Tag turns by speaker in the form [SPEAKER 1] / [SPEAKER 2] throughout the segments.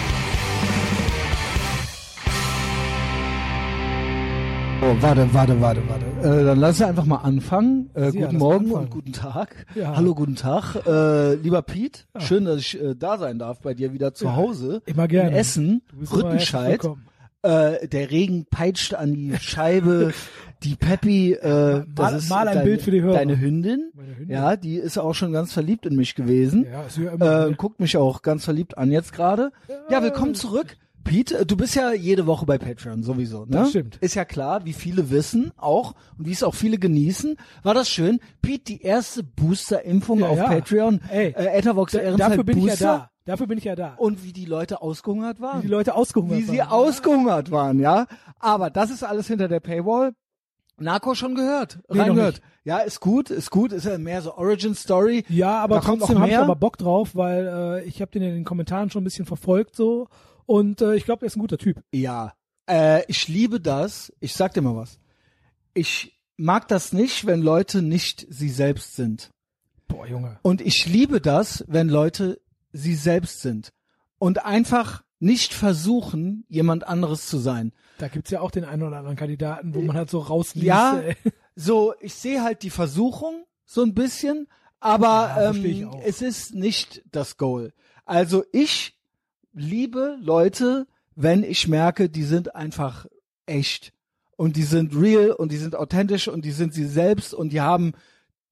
[SPEAKER 1] So, Oh, warte, warte, warte, warte. Äh, dann lass uns einfach mal anfangen. Äh,
[SPEAKER 2] Sie, ja,
[SPEAKER 1] guten
[SPEAKER 2] lass mal
[SPEAKER 1] Morgen
[SPEAKER 2] anfangen.
[SPEAKER 1] und guten Tag.
[SPEAKER 2] Ja.
[SPEAKER 1] Hallo, guten Tag. Äh, lieber Piet, schön, dass ich äh, da sein darf bei dir wieder zu Hause.
[SPEAKER 2] immer gerne.
[SPEAKER 1] In Essen,
[SPEAKER 2] Du bist immer herzlich
[SPEAKER 1] Rüttenscheid.
[SPEAKER 2] willkommen.
[SPEAKER 1] Äh, der Regen peitscht an die Scheibe. die Peppi, äh, das
[SPEAKER 2] mal-
[SPEAKER 1] ist
[SPEAKER 2] mal ein
[SPEAKER 1] deine,
[SPEAKER 2] Bild für die Hörer.
[SPEAKER 1] deine Hündin.
[SPEAKER 2] Meine Hündin.
[SPEAKER 1] Ja, die ist auch schon ganz verliebt in mich gewesen.
[SPEAKER 2] Ja, ist ja immer.
[SPEAKER 1] äh, guckt mich auch ganz verliebt an jetzt gerade. Ja, willkommen zurück. Pete, du bist ja jede Woche bei Patreon sowieso, ne?
[SPEAKER 2] Das stimmt.
[SPEAKER 1] Ist ja klar, wie viele wissen auch und wie es auch viele genießen. War das schön? Pete, die erste Booster-Impfung
[SPEAKER 2] Ja,
[SPEAKER 1] auf
[SPEAKER 2] ja.
[SPEAKER 1] Patreon.
[SPEAKER 2] Ey,
[SPEAKER 1] äh, Ethervox
[SPEAKER 2] Da-
[SPEAKER 1] Ehrenfeld
[SPEAKER 2] dafür bin
[SPEAKER 1] Booster.
[SPEAKER 2] ich ja da. Dafür bin ich ja da.
[SPEAKER 1] Und wie die Leute ausgehungert waren.
[SPEAKER 2] Wie die Leute ausgehungert
[SPEAKER 1] Oh, Wie sie
[SPEAKER 2] waren.
[SPEAKER 1] ausgehungert waren, ja. Aber das ist alles hinter der Paywall. Narco schon gehört,
[SPEAKER 2] Nee,
[SPEAKER 1] reingehört.
[SPEAKER 2] noch
[SPEAKER 1] Ja, ist gut, ist gut, ist ja mehr so Origin Story.
[SPEAKER 2] Ja, aber
[SPEAKER 1] Da kommt
[SPEAKER 2] trotzdem
[SPEAKER 1] noch
[SPEAKER 2] habe ich
[SPEAKER 1] mehr.
[SPEAKER 2] aber Bock drauf, weil äh, ich habe den in den Kommentaren schon ein bisschen verfolgt so und äh, ich glaube, der ist ein guter Typ.
[SPEAKER 1] Ja, äh, ich liebe das. Ich sag dir mal was. Ich mag das nicht, wenn Leute nicht sie selbst sind.
[SPEAKER 2] Boah, Junge.
[SPEAKER 1] Und ich liebe das, wenn Leute sie selbst sind und einfach nicht versuchen, jemand anderes zu sein.
[SPEAKER 2] Da gibt's ja auch den einen oder anderen Kandidaten, wo man halt so rausliest.
[SPEAKER 1] Äh, Ja,
[SPEAKER 2] ey.
[SPEAKER 1] so ich sehe halt die Versuchung so ein bisschen, aber
[SPEAKER 2] Ja, verstehe ich
[SPEAKER 1] ähm,
[SPEAKER 2] auch.
[SPEAKER 1] es ist nicht das Goal. Also ich liebe Leute, wenn ich merke, die sind einfach echt und die sind real und die sind authentisch und die sind sie selbst und die haben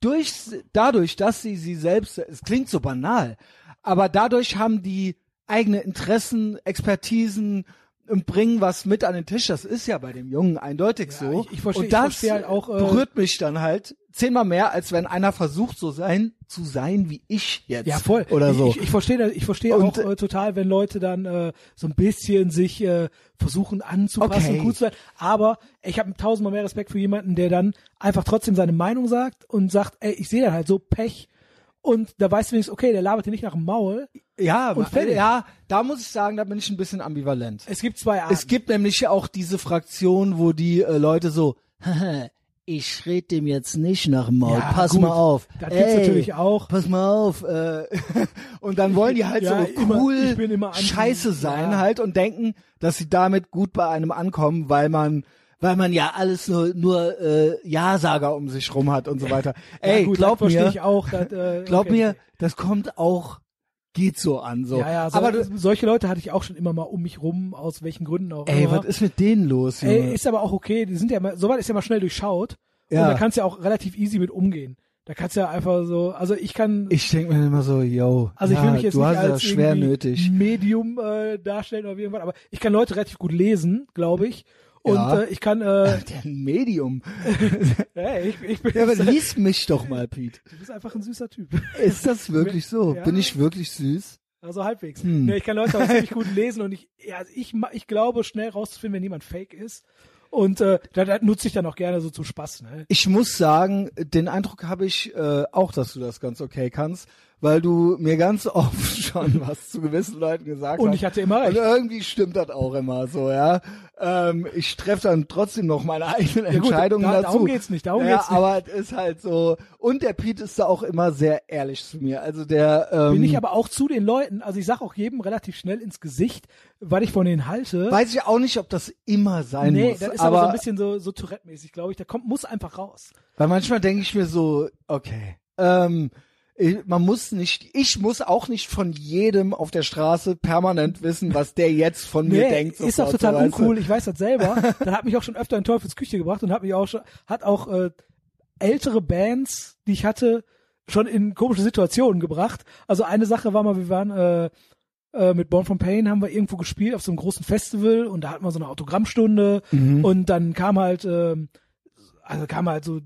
[SPEAKER 1] durch dadurch, dass sie sie selbst, es klingt so banal, aber dadurch haben die eigene Interessen, Expertisen und bringen was mit an den Tisch. Das ist ja bei dem Jungen eindeutig
[SPEAKER 2] Ja,
[SPEAKER 1] so.
[SPEAKER 2] ich- ich verstehe-
[SPEAKER 1] und
[SPEAKER 2] ich
[SPEAKER 1] das
[SPEAKER 2] verstehe halt auch, äh,
[SPEAKER 1] berührt mich dann halt zehnmal mehr, als wenn einer versucht, so sein zu sein wie ich jetzt
[SPEAKER 2] Ja, voll.
[SPEAKER 1] oder so.
[SPEAKER 2] Ich, ich, ich verstehe das- ich verstehe
[SPEAKER 1] Und,
[SPEAKER 2] auch äh, total, wenn Leute dann äh, so ein bisschen sich äh, versuchen anzupassen,
[SPEAKER 1] Okay.
[SPEAKER 2] gut zu sein. Aber ich habe tausendmal mehr Respekt für jemanden, der dann einfach trotzdem seine Meinung sagt und sagt, ey, ich sehe das halt so Pech. Und da weißt du wenigstens, okay, der labert dir nicht nach dem Maul.
[SPEAKER 1] ja,
[SPEAKER 2] Und fertig.
[SPEAKER 1] ja, da muss ich sagen, da bin ich ein bisschen ambivalent.
[SPEAKER 2] Es gibt zwei Arten.
[SPEAKER 1] Es gibt nämlich auch diese Fraktion, wo die äh, Leute so, ich red dem jetzt nicht nach dem Maul,
[SPEAKER 2] Ja,
[SPEAKER 1] pass
[SPEAKER 2] gut.
[SPEAKER 1] mal auf.
[SPEAKER 2] Das gibt's
[SPEAKER 1] Ey,
[SPEAKER 2] natürlich auch.
[SPEAKER 1] Pass mal auf. Äh, und dann wollen die halt
[SPEAKER 2] Ja,
[SPEAKER 1] so
[SPEAKER 2] immer-
[SPEAKER 1] cool
[SPEAKER 2] ich bin immer anti-
[SPEAKER 1] scheiße sein
[SPEAKER 2] ja.
[SPEAKER 1] halt und denken, dass sie damit gut bei einem ankommen, weil man weil man ja alles nur, nur äh, Ja-Sager um sich rum hat und so weiter. Ey,
[SPEAKER 2] ja, gut,
[SPEAKER 1] glaub
[SPEAKER 2] das verstehe
[SPEAKER 1] mir,
[SPEAKER 2] ich auch. Das, äh,
[SPEAKER 1] glaub
[SPEAKER 2] okay.
[SPEAKER 1] mir, das kommt auch, geht so an. So.
[SPEAKER 2] Ja, ja, so,
[SPEAKER 1] Aber
[SPEAKER 2] aber
[SPEAKER 1] du,
[SPEAKER 2] solche Leute hatte ich auch schon immer mal um mich rum, aus welchen Gründen auch
[SPEAKER 1] ey,
[SPEAKER 2] immer.
[SPEAKER 1] was ist mit denen los? Junge?
[SPEAKER 2] Ey, ist aber auch okay. Die sind ja immer, soweit ist ja mal schnell durchschaut.
[SPEAKER 1] Ja.
[SPEAKER 2] Und da kannst du ja auch relativ easy mit umgehen. Da kannst du ja einfach so, also ich kann,
[SPEAKER 1] Ich denke mir immer so, yo,
[SPEAKER 2] also ich
[SPEAKER 1] ja,
[SPEAKER 2] will mich jetzt
[SPEAKER 1] du
[SPEAKER 2] nicht
[SPEAKER 1] hast
[SPEAKER 2] als
[SPEAKER 1] das schwer
[SPEAKER 2] irgendwie
[SPEAKER 1] nötig.
[SPEAKER 2] Medium äh, darstellen oder wie irgendwas, aber ich kann Leute relativ gut lesen, glaube ich. Und
[SPEAKER 1] Ja.
[SPEAKER 2] äh, ich kann, äh,
[SPEAKER 1] Der Medium.
[SPEAKER 2] hey, ich, ich bin,
[SPEAKER 1] Ja, aber
[SPEAKER 2] du
[SPEAKER 1] lies mich doch mal, Pete.
[SPEAKER 2] bist einfach ein süßer Typ.
[SPEAKER 1] Ist das wirklich so?
[SPEAKER 2] Ja.
[SPEAKER 1] Bin ich wirklich süß?
[SPEAKER 2] Also halbwegs.
[SPEAKER 1] Hm.
[SPEAKER 2] Nee, ich kann Leute auch ziemlich gut lesen und ich, ja, also ich, ma- ich glaube schnell rauszufinden, wenn jemand fake ist. Und äh, da, da nutze ich dann auch gerne so zum Spaß. Ne?
[SPEAKER 1] Ich muss sagen, den Eindruck habe ich äh, auch, dass du das ganz okay kannst, weil du mir ganz oft schon was zu gewissen Leuten gesagt
[SPEAKER 2] Und
[SPEAKER 1] hast.
[SPEAKER 2] ich hatte immer
[SPEAKER 1] und
[SPEAKER 2] recht.
[SPEAKER 1] irgendwie stimmt das auch immer so, ja. Ähm, ich treffe dann trotzdem noch meine eigenen
[SPEAKER 2] Ja gut,
[SPEAKER 1] Entscheidungen dazu.
[SPEAKER 2] da- darum geht's nicht, darum
[SPEAKER 1] ja,
[SPEAKER 2] geht's nicht.
[SPEAKER 1] aber es ist halt so. Und der Pete ist da auch immer sehr ehrlich zu mir. Also der ähm,
[SPEAKER 2] Bin ich aber auch zu den Leuten, also ich sag auch jedem relativ schnell ins Gesicht, was ich von denen halte.
[SPEAKER 1] Weiß ich auch nicht, ob das immer sein
[SPEAKER 2] nee,
[SPEAKER 1] muss.
[SPEAKER 2] das ist aber,
[SPEAKER 1] aber
[SPEAKER 2] so ein bisschen so, so Tourette-mäßig, glaube ich. Da kommt, muss einfach raus.
[SPEAKER 1] weil manchmal denke ich mir so, okay, ähm, ich- man muss nicht, ich muss auch nicht von jedem auf der Straße permanent wissen, was der jetzt von mir
[SPEAKER 2] nee,
[SPEAKER 1] denkt.
[SPEAKER 2] ist doch
[SPEAKER 1] sofort,
[SPEAKER 2] total
[SPEAKER 1] so, weißt du?
[SPEAKER 2] uncool, ich weiß das selber. da hat mich auch schon öfter in Teufels Küche gebracht und hat mich auch schon, hat auch äh, ältere Bands, die ich hatte, schon in komische Situationen gebracht. Also eine Sache war mal, wir waren äh, äh, mit Born from Pain haben wir irgendwo gespielt auf so einem großen Festival und da hatten wir so eine Autogrammstunde
[SPEAKER 1] Mhm.
[SPEAKER 2] und dann kam halt, ähm, also kam halt so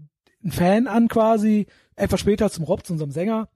[SPEAKER 2] ein Fan an quasi, etwas später zum Rob, zu unserem Sänger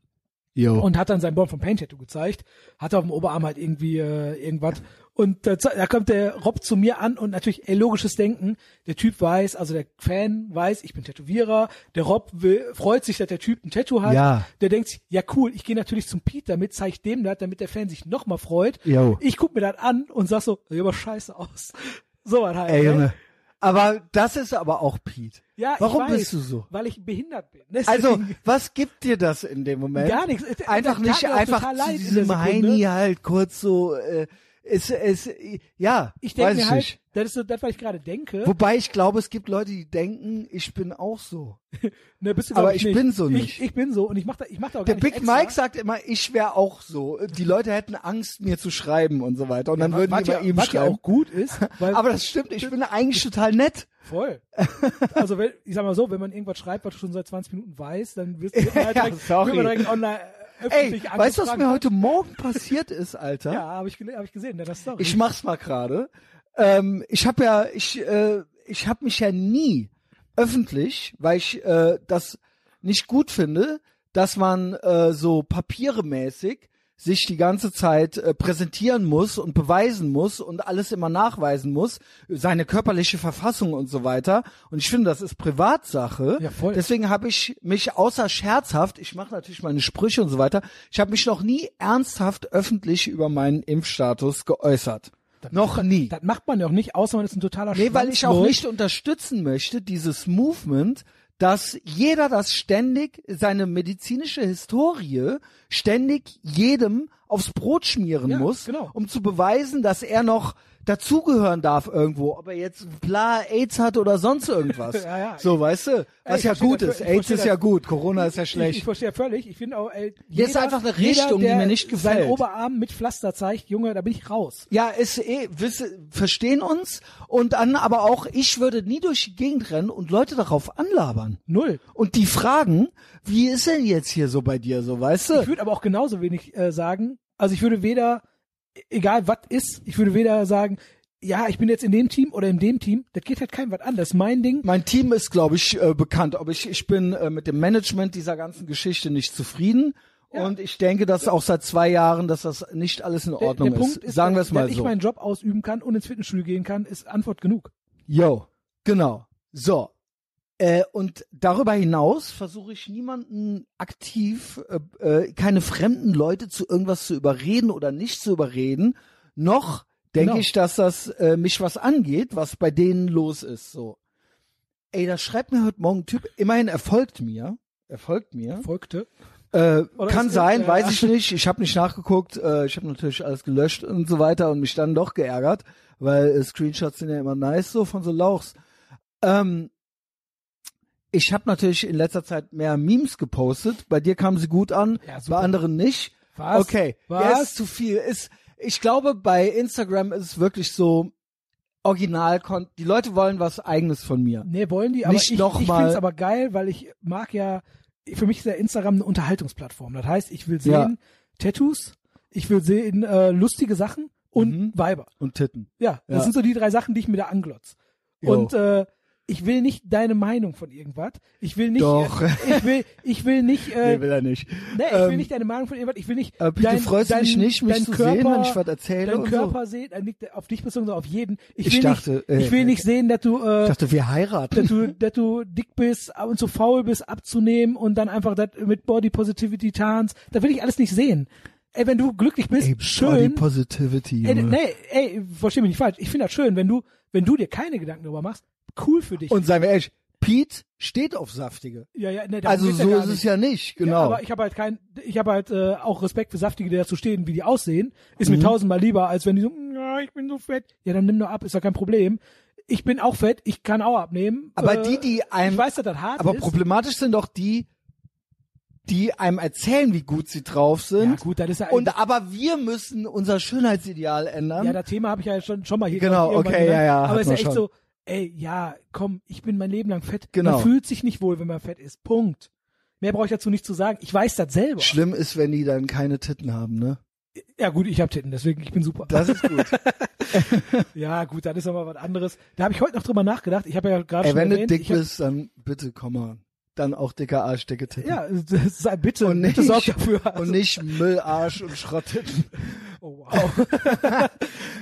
[SPEAKER 1] Jo.
[SPEAKER 2] und hat dann sein Born from Pain Tattoo gezeigt, hat auf dem Oberarm halt irgendwie äh, irgendwas und äh, da kommt der Rob zu mir an und natürlich ey, logisches Denken, der Typ weiß, also der Fan weiß, ich bin Tätowierer, der Rob will, freut sich, dass der Typ ein Tattoo hat,
[SPEAKER 1] Ja.
[SPEAKER 2] der denkt sich, ja cool, ich gehe natürlich zum Pete damit, zeig dem das, damit der Fan sich nochmal freut.
[SPEAKER 1] Jo.
[SPEAKER 2] Ich guck mir das an und sag so, sieht aber scheiße aus. So was halt.
[SPEAKER 1] Ey,
[SPEAKER 2] ne?
[SPEAKER 1] Junge. Aber das ist aber auch Pete.
[SPEAKER 2] Ja, ich
[SPEAKER 1] Warum
[SPEAKER 2] weiß,
[SPEAKER 1] bist du so?
[SPEAKER 2] Weil ich behindert bin.
[SPEAKER 1] Also,
[SPEAKER 2] Deswegen-
[SPEAKER 1] was gibt dir das in dem Moment?
[SPEAKER 2] Gar nichts. Es-
[SPEAKER 1] Einfach
[SPEAKER 2] das tat
[SPEAKER 1] nicht
[SPEAKER 2] mir auch
[SPEAKER 1] einfach
[SPEAKER 2] total
[SPEAKER 1] zu
[SPEAKER 2] leid in der
[SPEAKER 1] diesem
[SPEAKER 2] Sekunde.
[SPEAKER 1] Heini halt kurz so äh, Es, es, ja,
[SPEAKER 2] Ich denke
[SPEAKER 1] weiß
[SPEAKER 2] mir
[SPEAKER 1] ich
[SPEAKER 2] halt,
[SPEAKER 1] nicht.
[SPEAKER 2] das ist so das, was ich gerade denke.
[SPEAKER 1] Wobei ich glaube, es gibt Leute, die denken, ich bin auch so.
[SPEAKER 2] Ne, bist du,
[SPEAKER 1] aber
[SPEAKER 2] glaub
[SPEAKER 1] ich bin so nicht.
[SPEAKER 2] Ich, ich bin so und ich mach da, ich mach da auch
[SPEAKER 1] Der
[SPEAKER 2] gar nicht
[SPEAKER 1] Big
[SPEAKER 2] extra.
[SPEAKER 1] Mike sagt immer, ich wäre auch so. Die Leute hätten Angst, mir zu schreiben und so weiter. Und dann würden
[SPEAKER 2] was
[SPEAKER 1] die bei
[SPEAKER 2] ja,
[SPEAKER 1] ihm
[SPEAKER 2] was ja
[SPEAKER 1] schreiben.
[SPEAKER 2] auch gut ist, weil
[SPEAKER 1] Aber das stimmt, ich bin eigentlich total nett.
[SPEAKER 2] voll. Also wenn, ich sag mal so, wenn man irgendwas schreibt, was du schon seit 20 Minuten weißt, dann wirst du wird man halt
[SPEAKER 1] Ja,
[SPEAKER 2] direkt,
[SPEAKER 1] sorry.
[SPEAKER 2] wird man direkt online äh,
[SPEAKER 1] Ey,
[SPEAKER 2] öffentlich
[SPEAKER 1] weißt du, was
[SPEAKER 2] angefragt.
[SPEAKER 1] mir heute Morgen passiert ist, Alter?
[SPEAKER 2] Ja, habe ich, gele- hab ich gesehen, ne, das Story.
[SPEAKER 1] Ich mach's mal gerade. Ähm, ich habe ja, ich, äh, ich habe mich ja nie öffentlich, weil ich äh, das nicht gut finde, dass man äh, so papieremäßig sich die ganze Zeit äh, präsentieren muss und beweisen muss und alles immer nachweisen muss, seine körperliche Verfassung und so weiter. Und ich finde, das ist Privatsache.
[SPEAKER 2] Ja, voll.
[SPEAKER 1] Deswegen habe ich mich außer scherzhaft, ich mache natürlich meine Sprüche und so weiter, ich habe mich noch nie ernsthaft öffentlich über meinen Impfstatus geäußert. noch nie.
[SPEAKER 2] das macht man ja auch nicht, außer man ist ein totaler
[SPEAKER 1] Nee, weil ich auch
[SPEAKER 2] Schwanzlurch.
[SPEAKER 1] nicht unterstützen möchte, dieses Movement, dass jeder das ständig, seine medizinische Historie ständig jedem aufs Brot schmieren
[SPEAKER 2] Ja,
[SPEAKER 1] muss,
[SPEAKER 2] genau.
[SPEAKER 1] um zu beweisen, dass er noch dazugehören darf irgendwo, ob er jetzt bla AIDS hat oder sonst irgendwas.
[SPEAKER 2] Ja, ja.
[SPEAKER 1] So, weißt du, was
[SPEAKER 2] ich
[SPEAKER 1] ja
[SPEAKER 2] verstehe
[SPEAKER 1] gut
[SPEAKER 2] das,
[SPEAKER 1] ist.
[SPEAKER 2] ich
[SPEAKER 1] AIDS
[SPEAKER 2] verstehe
[SPEAKER 1] ist ja
[SPEAKER 2] das.
[SPEAKER 1] gut, Corona ist ja
[SPEAKER 2] Ich, ich
[SPEAKER 1] schlecht.
[SPEAKER 2] verstehe völig. Ich finde auch, ey,
[SPEAKER 1] Hier
[SPEAKER 2] jeder,
[SPEAKER 1] ist einfach eine
[SPEAKER 2] jeder,
[SPEAKER 1] Richtung, die
[SPEAKER 2] der
[SPEAKER 1] mir nicht gefällt.
[SPEAKER 2] Seinen Oberarm mit Pflaster zeigt, Junge, da bin ich raus.
[SPEAKER 1] Ja, ist eh, wisse, verstehen uns und dann aber auch, ich würde nie durch die Gegend rennen und Leute darauf anlabern.
[SPEAKER 2] Null.
[SPEAKER 1] Und die fragen, wie ist denn jetzt hier so bei dir so, weißt
[SPEAKER 2] Ich
[SPEAKER 1] du?
[SPEAKER 2] würde aber auch genauso wenig äh, sagen. Also ich würde weder, e- egal was ist, ich würde weder sagen, ja, ich bin jetzt in dem Team oder in dem Team. Das geht halt keinem was an. Das ist mein Ding.
[SPEAKER 1] Mein Team ist, glaube ich, äh, bekannt. Aber ich, ich bin äh, mit dem Management dieser ganzen Geschichte nicht zufrieden. Und ich denke, dass auch seit zwei Jahren, dass das nicht alles in
[SPEAKER 2] Der,
[SPEAKER 1] Ordnung
[SPEAKER 2] der Punkt ist,
[SPEAKER 1] Sagen wir
[SPEAKER 2] dass,
[SPEAKER 1] es mal
[SPEAKER 2] dass ich
[SPEAKER 1] so.
[SPEAKER 2] meinen Job ausüben kann und ins Fitnessstudio gehen kann, ist Antwort genug.
[SPEAKER 1] Jo, genau. So. Äh, und darüber hinaus versuche ich niemanden aktiv, äh, äh, keine fremden Leute zu irgendwas zu überreden oder nicht zu überreden. Noch denke
[SPEAKER 2] Genau.
[SPEAKER 1] ich, dass das äh, mich was angeht, was bei denen los ist. So. Ey, da schreibt mir heute Morgen ein Typ, immerhin erfolgt mir. Erfolgt mir.
[SPEAKER 2] Folgte.
[SPEAKER 1] Äh,
[SPEAKER 2] Oder
[SPEAKER 1] kann
[SPEAKER 2] ist-
[SPEAKER 1] sein,
[SPEAKER 2] äh,
[SPEAKER 1] weiß ich nicht. Ich habe nicht nachgeguckt. Äh, ich habe natürlich alles gelöscht und so weiter und mich dann doch geärgert, weil äh, Screenshots sind ja immer nice so von so Lauchs. Ähm, ich habe natürlich in letzter Zeit mehr Memes gepostet. Bei dir kamen sie gut an,
[SPEAKER 2] Ja, super.
[SPEAKER 1] bei anderen nicht.
[SPEAKER 2] Was?
[SPEAKER 1] Okay,
[SPEAKER 2] Was?
[SPEAKER 1] Ja, ist zu viel. Ist, ich glaube, bei Instagram ist es wirklich so original. Die Leute wollen was Eigenes von mir.
[SPEAKER 2] Nee, wollen die, aber
[SPEAKER 1] Nicht
[SPEAKER 2] ich,
[SPEAKER 1] noch
[SPEAKER 2] ich
[SPEAKER 1] mal.
[SPEAKER 2] finde es aber geil, weil ich mag ja, für mich ist ja Instagram eine Unterhaltungsplattform. Das heißt, ich will sehen
[SPEAKER 1] Ja.
[SPEAKER 2] Tattoos, ich will sehen äh, lustige Sachen und
[SPEAKER 1] Mhm.
[SPEAKER 2] Weiber.
[SPEAKER 1] Und Titten.
[SPEAKER 2] Ja, das
[SPEAKER 1] Ja.
[SPEAKER 2] sind so die drei Sachen, die ich mir da anglotz.
[SPEAKER 1] Jo.
[SPEAKER 2] Und äh, ich will nicht deine Meinung von irgendwas. Ich will nicht,
[SPEAKER 1] Doch.
[SPEAKER 2] Äh, ich will, ich will nicht, äh,
[SPEAKER 1] nee, will er nicht.
[SPEAKER 2] nee, ich will
[SPEAKER 1] Ähm,
[SPEAKER 2] nicht deine Meinung von irgendwas. Ich will nicht.
[SPEAKER 1] Aber bitte freust du dich nicht, mich
[SPEAKER 2] dein
[SPEAKER 1] zu
[SPEAKER 2] Körper,
[SPEAKER 1] sehen, wenn ich was erzähle
[SPEAKER 2] Dein
[SPEAKER 1] und so?
[SPEAKER 2] Körper sehen, äh, nicht auf dich bezogen, sondern auf jeden. Ich,
[SPEAKER 1] Ich
[SPEAKER 2] will
[SPEAKER 1] dachte,
[SPEAKER 2] nicht,
[SPEAKER 1] äh,
[SPEAKER 2] ich will nicht sehen, dass du, äh,
[SPEAKER 1] Ich dachte, wir
[SPEAKER 2] dass
[SPEAKER 1] heiraten.
[SPEAKER 2] du, dass du dick bist und zu faul bist abzunehmen und dann einfach das mit Body Positivity tanzt. Da will ich alles nicht sehen. Ey, wenn du glücklich bist,
[SPEAKER 1] Body
[SPEAKER 2] schön.
[SPEAKER 1] Positivity.
[SPEAKER 2] Ey, ne,
[SPEAKER 1] Junge.
[SPEAKER 2] nee, ey, versteh mich nicht falsch. Ich finde das schön, wenn du, wenn du dir keine Gedanken darüber machst, cool für dich.
[SPEAKER 1] Und seien wir ehrlich, Pete steht auf saftige.
[SPEAKER 2] ja, ja, nee, darum
[SPEAKER 1] Also
[SPEAKER 2] geht's
[SPEAKER 1] so
[SPEAKER 2] ja
[SPEAKER 1] ist es ja nicht, genau.
[SPEAKER 2] Ja, aber ich habe halt kein, ich habe halt äh, auch Respekt für Saftige, die dazu stehen, wie die aussehen. Ist
[SPEAKER 1] Mhm.
[SPEAKER 2] mir tausendmal lieber, als wenn die so, ja, ich bin so fett. Ja, dann nimm nur ab, ist ja kein Problem. Ich bin auch fett, ich kann auch abnehmen.
[SPEAKER 1] Aber
[SPEAKER 2] äh,
[SPEAKER 1] die, die
[SPEAKER 2] ich
[SPEAKER 1] einem,
[SPEAKER 2] weiß, dass das hart
[SPEAKER 1] aber
[SPEAKER 2] ist.
[SPEAKER 1] problematisch sind doch die, die einem erzählen, wie gut sie drauf
[SPEAKER 2] ja,
[SPEAKER 1] sind.
[SPEAKER 2] gut, das ist ja
[SPEAKER 1] und aber wir müssen unser Schönheitsideal ändern.
[SPEAKER 2] Ja, das Thema habe ich ja schon, schon mal hier.
[SPEAKER 1] Genau,
[SPEAKER 2] glaub ich, irgendwann
[SPEAKER 1] okay,
[SPEAKER 2] genannt.
[SPEAKER 1] ja, ja,
[SPEAKER 2] Aber
[SPEAKER 1] hatten
[SPEAKER 2] ist ja
[SPEAKER 1] wir
[SPEAKER 2] echt
[SPEAKER 1] schon.
[SPEAKER 2] so, ey, ja, komm, ich bin mein Leben lang fett.
[SPEAKER 1] Genau.
[SPEAKER 2] Man fühlt sich nicht wohl, wenn man fett ist. Punkt. Mehr brauche ich dazu nicht zu sagen. Ich weiß das selber.
[SPEAKER 1] Schlimm ist, wenn die dann keine Titten haben, ne?
[SPEAKER 2] ja gut, ich habe Titten, deswegen ich bin super.
[SPEAKER 1] Das ist gut.
[SPEAKER 2] ja gut, dann ist nochmal was anderes. Da habe ich heute noch drüber nachgedacht. Ich habe ja gerade
[SPEAKER 1] Ey,
[SPEAKER 2] schon
[SPEAKER 1] wenn du
[SPEAKER 2] erwähnt.
[SPEAKER 1] dick
[SPEAKER 2] ich hab,
[SPEAKER 1] bist, dann bitte komm mal. Dann auch dicker Arsch, dicke Titten.
[SPEAKER 2] ja, das ist, bitte,
[SPEAKER 1] Und nicht,
[SPEAKER 2] bitte sorg dafür.
[SPEAKER 1] und
[SPEAKER 2] Also-
[SPEAKER 1] nicht Müllarsch und Schrotttitten.
[SPEAKER 2] Oh wow.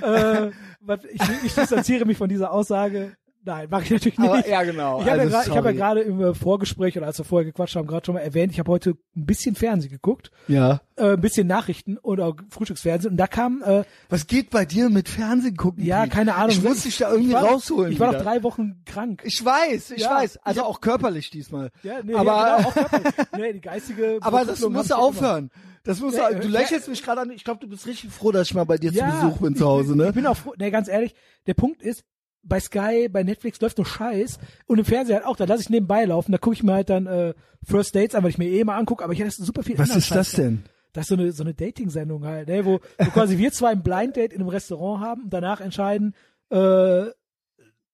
[SPEAKER 2] äh, was- ich, ich distanziere mich von dieser Aussage. Nein, mache ich natürlich nicht.
[SPEAKER 1] Aber, ja, genau.
[SPEAKER 2] Ich habe
[SPEAKER 1] also,
[SPEAKER 2] ja, gra- ich hab ja
[SPEAKER 1] sorry.
[SPEAKER 2] gerade im äh, Vorgespräch oder als wir vorher gequatscht haben, gerade schon mal erwähnt, ich habe heute ein bisschen Fernsehen geguckt,
[SPEAKER 1] Ja.
[SPEAKER 2] äh, ein bisschen Nachrichten oder Frühstücksfernsehen und da kam, äh,
[SPEAKER 1] Was geht bei dir mit Fernsehen gucken?
[SPEAKER 2] ja,
[SPEAKER 1] Pete?
[SPEAKER 2] keine Ahnung.
[SPEAKER 1] Ich muss dich da irgendwie
[SPEAKER 2] ich war,
[SPEAKER 1] rausholen.
[SPEAKER 2] Ich war noch
[SPEAKER 1] wieder.
[SPEAKER 2] drei Wochen krank.
[SPEAKER 1] Ich weiß, ich
[SPEAKER 2] Ja,
[SPEAKER 1] weiß. Also
[SPEAKER 2] ich-
[SPEAKER 1] auch körperlich diesmal.
[SPEAKER 2] ja, nee,
[SPEAKER 1] aber-
[SPEAKER 2] ja, genau, auch körperlich. nee, die geistige
[SPEAKER 1] Aber das
[SPEAKER 2] Verkopplung
[SPEAKER 1] musst du
[SPEAKER 2] hab ich ja
[SPEAKER 1] aufhören. Das musst
[SPEAKER 2] Ja,
[SPEAKER 1] du, du
[SPEAKER 2] ja.
[SPEAKER 1] lächelst mich gerade an. Ich glaube, du bist richtig froh, dass ich mal bei dir
[SPEAKER 2] Ja,
[SPEAKER 1] zu Besuch bin zu Hause,
[SPEAKER 2] immer.
[SPEAKER 1] ne?
[SPEAKER 2] Ich bin auch froh, nee, ganz ehrlich, der Punkt ist, bei Sky, bei Netflix läuft nur Scheiß und im Fernseher halt auch, da lasse ich nebenbei laufen, da gucke ich mir halt dann äh, First Dates an, weil ich mir eh mal angucke, aber ich hätte super viel anderen Scheiß noch.
[SPEAKER 1] denn?
[SPEAKER 2] Das ist so eine, so eine Dating-Sendung halt, ne? wo, wo quasi wir zwei ein Blind Date in einem Restaurant haben und danach entscheiden, äh,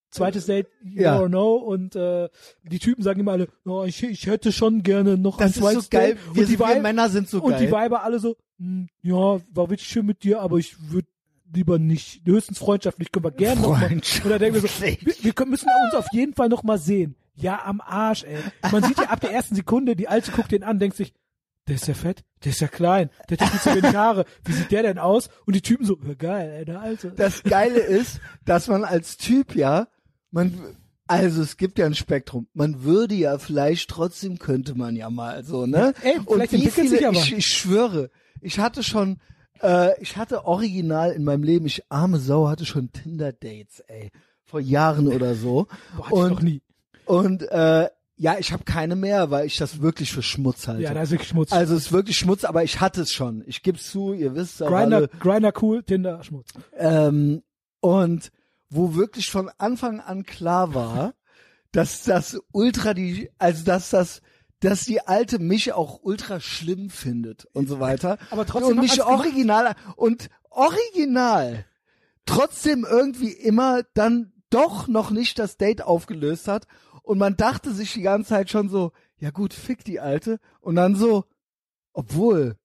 [SPEAKER 2] zweites Date, you
[SPEAKER 1] Ja.
[SPEAKER 2] or no, und äh, die Typen sagen immer alle, oh, ich, ich hätte schon gerne noch
[SPEAKER 1] Das
[SPEAKER 2] ein
[SPEAKER 1] ist so
[SPEAKER 2] zweites
[SPEAKER 1] geil.
[SPEAKER 2] Date.
[SPEAKER 1] Wir,
[SPEAKER 2] und die
[SPEAKER 1] wir
[SPEAKER 2] Weib-
[SPEAKER 1] Männer sind so
[SPEAKER 2] und
[SPEAKER 1] geil.
[SPEAKER 2] die Weiber alle so, "Hm, ja, war wirklich schön mit dir, aber ich würde lieber nicht, höchstens freundschaftlich können wir gerne nochmal.
[SPEAKER 1] Freundschaft.
[SPEAKER 2] Und dann denken wir so, wir, wir können- müssen uns auf jeden Fall nochmal sehen. Ja, am Arsch, ey. Man sieht ja ab der ersten Sekunde, die Alte guckt den an, denkt sich, der ist ja fett, der ist ja klein, der hat ja viel zu wenig Haare, wie sieht der denn aus? Und die Typen so, ja, geil, ey, der Alte.
[SPEAKER 1] das Geile ist, dass man als Typ ja, man, also es gibt ja ein Spektrum. Man würde ja vielleicht trotzdem könnte man ja mal so, ne?
[SPEAKER 2] Ey, vielleicht
[SPEAKER 1] wie
[SPEAKER 2] entwickelt sich ja was.
[SPEAKER 1] ich, ich schwöre, ich hatte schon, äh, ich hatte original in meinem Leben, ich arme Sau hatte schon Tinder-Dates, ey. Vor Jahren oder so.
[SPEAKER 2] Boah, hatte ich noch
[SPEAKER 1] und,
[SPEAKER 2] nie.
[SPEAKER 1] und, äh, ja, ich habe keine mehr, weil ich das wirklich für Schmutz halte.
[SPEAKER 2] Ja, da ist wirklich Schmutz.
[SPEAKER 1] also es ist wirklich Schmutz, aber ich hatte es schon. Ich gib's zu, ihr wisst auch alle,
[SPEAKER 2] Grinder, Grinder cool, Tinder Schmutz.
[SPEAKER 1] ähm, und wo wirklich von Anfang an klar war, dass das ultra die, also dass das, dass die alte mich auch ultra schlimm findet und so weiter.
[SPEAKER 2] Aber
[SPEAKER 1] und
[SPEAKER 2] trotzdem hat
[SPEAKER 1] mich
[SPEAKER 2] man's gemacht.
[SPEAKER 1] original und original trotzdem irgendwie immer dann doch noch nicht das Date aufgelöst hat und man dachte sich die ganze Zeit schon so, ja gut, fick die alte und dann so, obwohl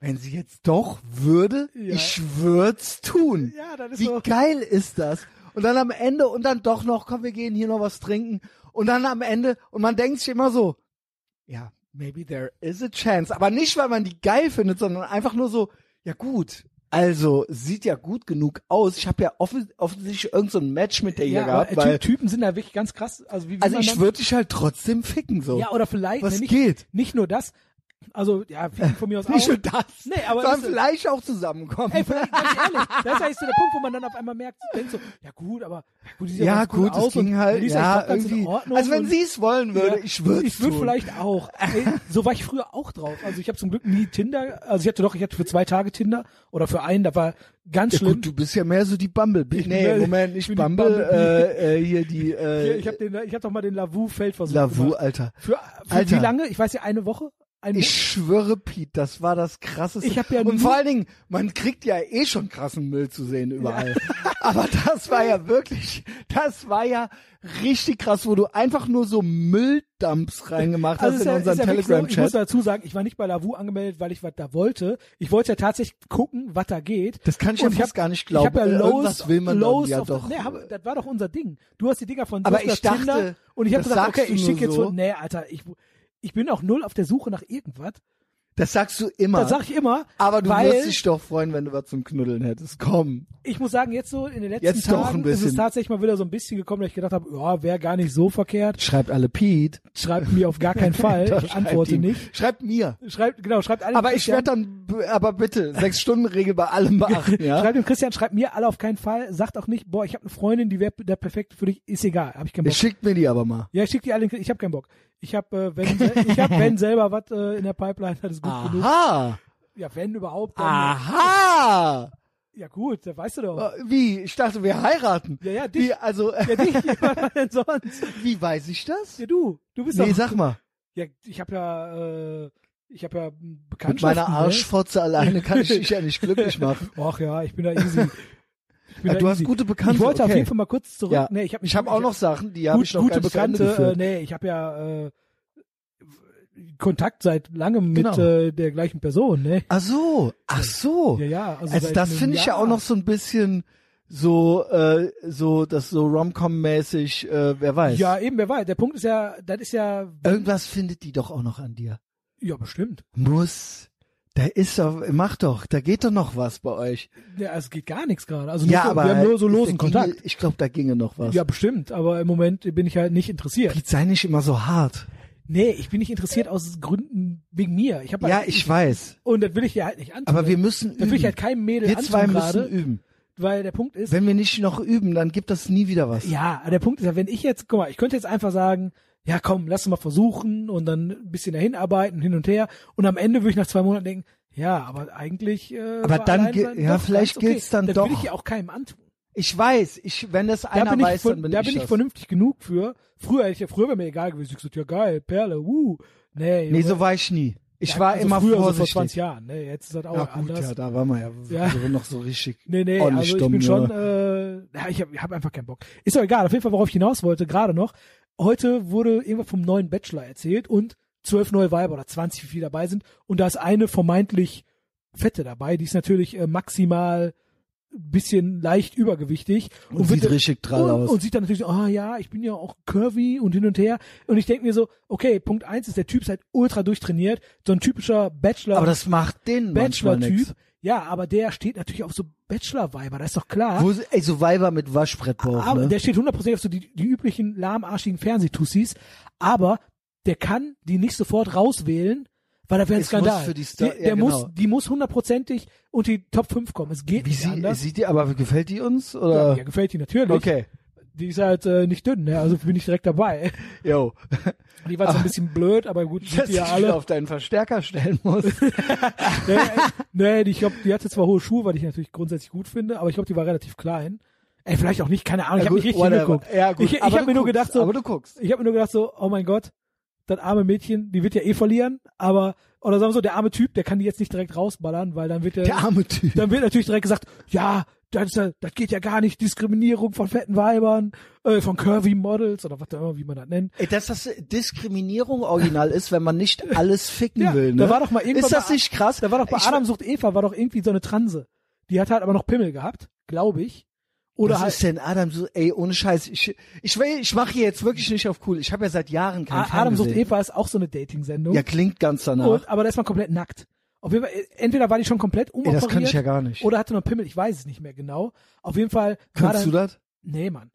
[SPEAKER 1] wenn sie jetzt doch würde,
[SPEAKER 2] Ja.
[SPEAKER 1] ich würd's tun.
[SPEAKER 2] Ja, das ist
[SPEAKER 1] Wie
[SPEAKER 2] so.
[SPEAKER 1] geil ist das? Und dann am Ende und dann doch noch, komm, wir gehen hier noch was trinken. Und dann am Ende und man denkt sich immer so, ja, maybe there is a chance. Aber nicht, weil man die geil findet, sondern einfach nur so, ja gut, also sieht ja gut genug aus. Ich habe ja offens offensichtlich irgendein so ein Match mit der hier
[SPEAKER 2] Ja, aber,
[SPEAKER 1] gehabt,
[SPEAKER 2] äh,
[SPEAKER 1] weil,
[SPEAKER 2] Ty- Typen sind da wirklich ganz krass. Also, wie, wie
[SPEAKER 1] also
[SPEAKER 2] man
[SPEAKER 1] ich
[SPEAKER 2] dann,
[SPEAKER 1] würde dich halt trotzdem ficken so.
[SPEAKER 2] Ja, oder vielleicht,
[SPEAKER 1] was
[SPEAKER 2] ne, nicht,
[SPEAKER 1] geht?
[SPEAKER 2] nicht nur das, also ja, viel von mir aus
[SPEAKER 1] Nicht
[SPEAKER 2] auch.
[SPEAKER 1] nur das,
[SPEAKER 2] Nee, aber
[SPEAKER 1] sondern
[SPEAKER 2] das-
[SPEAKER 1] vielleicht auch zusammenkommen.
[SPEAKER 2] Ey, vielleicht, ganz ehrlich, das ist eigentlich so der Punkt, wo man dann auf einmal merkt, denkt so, ja gut, aber ja gut, die sieht
[SPEAKER 1] ja,
[SPEAKER 2] ganz cool
[SPEAKER 1] gut,
[SPEAKER 2] aus
[SPEAKER 1] es ging
[SPEAKER 2] und
[SPEAKER 1] halt,
[SPEAKER 2] die ist
[SPEAKER 1] ja,
[SPEAKER 2] eigentlich ganz in
[SPEAKER 1] irgendwie.
[SPEAKER 2] Ordnung
[SPEAKER 1] Also wenn
[SPEAKER 2] und-
[SPEAKER 1] sie es wollen würde,
[SPEAKER 2] ja,
[SPEAKER 1] ich würde
[SPEAKER 2] Ich würde vielleicht auch. Ey, so war ich früher auch drauf. Also ich habe zum Glück nie Tinder, also ich hatte doch, ich hatte für zwei Tage Tinder oder für einen, da war ganz
[SPEAKER 1] Ja,
[SPEAKER 2] schlimm.
[SPEAKER 1] gut, du bist ja mehr so die Bumblebee.
[SPEAKER 2] Ich bin
[SPEAKER 1] nee,
[SPEAKER 2] mehr-
[SPEAKER 1] Moment,
[SPEAKER 2] ich
[SPEAKER 1] nicht
[SPEAKER 2] bin die
[SPEAKER 1] Bumble,
[SPEAKER 2] Bumblebee.
[SPEAKER 1] Äh, äh, hier die
[SPEAKER 2] Hier,
[SPEAKER 1] äh,
[SPEAKER 2] ich habe den, ich habe doch mal den Lavu-Feldversuch
[SPEAKER 1] Lavu,
[SPEAKER 2] gemacht.
[SPEAKER 1] Alter.
[SPEAKER 2] Für, für
[SPEAKER 1] Alter.
[SPEAKER 2] wie lange? Ich weiß ja, eine Woche? Ein
[SPEAKER 1] Ich schwöre, Pete, das war das krasseste.
[SPEAKER 2] Ich hab ja
[SPEAKER 1] Und
[SPEAKER 2] nie-
[SPEAKER 1] vor allen Dingen, man kriegt ja eh schon krassen Müll zu sehen überall. Aber das war ja wirklich, das war ja richtig krass, wo du einfach nur so Mülldumps reingemacht
[SPEAKER 2] Also
[SPEAKER 1] hast
[SPEAKER 2] es ist
[SPEAKER 1] in
[SPEAKER 2] ja-
[SPEAKER 1] unserem
[SPEAKER 2] ist ja wirklich so, Ich muss
[SPEAKER 1] Telegram-Chat.
[SPEAKER 2] dazu sagen, ich war nicht bei Lavu angemeldet, weil ich was da wollte. Ich wollte ja tatsächlich gucken, was da geht.
[SPEAKER 1] Das kann ich ja
[SPEAKER 2] Und
[SPEAKER 1] fast
[SPEAKER 2] hab-
[SPEAKER 1] gar nicht
[SPEAKER 2] Ich habe
[SPEAKER 1] glauben. Äh,
[SPEAKER 2] ja
[SPEAKER 1] Irgendwas
[SPEAKER 2] Lows,
[SPEAKER 1] will man dann
[SPEAKER 2] Lows
[SPEAKER 1] ja
[SPEAKER 2] auf,
[SPEAKER 1] doch.
[SPEAKER 2] Nee, hab, das war doch unser Ding. Du hast die Dinger von
[SPEAKER 1] Aber
[SPEAKER 2] du hast
[SPEAKER 1] ich
[SPEAKER 2] das
[SPEAKER 1] dachte,
[SPEAKER 2] Tinder und ich habe
[SPEAKER 1] das
[SPEAKER 2] gesagt,
[SPEAKER 1] sagst
[SPEAKER 2] okay, ich
[SPEAKER 1] du
[SPEAKER 2] schicke jetzt
[SPEAKER 1] so.
[SPEAKER 2] so, nee, Alter, ich ich bin auch null auf der Suche nach irgendwas.
[SPEAKER 1] Das sagst du immer.
[SPEAKER 2] Das sag ich immer,
[SPEAKER 1] aber du
[SPEAKER 2] weil
[SPEAKER 1] würdest dich doch freuen, wenn du was zum Knuddeln hättest. Komm.
[SPEAKER 2] ich muss sagen, jetzt so in den letzten
[SPEAKER 1] Jetzt doch ein
[SPEAKER 2] Tagen ist
[SPEAKER 1] bisschen.
[SPEAKER 2] es tatsächlich mal wieder so ein bisschen gekommen, dass ich gedacht habe, ja, wäre gar nicht so verkehrt.
[SPEAKER 1] Schreibt alle Pete.
[SPEAKER 2] Schreibt mir auf gar keinen Fall, ich antworte nicht.
[SPEAKER 1] Schreibt mir.
[SPEAKER 2] Schreibt genau, schreibt alle
[SPEAKER 1] Aber ich
[SPEAKER 2] Christian.
[SPEAKER 1] werde dann, b- aber bitte, sechs Stunden Regel bei allem beachten, ja?
[SPEAKER 2] Schreibt dem Christian, schreibt mir alle auf keinen Fall. Sagt auch nicht, boah, ich habe eine Freundin, die wäre der perfekt für dich. Ist egal, habe ich keinen Bock.
[SPEAKER 1] Schickt mir die aber mal.
[SPEAKER 2] ja, ich schick die alle. in den Christ- Ich habe keinen Bock. Ich habe, äh, wenn, se- ich hab, wenn selber was äh, in der Pipeline, das ist gut genug.
[SPEAKER 1] Aha! Ah.
[SPEAKER 2] Ja, wenn überhaupt. Dann, äh,
[SPEAKER 1] Aha!
[SPEAKER 2] Ja gut, da weißt du
[SPEAKER 1] Äh,
[SPEAKER 2] doch.
[SPEAKER 1] Wie? Ich dachte, wir heiraten.
[SPEAKER 2] Ja, ja, dich.
[SPEAKER 1] Wie, also,
[SPEAKER 2] Ja, dich. Was denn sonst?
[SPEAKER 1] wie weiß ich das?
[SPEAKER 2] Ja, du. Du bist
[SPEAKER 1] Nee,
[SPEAKER 2] doch.
[SPEAKER 1] sag mal.
[SPEAKER 2] Ja, ich habe ja, äh, ich habe ja
[SPEAKER 1] Mit
[SPEAKER 2] Bekanntschaften.
[SPEAKER 1] meiner Arschfotze alleine kann ich dich ja nicht glücklich machen.
[SPEAKER 2] Ne? Och ja, ich bin da easy. Ich bin
[SPEAKER 1] Ja,
[SPEAKER 2] da
[SPEAKER 1] du
[SPEAKER 2] easy.
[SPEAKER 1] hast gute Bekannte.
[SPEAKER 2] Ich wollte
[SPEAKER 1] okay.
[SPEAKER 2] auf jeden Fall mal kurz zurück.
[SPEAKER 1] Ja.
[SPEAKER 2] Nee, ich habe
[SPEAKER 1] Ich habe auch noch Sachen, die habe
[SPEAKER 2] gut,
[SPEAKER 1] ich noch gar
[SPEAKER 2] gute
[SPEAKER 1] nicht zu Ende
[SPEAKER 2] Bekannte, äh,
[SPEAKER 1] geführt.
[SPEAKER 2] nee, ich habe ja äh, Kontakt seit langem mit
[SPEAKER 1] Genau.
[SPEAKER 2] äh, der gleichen Person, ne?
[SPEAKER 1] Ach so, ach so.
[SPEAKER 2] Ja, ja, also,
[SPEAKER 1] Also
[SPEAKER 2] seit
[SPEAKER 1] das
[SPEAKER 2] einem
[SPEAKER 1] finde ich ja
[SPEAKER 2] Jahr.
[SPEAKER 1] auch noch so ein bisschen so, äh, so, das so Rom-Com-mäßig, äh, wer weiß.
[SPEAKER 2] Ja, eben, wer weiß, der Punkt ist ja, das ist ja
[SPEAKER 1] Irgendwas findet die doch auch noch an dir.
[SPEAKER 2] ja bestimmt.
[SPEAKER 1] Muss Da ist doch, macht doch, da geht doch noch was bei euch.
[SPEAKER 2] Ja, es geht gar nichts gerade. Also nur so, wir haben nur so
[SPEAKER 1] da
[SPEAKER 2] losen
[SPEAKER 1] ginge-
[SPEAKER 2] Kontakt.
[SPEAKER 1] Ich glaube, da ginge noch was.
[SPEAKER 2] Ja, bestimmt, aber im Moment bin ich halt nicht interessiert.
[SPEAKER 1] Piet, sei nicht immer so hart.
[SPEAKER 2] Nee, ich bin nicht interessiert aus Gründen wegen mir. Ich habe
[SPEAKER 1] Ja,
[SPEAKER 2] halt,
[SPEAKER 1] ich weiß.
[SPEAKER 2] und das will ich dir halt nicht antun.
[SPEAKER 1] Aber wir müssen
[SPEAKER 2] das will ich
[SPEAKER 1] üben.
[SPEAKER 2] halt keinem Mädel
[SPEAKER 1] wir zwei
[SPEAKER 2] antun
[SPEAKER 1] müssen
[SPEAKER 2] gerade,
[SPEAKER 1] üben.
[SPEAKER 2] weil der Punkt ist,
[SPEAKER 1] Wenn wir nicht noch üben, dann gibt das nie wieder was.
[SPEAKER 2] Ja, aber der Punkt ist ja, wenn ich jetzt, guck mal, ich könnte jetzt einfach sagen, ja komm, lass uns mal versuchen und dann ein bisschen dahin arbeiten, hin und her. Und am Ende würde ich nach zwei Monaten denken, ja, aber eigentlich. Äh,
[SPEAKER 1] Aber
[SPEAKER 2] war
[SPEAKER 1] dann
[SPEAKER 2] allein
[SPEAKER 1] ge-
[SPEAKER 2] sein
[SPEAKER 1] ja,
[SPEAKER 2] doch
[SPEAKER 1] vielleicht
[SPEAKER 2] ganz okay.
[SPEAKER 1] gilt's dann
[SPEAKER 2] das
[SPEAKER 1] doch.
[SPEAKER 2] will ich ja auch keinem antun.
[SPEAKER 1] Ich weiß, ich, wenn das
[SPEAKER 2] Da
[SPEAKER 1] einer
[SPEAKER 2] bin,
[SPEAKER 1] weiß,
[SPEAKER 2] ich, von,
[SPEAKER 1] dann bin
[SPEAKER 2] da
[SPEAKER 1] ich
[SPEAKER 2] bin ich
[SPEAKER 1] das.
[SPEAKER 2] vernünftig genug für. Früher, hätte ich, ja- früher wäre mir egal gewesen. Ich gesagt, ja geil, Perle, wuh. Nee,
[SPEAKER 1] Nee,
[SPEAKER 2] Junge.
[SPEAKER 1] so war ich nie. Ich
[SPEAKER 2] Ja,
[SPEAKER 1] war
[SPEAKER 2] also
[SPEAKER 1] immer
[SPEAKER 2] früher, so vor
[SPEAKER 1] vorsichtig.
[SPEAKER 2] 20 Jahren. Nee, jetzt ist das auch
[SPEAKER 1] ja, gut,
[SPEAKER 2] anders.
[SPEAKER 1] ja, da war man ja,
[SPEAKER 2] Ja.
[SPEAKER 1] Also noch so richtig.
[SPEAKER 2] Nee, nee,
[SPEAKER 1] ordentlich
[SPEAKER 2] also ich
[SPEAKER 1] dumm,
[SPEAKER 2] bin schon,
[SPEAKER 1] ne?
[SPEAKER 2] äh, ja, ich habe hab einfach keinen Bock. Ist doch egal, auf jeden Fall, worauf ich hinaus wollte, gerade noch. Heute wurde irgendwas vom neuen Bachelor erzählt und zwölf neue Weiber oder 20, wie viel dabei sind. Und da ist eine vermeintlich fette dabei, die ist natürlich äh, maximal ein bisschen leicht übergewichtig.
[SPEAKER 1] Und, sieht
[SPEAKER 2] wird-
[SPEAKER 1] richtig
[SPEAKER 2] und,
[SPEAKER 1] trall aus.
[SPEAKER 2] und sieht dann natürlich so, ah ja, ich bin ja auch curvy und hin und her. Und ich denke mir so, okay, Punkt eins ist, der Typ ist halt ultra durchtrainiert. So ein typischer Bachelor.
[SPEAKER 1] aber das macht den manchmal nix.
[SPEAKER 2] Bachelor-Typ. Ja, aber der steht natürlich auf so Bachelor-Weiber, das ist doch klar.
[SPEAKER 1] Wo, ey, so Weiber mit Waschbrettbauch,
[SPEAKER 2] aber
[SPEAKER 1] ne?
[SPEAKER 2] Ah, Der steht hundertprozentig auf so die, die üblichen lahmarschigen Fernsehtussis, aber der kann die nicht sofort rauswählen, weil da wäre ein
[SPEAKER 1] Es
[SPEAKER 2] Skandal.
[SPEAKER 1] muss für die Star-
[SPEAKER 2] der
[SPEAKER 1] ja,
[SPEAKER 2] der
[SPEAKER 1] genau.
[SPEAKER 2] muss, die muss hundertprozentig unter die Top 5 kommen. Es geht
[SPEAKER 1] Wie
[SPEAKER 2] nicht
[SPEAKER 1] sie,
[SPEAKER 2] anders.
[SPEAKER 1] sieht die, aber gefällt die uns?
[SPEAKER 2] ja,
[SPEAKER 1] Oder?
[SPEAKER 2] ja, gefällt die natürlich.
[SPEAKER 1] okay.
[SPEAKER 2] Die ist halt äh, nicht dünn, ne? also bin ich direkt dabei.
[SPEAKER 1] Yo.
[SPEAKER 2] Die
[SPEAKER 1] Ah.
[SPEAKER 2] war zwar ein bisschen blöd, aber gut, sind
[SPEAKER 1] Dass
[SPEAKER 2] die
[SPEAKER 1] ich
[SPEAKER 2] ja alle.
[SPEAKER 1] wieder auf deinen Verstärker stellen muss.
[SPEAKER 2] Nee, nee die- ich glaube, die hatte zwar hohe Schuhe, weil ich natürlich grundsätzlich gut finde, aber ich glaube, die war relativ klein. Ey, vielleicht auch nicht, keine Ahnung, ich habe nicht richtig hingeguckt.
[SPEAKER 1] Ja, gut.
[SPEAKER 2] Ich, ich
[SPEAKER 1] aber
[SPEAKER 2] habe
[SPEAKER 1] du
[SPEAKER 2] mir nur
[SPEAKER 1] guckst,
[SPEAKER 2] gedacht so,
[SPEAKER 1] Aber du guckst.
[SPEAKER 2] ich habe mir nur gedacht so, oh mein Gott, das arme Mädchen, die wird ja eh verlieren, aber oder sagen wir so, der arme Typ, der kann die jetzt nicht direkt rausballern, weil dann wird der,
[SPEAKER 1] Der arme Typ.
[SPEAKER 2] dann wird natürlich direkt gesagt, ja, das, ist ja- das geht ja gar nicht, Diskriminierung von fetten Weibern, äh, von curvy Models oder was da immer, wie man das nennt.
[SPEAKER 1] Ey, dass das Diskriminierung original ist, wenn man nicht alles ficken
[SPEAKER 2] Ja,
[SPEAKER 1] will. Ne?
[SPEAKER 2] da war doch mal irgendwann
[SPEAKER 1] ist das
[SPEAKER 2] mal-
[SPEAKER 1] nicht krass?
[SPEAKER 2] Da war doch bei
[SPEAKER 1] Ich-
[SPEAKER 2] Adam sucht Eva war doch irgendwie so eine Transe. Die hat halt aber noch Pimmel gehabt, glaube ich. Oder
[SPEAKER 1] Was
[SPEAKER 2] halt
[SPEAKER 1] ist denn Adam so, ey, ohne Scheiß, ich ich will ich mache hier jetzt wirklich nicht auf cool. Ich habe ja seit Jahren kein
[SPEAKER 2] A- Adam sucht eh
[SPEAKER 1] Fernsehen.
[SPEAKER 2] Eva ist auch so eine Dating-Sendung.
[SPEAKER 1] Ja, genau. klingt ganz danach.
[SPEAKER 2] und, aber da ist man komplett nackt. Auf jeden Fall, äh, entweder war die schon komplett
[SPEAKER 1] ey,
[SPEAKER 2] umoperiert
[SPEAKER 1] das kann ich ja gar nicht.
[SPEAKER 2] oder hatte noch Pimmel, ich weiß es nicht mehr genau. Auf jeden Fall war
[SPEAKER 1] Kannst
[SPEAKER 2] dann,
[SPEAKER 1] du das?
[SPEAKER 2] Nee, Mann.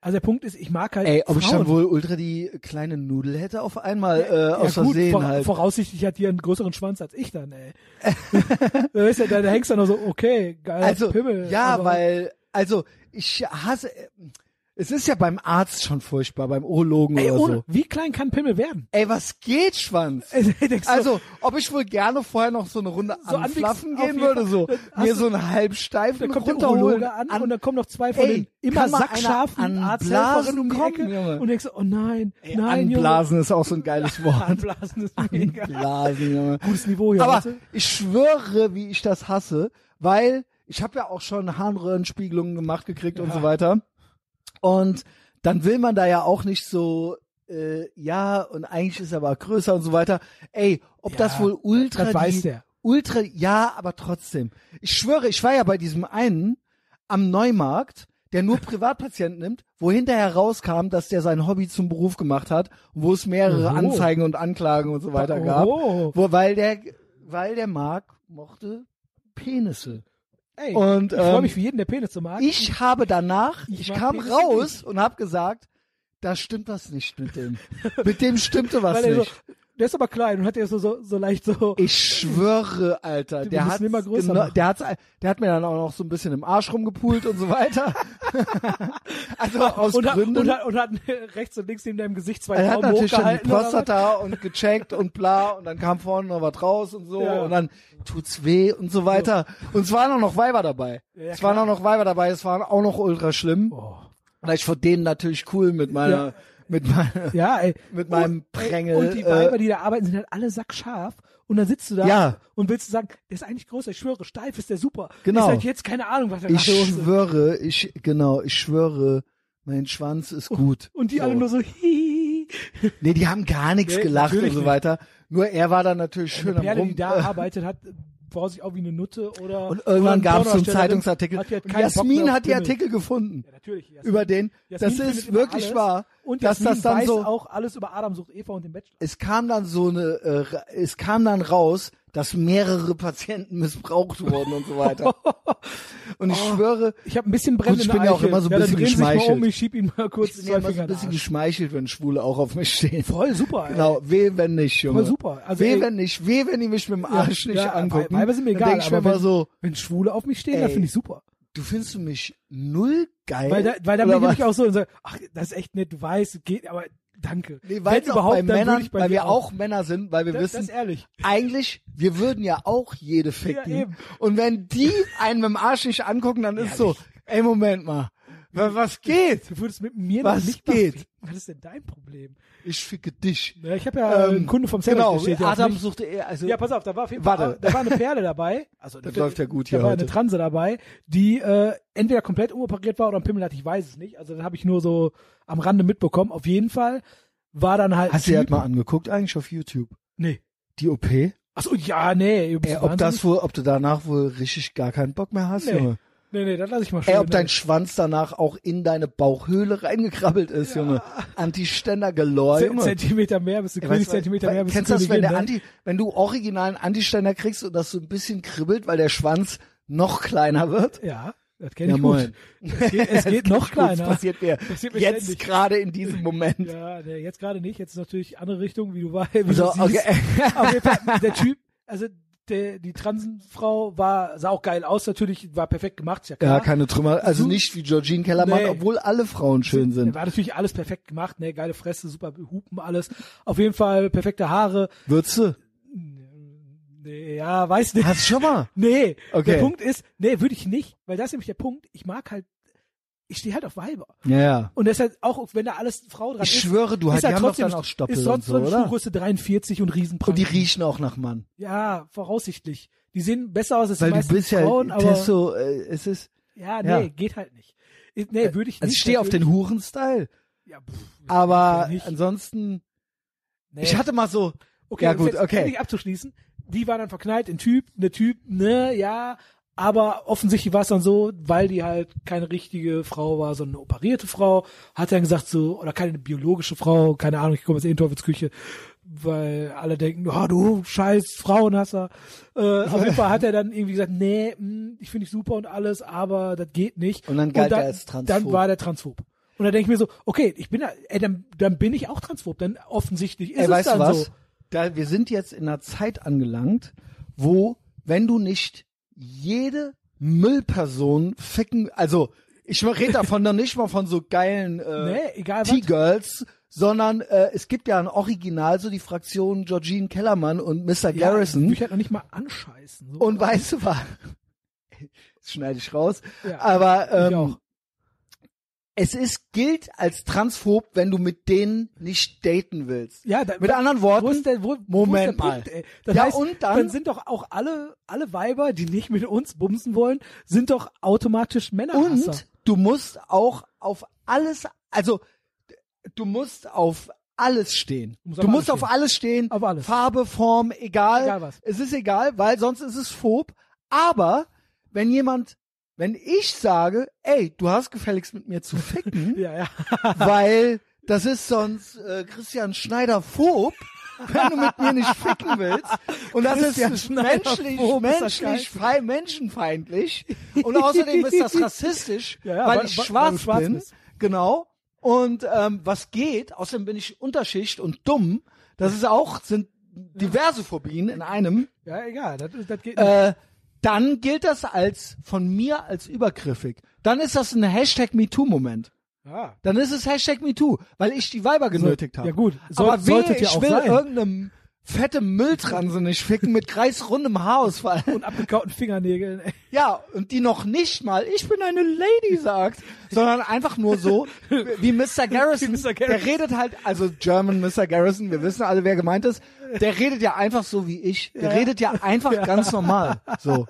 [SPEAKER 2] Also der Punkt ist, ich mag halt
[SPEAKER 1] Ey, ob
[SPEAKER 2] Frauen.
[SPEAKER 1] ich dann wohl ultra die kleine Nudel hätte auf einmal äh,
[SPEAKER 2] Ja,
[SPEAKER 1] aus
[SPEAKER 2] gut,
[SPEAKER 1] Versehen
[SPEAKER 2] vora-
[SPEAKER 1] halt.
[SPEAKER 2] Voraussichtlich hat die einen größeren Schwanz als ich dann, ey. da, ist ja, da, da hängst du dann nur so, okay, geil,
[SPEAKER 1] also
[SPEAKER 2] Pimmel.
[SPEAKER 1] ja,
[SPEAKER 2] aber-
[SPEAKER 1] weil also ich hasse es ist ja beim Arzt schon furchtbar, beim Urologen
[SPEAKER 2] Ey,
[SPEAKER 1] oder
[SPEAKER 2] ohne,
[SPEAKER 1] so.
[SPEAKER 2] wie klein kann Pimmel werden?
[SPEAKER 1] Ey, was geht, Schwanz?
[SPEAKER 2] Also, denkst du,
[SPEAKER 1] Also, ob ich wohl gerne vorher noch so eine Runde
[SPEAKER 2] So
[SPEAKER 1] am
[SPEAKER 2] anwichsen,
[SPEAKER 1] Flaffen
[SPEAKER 2] auf
[SPEAKER 1] gehen
[SPEAKER 2] jeden
[SPEAKER 1] würde,
[SPEAKER 2] Fall.
[SPEAKER 1] so
[SPEAKER 2] Hast
[SPEAKER 1] mir
[SPEAKER 2] du-
[SPEAKER 1] so einen
[SPEAKER 2] da
[SPEAKER 1] halbsteifen
[SPEAKER 2] kommt der
[SPEAKER 1] runterholen
[SPEAKER 2] Urologe an, und dann kommen noch zwei von
[SPEAKER 1] Ey,
[SPEAKER 2] den immer
[SPEAKER 1] kann mal
[SPEAKER 2] sackscharfen
[SPEAKER 1] einer
[SPEAKER 2] Arzthelferinnen
[SPEAKER 1] anblasen
[SPEAKER 2] um die
[SPEAKER 1] kommen,
[SPEAKER 2] Ecke
[SPEAKER 1] Junge?
[SPEAKER 2] und denkst, du, oh nein,
[SPEAKER 1] Ey,
[SPEAKER 2] nein, Junge.
[SPEAKER 1] anblasen ist auch so ein geiles Wort.
[SPEAKER 2] Anblasen ist mega.
[SPEAKER 1] Anblasen, Junge.
[SPEAKER 2] Gutes Niveau hier.
[SPEAKER 1] Aber
[SPEAKER 2] weißt du?
[SPEAKER 1] ich schwöre, wie ich das hasse, weil ich habe ja auch schon Harnröhrenspiegelungen gemacht gekriegt und
[SPEAKER 2] Ja.
[SPEAKER 1] so weiter. Und dann will man da ja auch nicht so, äh, ja, und eigentlich ist er aber größer und so weiter. Ey, ob
[SPEAKER 2] Ja,
[SPEAKER 1] das wohl ultra,
[SPEAKER 2] das weiß
[SPEAKER 1] die,
[SPEAKER 2] der.
[SPEAKER 1] ultra, ja, aber trotzdem. Ich schwöre, ich war ja bei diesem einen am Neumarkt, der nur Privatpatienten nimmt, wo hinterher rauskam, dass der sein Hobby zum Beruf gemacht hat, wo es mehrere
[SPEAKER 2] Oho.
[SPEAKER 1] Anzeigen und Anklagen und so weiter gab.
[SPEAKER 2] Oh.
[SPEAKER 1] Wo, weil der, weil der Mark mochte Penisse.
[SPEAKER 2] Ey,
[SPEAKER 1] Und,
[SPEAKER 2] ich freue
[SPEAKER 1] ähm,
[SPEAKER 2] mich für jeden, der Penis zu mag.
[SPEAKER 1] Ich habe danach,
[SPEAKER 2] Ich
[SPEAKER 1] ich,
[SPEAKER 2] mag
[SPEAKER 1] kam
[SPEAKER 2] Penisse
[SPEAKER 1] raus und habe gesagt, da stimmt was nicht mit dem. mit dem stimmte was
[SPEAKER 2] Weil er so,
[SPEAKER 1] nicht.
[SPEAKER 2] der ist aber klein und hat ja so, so, so leicht so.
[SPEAKER 1] ich schwöre, Alter,
[SPEAKER 2] Wir
[SPEAKER 1] der
[SPEAKER 2] müssen
[SPEAKER 1] hat,
[SPEAKER 2] ihn mal größer machen.
[SPEAKER 1] der hat, der hat mir dann auch noch so ein bisschen im Arsch rumgepult und so weiter. also aus
[SPEAKER 2] und, hat,
[SPEAKER 1] Gründen.
[SPEAKER 2] und, hat, und hat rechts und links neben deinem Gesicht zwei
[SPEAKER 1] er hat
[SPEAKER 2] Daumen
[SPEAKER 1] natürlich dann die
[SPEAKER 2] hochgehalten. oder was?
[SPEAKER 1] Prostata und gecheckt und bla und dann kam vorne noch was raus und so
[SPEAKER 2] Ja.
[SPEAKER 1] und dann tut's weh und so weiter. Und es waren auch noch Weiber dabei.
[SPEAKER 2] Ja, ja,
[SPEAKER 1] es waren
[SPEAKER 2] klar.
[SPEAKER 1] auch noch Weiber dabei, es waren auch noch ultra schlimm.
[SPEAKER 2] Oh.
[SPEAKER 1] Weil ich vor denen natürlich cool mit meiner,
[SPEAKER 2] Ja.
[SPEAKER 1] mit meiner,
[SPEAKER 2] Ja, ey.
[SPEAKER 1] mit meinem
[SPEAKER 2] und, ey,
[SPEAKER 1] Prängel.
[SPEAKER 2] Und die Weiber, die da arbeiten, sind halt alle sackscharf. Und dann sitzt du da
[SPEAKER 1] Ja.
[SPEAKER 2] und willst du sagen, der ist eigentlich größer, ich schwöre, steif ist der super.
[SPEAKER 1] Genau.
[SPEAKER 2] Ist halt jetzt keine Ahnung, was er
[SPEAKER 1] äh, ich
[SPEAKER 2] gerade los ist.
[SPEAKER 1] schwöre, ich, genau, ich schwöre, mein Schwanz ist gut.
[SPEAKER 2] Und die
[SPEAKER 1] so.
[SPEAKER 2] alle nur so, hihi.
[SPEAKER 1] Nee, die haben gar nichts
[SPEAKER 2] Nee,
[SPEAKER 1] gelacht und
[SPEAKER 2] natürlich
[SPEAKER 1] so
[SPEAKER 2] nicht.
[SPEAKER 1] weiter. Nur er war dann natürlich schön
[SPEAKER 2] Eine
[SPEAKER 1] am
[SPEAKER 2] Perle,
[SPEAKER 1] rum.
[SPEAKER 2] die da arbeitet, hat vorsichtlich auch wie eine Nutte oder.
[SPEAKER 1] und
[SPEAKER 2] oder
[SPEAKER 1] irgendwann
[SPEAKER 2] ein
[SPEAKER 1] gab es so einen
[SPEAKER 2] Pornodarsteller,
[SPEAKER 1] Zeitungsartikel.
[SPEAKER 2] Hat die halt
[SPEAKER 1] Und
[SPEAKER 2] keinen Bock mehr
[SPEAKER 1] Jasmin
[SPEAKER 2] auf
[SPEAKER 1] hat die
[SPEAKER 2] Pimmel.
[SPEAKER 1] Artikel gefunden.
[SPEAKER 2] Ja, natürlich. Jasmin.
[SPEAKER 1] über den.
[SPEAKER 2] Jasmin
[SPEAKER 1] das
[SPEAKER 2] findet
[SPEAKER 1] ist
[SPEAKER 2] immer
[SPEAKER 1] wirklich
[SPEAKER 2] alles.
[SPEAKER 1] wahr,
[SPEAKER 2] Und
[SPEAKER 1] dass
[SPEAKER 2] Jasmin
[SPEAKER 1] das dann
[SPEAKER 2] weiß
[SPEAKER 1] so.
[SPEAKER 2] auch alles über Adam sucht Eva und den Bachelor.
[SPEAKER 1] Es kam dann so eine, äh, es kam dann raus, dass mehrere Patienten missbraucht wurden und so weiter. Und ich
[SPEAKER 2] Oh,
[SPEAKER 1] schwöre,
[SPEAKER 2] Ich habe ein bisschen brennende
[SPEAKER 1] Gut, ich bin ja auch
[SPEAKER 2] Eichel.
[SPEAKER 1] immer so ein
[SPEAKER 2] ja,
[SPEAKER 1] bisschen
[SPEAKER 2] dann drehen Sie sich mal um,
[SPEAKER 1] geschmeichelt.
[SPEAKER 2] ich schieb ihn mal kurz
[SPEAKER 1] ich bin ja
[SPEAKER 2] zwei
[SPEAKER 1] immer so
[SPEAKER 2] Finger
[SPEAKER 1] ein
[SPEAKER 2] in den
[SPEAKER 1] bisschen
[SPEAKER 2] Arsch.
[SPEAKER 1] geschmeichelt, wenn Schwule auch auf mich stehen.
[SPEAKER 2] Voll super, ey.
[SPEAKER 1] Genau, weh, wenn nicht, Junge.
[SPEAKER 2] Voll super. Also,
[SPEAKER 1] weh,
[SPEAKER 2] ey,
[SPEAKER 1] wenn nicht, weh, wenn die mich mit dem Arsch nicht
[SPEAKER 2] ja,
[SPEAKER 1] angucken.
[SPEAKER 2] Weiber sind mir
[SPEAKER 1] Dann
[SPEAKER 2] egal,
[SPEAKER 1] denk ich mir
[SPEAKER 2] aber
[SPEAKER 1] mal
[SPEAKER 2] wenn-
[SPEAKER 1] so,
[SPEAKER 2] Wenn Schwule auf mich stehen, das
[SPEAKER 1] Ey.
[SPEAKER 2] finde ich super.
[SPEAKER 1] du findest du mich null geil?
[SPEAKER 2] Weil da, weil da bin
[SPEAKER 1] Oder
[SPEAKER 2] ich nämlich
[SPEAKER 1] was?
[SPEAKER 2] auch so und sage, ach, das ist echt nett, du weißt, geht, aber danke.
[SPEAKER 1] Nee, weil
[SPEAKER 2] Wenn
[SPEAKER 1] es auch bei
[SPEAKER 2] dann würde
[SPEAKER 1] Männern,
[SPEAKER 2] ich bei
[SPEAKER 1] weil
[SPEAKER 2] dir
[SPEAKER 1] wir auch Männer sind, weil wir
[SPEAKER 2] Das, das
[SPEAKER 1] wissen,
[SPEAKER 2] ist ehrlich.
[SPEAKER 1] eigentlich, wir würden ja auch jede ficken.
[SPEAKER 2] eben.
[SPEAKER 1] und wenn die einen mit dem Arsch nicht angucken, dann ist so, ey, Moment mal, wa- was geht?
[SPEAKER 2] Du würdest mit mir
[SPEAKER 1] Was
[SPEAKER 2] nicht
[SPEAKER 1] geht?
[SPEAKER 2] Machen. Was ist denn dein Problem?
[SPEAKER 1] Ich ficke dich.
[SPEAKER 2] Na, ich habe ja
[SPEAKER 1] Ähm,
[SPEAKER 2] einen Kunde vom Seller,
[SPEAKER 1] Genau,
[SPEAKER 2] der steht ja auf
[SPEAKER 1] Adam
[SPEAKER 2] mich.
[SPEAKER 1] suchte eher, also,
[SPEAKER 2] Ja, pass auf, da war auf jeden Fall,
[SPEAKER 1] Warte.
[SPEAKER 2] da war eine Perle dabei. Also
[SPEAKER 1] Das läuft ja gut
[SPEAKER 2] Da
[SPEAKER 1] hier
[SPEAKER 2] war
[SPEAKER 1] heute.
[SPEAKER 2] eine Transe dabei, die äh, entweder komplett umoperiert war oder ein Pimmel hatte, ich weiß es nicht. Also das habe ich nur so am Rande mitbekommen. Auf jeden Fall war dann halt.
[SPEAKER 1] hast du
[SPEAKER 2] ein
[SPEAKER 1] dir
[SPEAKER 2] Typ-
[SPEAKER 1] halt mal angeguckt eigentlich auf YouTube?
[SPEAKER 2] Nee.
[SPEAKER 1] Die OP? Ey,
[SPEAKER 2] Achso, ja, nee. ihr bist
[SPEAKER 1] ob das
[SPEAKER 2] wahnsinnig.
[SPEAKER 1] wohl, ob du danach wohl richtig gar keinen Bock mehr hast,
[SPEAKER 2] Nee.
[SPEAKER 1] Junge.
[SPEAKER 2] Nee, nee, das lasse ich mal schön. ne?
[SPEAKER 1] Ey, ob dein
[SPEAKER 2] Nee.
[SPEAKER 1] Schwanz danach auch in deine Bauchhöhle reingekrabbelt ist, Junge. Antiständer
[SPEAKER 2] Ze-
[SPEAKER 1] galore, Junge.
[SPEAKER 2] Zentimeter mehr, bist du
[SPEAKER 1] Ey,
[SPEAKER 2] König,
[SPEAKER 1] weißt du,
[SPEAKER 2] Zentimeter
[SPEAKER 1] weil-
[SPEAKER 2] mehr, bist
[SPEAKER 1] Kennst
[SPEAKER 2] du
[SPEAKER 1] du das, wenn
[SPEAKER 2] Königin,
[SPEAKER 1] der
[SPEAKER 2] ne?
[SPEAKER 1] Anti, wenn du originalen Antiständer kriegst und das so ein bisschen kribbelt, weil der Schwanz noch kleiner wird?
[SPEAKER 2] ne? Ja, das kenne
[SPEAKER 1] Ja,
[SPEAKER 2] ich
[SPEAKER 1] moin.
[SPEAKER 2] gut. Es geht, es geht noch
[SPEAKER 1] Das
[SPEAKER 2] kleiner.
[SPEAKER 1] passiert mir
[SPEAKER 2] Passiert mir
[SPEAKER 1] jetzt
[SPEAKER 2] ständig.
[SPEAKER 1] gerade in diesem Moment.
[SPEAKER 2] Ja, nee, jetzt gerade nicht. Jetzt ist natürlich andere Richtung, wie du weißt. Wie
[SPEAKER 1] so,
[SPEAKER 2] du siehst.
[SPEAKER 1] Also, okay.
[SPEAKER 2] Auf jeden Fall, der Typ, also der, die Transenfrau war, sah auch geil aus, natürlich, war perfekt gemacht, ist ja klar.
[SPEAKER 1] Ja, keine Trümmer, also
[SPEAKER 2] So-
[SPEAKER 1] nicht wie Georgine Kellermann,
[SPEAKER 2] Nee.
[SPEAKER 1] obwohl alle Frauen schön sind.
[SPEAKER 2] War natürlich alles perfekt gemacht, ne, geile Fresse, super Hupen, alles. Auf jeden Fall perfekte Haare.
[SPEAKER 1] Würze?
[SPEAKER 2] Nee, ja, weiß nicht.
[SPEAKER 1] Hast du schon mal?
[SPEAKER 2] Nee,
[SPEAKER 1] Okay.
[SPEAKER 2] der Punkt ist, nee, würde ich nicht, weil das ist nämlich der Punkt. Ich mag halt, ich stehe halt auf Weiber.
[SPEAKER 1] Ja, ja.
[SPEAKER 2] Und deshalb, auch wenn da alles Frau dran
[SPEAKER 1] Ich
[SPEAKER 2] ist,
[SPEAKER 1] schwöre, du,
[SPEAKER 2] ist
[SPEAKER 1] die
[SPEAKER 2] er
[SPEAKER 1] haben doch
[SPEAKER 2] trotzdem-
[SPEAKER 1] dann auch Stoppel
[SPEAKER 2] ist
[SPEAKER 1] und
[SPEAKER 2] sonst
[SPEAKER 1] so,
[SPEAKER 2] eine
[SPEAKER 1] oder?
[SPEAKER 2] Schuhgröße 43 und
[SPEAKER 1] Und
[SPEAKER 2] Riesenprank.
[SPEAKER 1] die riechen auch nach Mann.
[SPEAKER 2] Ja, voraussichtlich. Die sehen besser aus als
[SPEAKER 1] Weil
[SPEAKER 2] die
[SPEAKER 1] du
[SPEAKER 2] meisten
[SPEAKER 1] bist ja
[SPEAKER 2] Frauen, aber
[SPEAKER 1] Testo, äh, es ist,
[SPEAKER 2] ja, nee,
[SPEAKER 1] ja.
[SPEAKER 2] geht halt nicht. Ich- Nee, würde ich nicht.
[SPEAKER 1] also ich stehe auf den Huren-Style.
[SPEAKER 2] Ja, pff,
[SPEAKER 1] Aber
[SPEAKER 2] nicht.
[SPEAKER 1] ansonsten,
[SPEAKER 2] nee.
[SPEAKER 1] ich hatte mal so,
[SPEAKER 2] okay,
[SPEAKER 1] ja
[SPEAKER 2] um
[SPEAKER 1] gut,
[SPEAKER 2] jetzt
[SPEAKER 1] okay.
[SPEAKER 2] endlich abzuschließen. Die waren dann verknallt in Typ, ne Typ, ne, ja, aber offensichtlich war es dann so, weil die halt keine richtige Frau war, sondern eine operierte Frau, hat er dann gesagt so, oder keine biologische Frau, keine Ahnung, ich komme jetzt eh in Teufelsküche, weil alle denken, oh, du scheiß Frauenhasser. Äh, auf jeden Fall hat er dann irgendwie gesagt, nee, mh, ich finde dich super und alles, aber das geht nicht.
[SPEAKER 1] Und dann galt
[SPEAKER 2] dann,
[SPEAKER 1] er als transphob.
[SPEAKER 2] Dann war der transphob. Und da denke ich mir so, okay, ich bin da, ey, dann, dann bin ich auch transphob, dann offensichtlich ist
[SPEAKER 1] ey,
[SPEAKER 2] es
[SPEAKER 1] weißt
[SPEAKER 2] dann
[SPEAKER 1] du was?
[SPEAKER 2] so.
[SPEAKER 1] Da, wir sind jetzt in einer Zeit angelangt, wo, wenn du nicht jede Müllperson ficken, also, ich rede davon noch nicht mal von so geilen, äh,
[SPEAKER 2] Nee, egal was.
[SPEAKER 1] T-Girls, sondern äh, es gibt ja ein Original, so die Fraktion Georgine Kellermann und Mr.
[SPEAKER 2] Ja, ich
[SPEAKER 1] Garrison.
[SPEAKER 2] würd halt noch nicht mal anscheißen. So.
[SPEAKER 1] Und weißt du was? Das schneide ich raus.
[SPEAKER 2] Ja,
[SPEAKER 1] Aber
[SPEAKER 2] ich
[SPEAKER 1] ähm,
[SPEAKER 2] auch.
[SPEAKER 1] es ist gilt als transphob, wenn du mit denen nicht daten willst.
[SPEAKER 2] ja, da,
[SPEAKER 1] Mit anderen Worten,
[SPEAKER 2] wo ist der, wo,
[SPEAKER 1] Moment
[SPEAKER 2] wo ist der Punkt,
[SPEAKER 1] mal.
[SPEAKER 2] ey? Das
[SPEAKER 1] Ja,
[SPEAKER 2] heißt,
[SPEAKER 1] und dann-
[SPEAKER 2] sind doch auch alle, alle Weiber, die nicht mit uns bumsen wollen, sind doch automatisch Männerhasser.
[SPEAKER 1] Und du musst auch auf alles, also du musst auf alles stehen.
[SPEAKER 2] Du musst
[SPEAKER 1] du
[SPEAKER 2] auf
[SPEAKER 1] musst
[SPEAKER 2] alles
[SPEAKER 1] auf alles stehen.
[SPEAKER 2] Auf alles.
[SPEAKER 1] Farbe, Form, egal.
[SPEAKER 2] Egal was.
[SPEAKER 1] Es ist egal, weil sonst ist es phob. Aber wenn jemand, wenn ich sage, ey, du hast gefälligst mit mir zu ficken,
[SPEAKER 2] Ja, ja.
[SPEAKER 1] weil das ist sonst äh, Christian Schneider phob, wenn du mit mir nicht ficken willst. Und das
[SPEAKER 2] Christian
[SPEAKER 1] ist
[SPEAKER 2] Schneider
[SPEAKER 1] menschlich,
[SPEAKER 2] phob, ist das
[SPEAKER 1] menschlich,
[SPEAKER 2] geil.
[SPEAKER 1] frei, menschenfeindlich. Und außerdem ist das rassistisch,
[SPEAKER 2] Ja, ja,
[SPEAKER 1] weil,
[SPEAKER 2] weil-
[SPEAKER 1] ich
[SPEAKER 2] weil-
[SPEAKER 1] schwarz
[SPEAKER 2] weil du schwarz
[SPEAKER 1] bin.
[SPEAKER 2] bist.
[SPEAKER 1] Genau. Und ähm, was geht? Außerdem bin ich Unterschicht und dumm. Das ist auch, sind diverse Phobien in einem.
[SPEAKER 2] Ja, egal. Das, das geht nicht.
[SPEAKER 1] Äh, dann gilt das als von mir als übergriffig. Dann ist das ein Hashtag MeToo-Moment
[SPEAKER 2] ja.
[SPEAKER 1] dann ist es Hashtag MeToo, weil ich die Weiber genötigt habe.
[SPEAKER 2] ja gut, soll-
[SPEAKER 1] aber wehe,
[SPEAKER 2] solltet ihr
[SPEAKER 1] ich
[SPEAKER 2] auch
[SPEAKER 1] will
[SPEAKER 2] sein.
[SPEAKER 1] irgendeinem fette Mülltranse nicht ficken mit kreisrundem Haarausfall.
[SPEAKER 2] Und abgekauten Fingernägeln. ey.
[SPEAKER 1] Ja, und die noch nicht mal, ich bin eine Lady sagt, sondern einfach nur so, wie Mr. Garrison,
[SPEAKER 2] Wie Mr. Garrison.
[SPEAKER 1] der redet halt, also German Mr. Garrison, wir wissen alle, wer gemeint ist, der redet ja einfach so wie ich, der redet ja einfach ganz normal, so.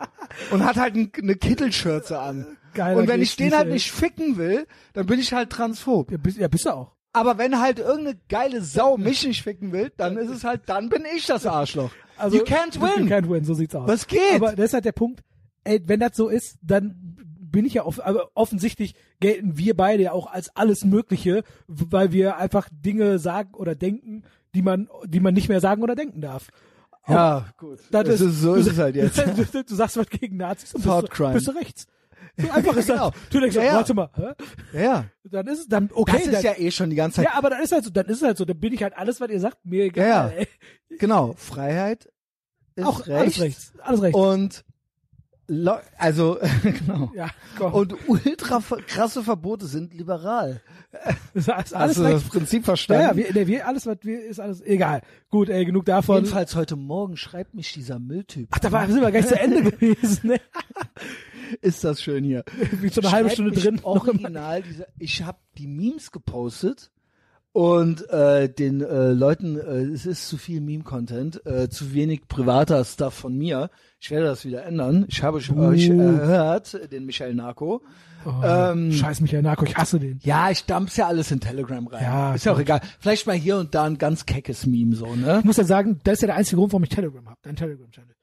[SPEAKER 1] Und hat halt ein, eine Kittelschürze an.
[SPEAKER 2] Geiler
[SPEAKER 1] und wenn
[SPEAKER 2] geht's
[SPEAKER 1] ich den
[SPEAKER 2] nicht,
[SPEAKER 1] halt
[SPEAKER 2] ey.
[SPEAKER 1] nicht ficken will, dann bin ich halt transphob.
[SPEAKER 2] Ja, bist, ja, bist du auch.
[SPEAKER 1] Aber wenn halt irgendeine geile Sau mich nicht ficken will, dann ist es halt, dann bin ich das Arschloch.
[SPEAKER 2] Also,
[SPEAKER 1] you can't win.
[SPEAKER 2] You can't win, so sieht's aus.
[SPEAKER 1] Was geht?
[SPEAKER 2] Aber das ist halt der Punkt. Ey, wenn das so ist, dann bin ich ja off aber offensichtlich gelten wir beide ja auch als alles Mögliche, w- weil wir einfach Dinge sagen oder denken, die man, die man nicht mehr sagen oder denken darf.
[SPEAKER 1] Ja, gut.
[SPEAKER 2] Das
[SPEAKER 1] Das
[SPEAKER 2] ist-
[SPEAKER 1] ist, so ist es halt jetzt.
[SPEAKER 2] du, du, du sagst was gegen Nazis und
[SPEAKER 1] Thought
[SPEAKER 2] bist, du-
[SPEAKER 1] crime.
[SPEAKER 2] bist du rechts. So einfach ist
[SPEAKER 1] Genau.
[SPEAKER 2] das. Du denkst,
[SPEAKER 1] Ja, ja.
[SPEAKER 2] warte mal, hä?
[SPEAKER 1] Ja,
[SPEAKER 2] dann ist es dann okay.
[SPEAKER 1] das
[SPEAKER 2] dann,
[SPEAKER 1] ist ja eh schon die ganze Zeit.
[SPEAKER 2] ja, aber dann ist halt so, dann ist es halt so, dann bin ich halt alles, was ihr sagt, mir egal.
[SPEAKER 1] Ja, ja.
[SPEAKER 2] ey.
[SPEAKER 1] Genau, Freiheit ist
[SPEAKER 2] Auch alles
[SPEAKER 1] recht.
[SPEAKER 2] rechts, alles rechts.
[SPEAKER 1] Und Leu- also genau.
[SPEAKER 2] ja, komm.
[SPEAKER 1] Und ultra ver- krasse Verbote sind liberal.
[SPEAKER 2] das ist alles
[SPEAKER 1] Hast du das
[SPEAKER 2] rechts.
[SPEAKER 1] Prinzip
[SPEAKER 2] Ja, ja,
[SPEAKER 1] verstanden?
[SPEAKER 2] wir, nee, wir, alles, was wir, ist alles, egal. Gut, ey, genug davon.
[SPEAKER 1] Jedenfalls heute Morgen schreibt mich dieser Mülltyp.
[SPEAKER 2] Ach, da war, sind wir gar nicht zu Ende gewesen, ne?
[SPEAKER 1] ist das schön hier.
[SPEAKER 2] Wie so eine halbe
[SPEAKER 1] Schreibt
[SPEAKER 2] Stunde
[SPEAKER 1] mich
[SPEAKER 2] drin.
[SPEAKER 1] Original, dieser, ich habe die Memes gepostet und äh, den äh, Leuten, äh, es ist zu viel Meme-Content, äh, zu wenig privater Stuff von mir. Ich werde das wieder ändern. Ich habe
[SPEAKER 2] Buh.
[SPEAKER 1] euch erhört, den Michael Narco.
[SPEAKER 2] Oh,
[SPEAKER 1] Ähm,
[SPEAKER 2] Scheiß Michael Narko, ich hasse den.
[SPEAKER 1] Ja, ich dampf's ja alles in Telegram rein.
[SPEAKER 2] Ja,
[SPEAKER 1] ist ja auch
[SPEAKER 2] gut.
[SPEAKER 1] egal. Vielleicht mal hier und da ein ganz keckes Meme so, ne?
[SPEAKER 2] Ich muss ja sagen, das ist ja der einzige Grund, warum ich Telegram habe, dein Telegram-Channel.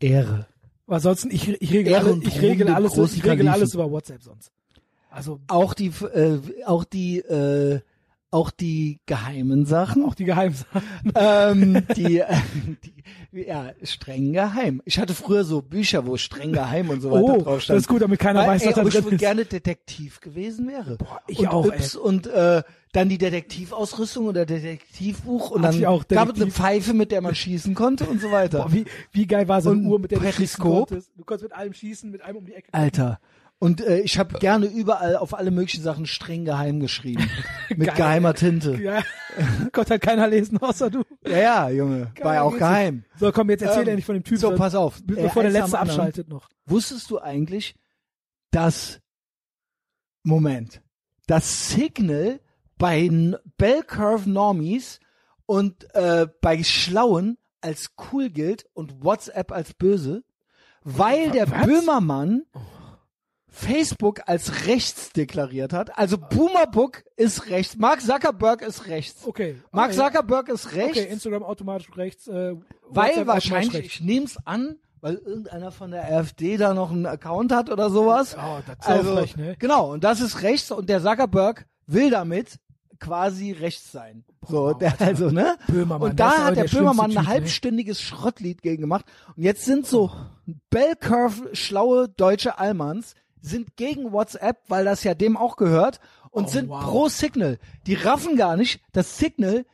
[SPEAKER 1] Ehre.
[SPEAKER 2] Weil ansonsten, ich, ich regel,
[SPEAKER 1] Ehre
[SPEAKER 2] alle,
[SPEAKER 1] und
[SPEAKER 2] ich
[SPEAKER 1] Ruhm
[SPEAKER 2] regel,
[SPEAKER 1] dem
[SPEAKER 2] alles,
[SPEAKER 1] großen
[SPEAKER 2] ich regel
[SPEAKER 1] Kalifen.
[SPEAKER 2] alles über WhatsApp sonst. Also
[SPEAKER 1] Auch die, äh, auch die, äh, auch die geheimen Sachen.
[SPEAKER 2] auch die Geheimsachen.
[SPEAKER 1] ähm, die, äh, die, ja, streng geheim. Ich hatte früher so Bücher, wo streng geheim und so weiter
[SPEAKER 2] Oh,
[SPEAKER 1] drauf
[SPEAKER 2] das
[SPEAKER 1] stand.
[SPEAKER 2] ist gut, damit keiner
[SPEAKER 1] Weil,
[SPEAKER 2] weiß,
[SPEAKER 1] ey,
[SPEAKER 2] was da
[SPEAKER 1] ob ich
[SPEAKER 2] drin
[SPEAKER 1] wohl
[SPEAKER 2] ist.
[SPEAKER 1] gerne Detektiv gewesen wäre.
[SPEAKER 2] ich
[SPEAKER 1] und
[SPEAKER 2] auch, ey.
[SPEAKER 1] Yps und äh, dann die Detektivausrüstung oder Detektivbuch und
[SPEAKER 2] Hatte
[SPEAKER 1] dann
[SPEAKER 2] ich auch,
[SPEAKER 1] gab es eine
[SPEAKER 2] Detektiv.
[SPEAKER 1] Pfeife, mit der man schießen konnte und so weiter.
[SPEAKER 2] Boah, wie, wie geil war so eine
[SPEAKER 1] Und
[SPEAKER 2] Uhr, mit der du schießen
[SPEAKER 1] Periskop.
[SPEAKER 2] konntest. Du konntest mit allem schießen, mit einem um die Ecke.
[SPEAKER 1] Alter. Und äh, ich habe gerne überall auf alle möglichen Sachen streng geheim geschrieben. mit
[SPEAKER 2] Geil.
[SPEAKER 1] geheimer Tinte.
[SPEAKER 2] Ja, konnte halt keiner lesen, außer du.
[SPEAKER 1] Ja, ja, Junge. War ja auch
[SPEAKER 2] Geil.
[SPEAKER 1] geheim.
[SPEAKER 2] So, komm, jetzt erzähl
[SPEAKER 1] Ähm,
[SPEAKER 2] endlich von dem Typen,
[SPEAKER 1] So,
[SPEAKER 2] so,
[SPEAKER 1] pass auf. Äh,
[SPEAKER 2] bevor der
[SPEAKER 1] eins
[SPEAKER 2] Letzte
[SPEAKER 1] am anderen.
[SPEAKER 2] abschaltet noch.
[SPEAKER 1] Wusstest du eigentlich, dass Moment, das Signal bei N- Bell Curve Normies und äh, bei Schlauen als cool gilt und WhatsApp als böse, weil der
[SPEAKER 2] Was? Oh.
[SPEAKER 1] Böhmermann Facebook als rechts deklariert hat. Also Boomerbook ist rechts, Mark Zuckerberg ist rechts.
[SPEAKER 2] Okay.
[SPEAKER 1] Mark
[SPEAKER 2] okay.
[SPEAKER 1] Zuckerberg ist rechts.
[SPEAKER 2] Okay, Instagram automatisch rechts. Äh,
[SPEAKER 1] Weil
[SPEAKER 2] WhatsApp automatisch
[SPEAKER 1] wahrscheinlich,
[SPEAKER 2] rechts.
[SPEAKER 1] ich nehme es an, weil irgendeiner von der AfD da noch einen Account hat oder sowas.
[SPEAKER 2] Oh, das ist
[SPEAKER 1] also,
[SPEAKER 2] auch frech, ne?
[SPEAKER 1] Genau, und das ist rechts und der Zuckerberg will damit quasi rechts sein. So, der, also, ne?
[SPEAKER 2] Böhmermann,
[SPEAKER 1] und
[SPEAKER 2] das ist
[SPEAKER 1] da
[SPEAKER 2] aber
[SPEAKER 1] hat der,
[SPEAKER 2] der schlimmste
[SPEAKER 1] Böhmermann
[SPEAKER 2] Typ,
[SPEAKER 1] ein
[SPEAKER 2] ne?
[SPEAKER 1] halbstündiges Schrottlied gegen gemacht. Und jetzt sind so Bell Curve schlaue deutsche Allmanns sind gegen WhatsApp, weil das ja dem auch gehört und
[SPEAKER 2] Oh,
[SPEAKER 1] sind
[SPEAKER 2] wow.
[SPEAKER 1] pro Signal. Die raffen gar nicht, dass Signal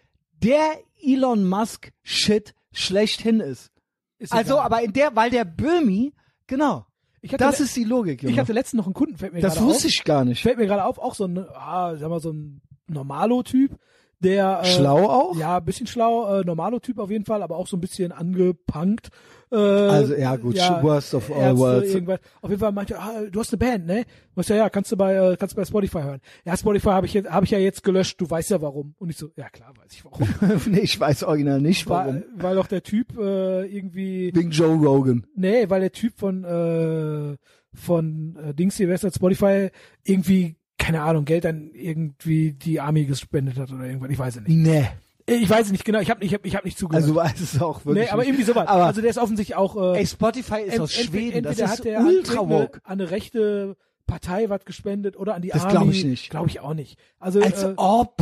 [SPEAKER 1] der Elon Musk Shit schlechthin ist.
[SPEAKER 2] Ist
[SPEAKER 1] Also,
[SPEAKER 2] egal.
[SPEAKER 1] aber in der, weil der Böhmi, genau,
[SPEAKER 2] ich hatte,
[SPEAKER 1] das
[SPEAKER 2] le-
[SPEAKER 1] ist die Logik, Junge.
[SPEAKER 2] ich hatte letztens noch einen Kunden, fällt mir
[SPEAKER 1] das
[SPEAKER 2] gerade Äh,
[SPEAKER 1] wusste
[SPEAKER 2] auf.
[SPEAKER 1] ich gar nicht.
[SPEAKER 2] Fällt mir gerade auf, auch so ein, ah, sag mal, so ein Normalo-Typ, der. Äh,
[SPEAKER 1] Schlau auch?
[SPEAKER 2] Ja, ein bisschen schlau, äh, Normalo-Typ auf jeden Fall, aber auch so ein bisschen angepunkt. Äh,
[SPEAKER 1] Also, ja, gut, worst of all
[SPEAKER 2] Ärzte,
[SPEAKER 1] worlds.
[SPEAKER 2] irgendwas. Auf jeden Fall meinte, ah, du hast eine Band, ne? Was ja, ja, kannst du bei, äh, kannst du bei Spotify hören. Ja, Spotify habe ich jetzt, habe ich ja jetzt gelöscht, du weißt ja warum. Und ich so, ja klar, weiß ich warum.
[SPEAKER 1] nee, ich weiß original nicht, warum.
[SPEAKER 2] Weil, weil doch der Typ äh, irgendwie.
[SPEAKER 1] Wegen Joe Rogan.
[SPEAKER 2] Nee, weil der Typ von äh, von äh, Dings hier, wer ist das, Spotify irgendwie keine Ahnung, Geld an irgendwie die Army gespendet hat oder irgendwas, ich weiß es nicht.
[SPEAKER 1] Nee.
[SPEAKER 2] Ich weiß es nicht genau, ich habe ich hab, ich hab nicht zugehört.
[SPEAKER 1] Also weiß es auch wirklich
[SPEAKER 2] nee, aber
[SPEAKER 1] nicht.
[SPEAKER 2] irgendwie sowas.
[SPEAKER 1] Aber
[SPEAKER 2] also der ist offensichtlich auch äh,
[SPEAKER 1] ey, Spotify ist
[SPEAKER 2] ent-
[SPEAKER 1] aus
[SPEAKER 2] ent-
[SPEAKER 1] Schweden.
[SPEAKER 2] entweder
[SPEAKER 1] Das ist
[SPEAKER 2] hat der
[SPEAKER 1] ultra
[SPEAKER 2] an,
[SPEAKER 1] woke.
[SPEAKER 2] an eine rechte Partei was gespendet oder an die
[SPEAKER 1] Das
[SPEAKER 2] Army.
[SPEAKER 1] glaub ich nicht.
[SPEAKER 2] Glaube ich auch nicht. Also
[SPEAKER 1] Als
[SPEAKER 2] äh,
[SPEAKER 1] ob.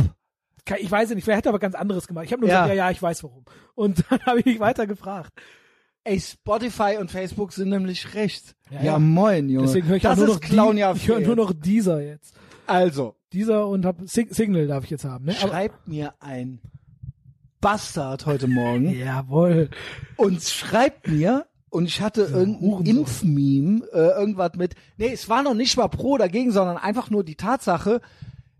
[SPEAKER 2] ke- ich weiß es nicht, vielleicht hat er aber ganz anderes gemacht. Ich habe nur
[SPEAKER 1] Ja.
[SPEAKER 2] gesagt, ja, ja, ich weiß warum. Und dann habe ich nicht weiter gefragt.
[SPEAKER 1] Ey, Spotify und Facebook sind nämlich rechts.
[SPEAKER 2] Ja,
[SPEAKER 1] Ja,
[SPEAKER 2] ja.
[SPEAKER 1] moin, Junge.
[SPEAKER 2] Deswegen höre ich
[SPEAKER 1] das
[SPEAKER 2] auch
[SPEAKER 1] ist
[SPEAKER 2] nur noch
[SPEAKER 1] Clown ja
[SPEAKER 2] die, Ich höre nur noch dieser jetzt.
[SPEAKER 1] Also,
[SPEAKER 2] dieser und hab Sig Signal darf ich jetzt haben, ne? Aber,
[SPEAKER 1] schreibt mir ein Bastard heute Morgen
[SPEAKER 2] jawohl.
[SPEAKER 1] und schreibt mir und ich hatte irgendein
[SPEAKER 2] Hurensohn.
[SPEAKER 1] Impfmeme, äh, irgendwas mit, nee, es war noch nicht mal pro dagegen, sondern einfach nur die Tatsache,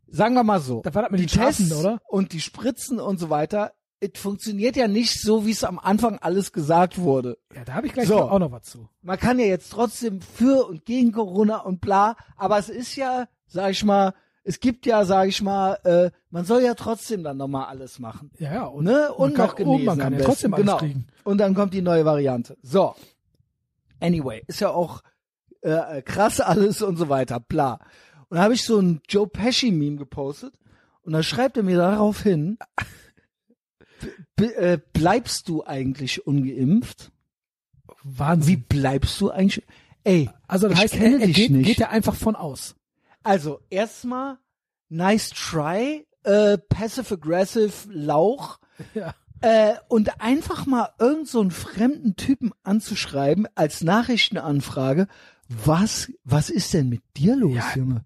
[SPEAKER 1] sagen wir mal so,
[SPEAKER 2] Da war das mit
[SPEAKER 1] die
[SPEAKER 2] den Straßen,
[SPEAKER 1] Tests
[SPEAKER 2] oder?
[SPEAKER 1] und die Spritzen und so weiter, es funktioniert ja nicht so, wie es am Anfang alles gesagt wurde.
[SPEAKER 2] Ja, da habe ich gleich
[SPEAKER 1] So.
[SPEAKER 2] auch noch was zu.
[SPEAKER 1] man kann ja jetzt trotzdem für und gegen Corona und bla, aber es ist ja, sag ich mal, es gibt ja, sag ich mal, äh, man soll ja trotzdem dann nochmal alles machen.
[SPEAKER 2] Ja, ja. Und,
[SPEAKER 1] Ne?
[SPEAKER 2] man
[SPEAKER 1] Und
[SPEAKER 2] kann-
[SPEAKER 1] noch genesen
[SPEAKER 2] und man kann
[SPEAKER 1] am
[SPEAKER 2] ja
[SPEAKER 1] besten.
[SPEAKER 2] trotzdem alles
[SPEAKER 1] genau.
[SPEAKER 2] kriegen.
[SPEAKER 1] Und dann kommt die neue Variante. So. Anyway, ist ja auch äh, äh, krass alles und so weiter, bla. Und da habe ich so ein Joe Pesci-Meme gepostet und da schreibt er mir darauf hin, b- äh, bleibst du eigentlich ungeimpft? Wie
[SPEAKER 2] Wahnsinn.
[SPEAKER 1] bleibst du eigentlich? Ey,
[SPEAKER 2] also das
[SPEAKER 1] ich
[SPEAKER 2] heißt,
[SPEAKER 1] kenne
[SPEAKER 2] er, er
[SPEAKER 1] dich
[SPEAKER 2] geht,
[SPEAKER 1] nicht.
[SPEAKER 2] geht er einfach von aus.
[SPEAKER 1] also erstmal nice try, äh, passive aggressive Lauch.
[SPEAKER 2] Ja.
[SPEAKER 1] Äh, und einfach mal irgend so einen fremden Typen anzuschreiben als Nachrichtenanfrage, was, was ist denn mit dir los,
[SPEAKER 2] Ja.
[SPEAKER 1] Junge?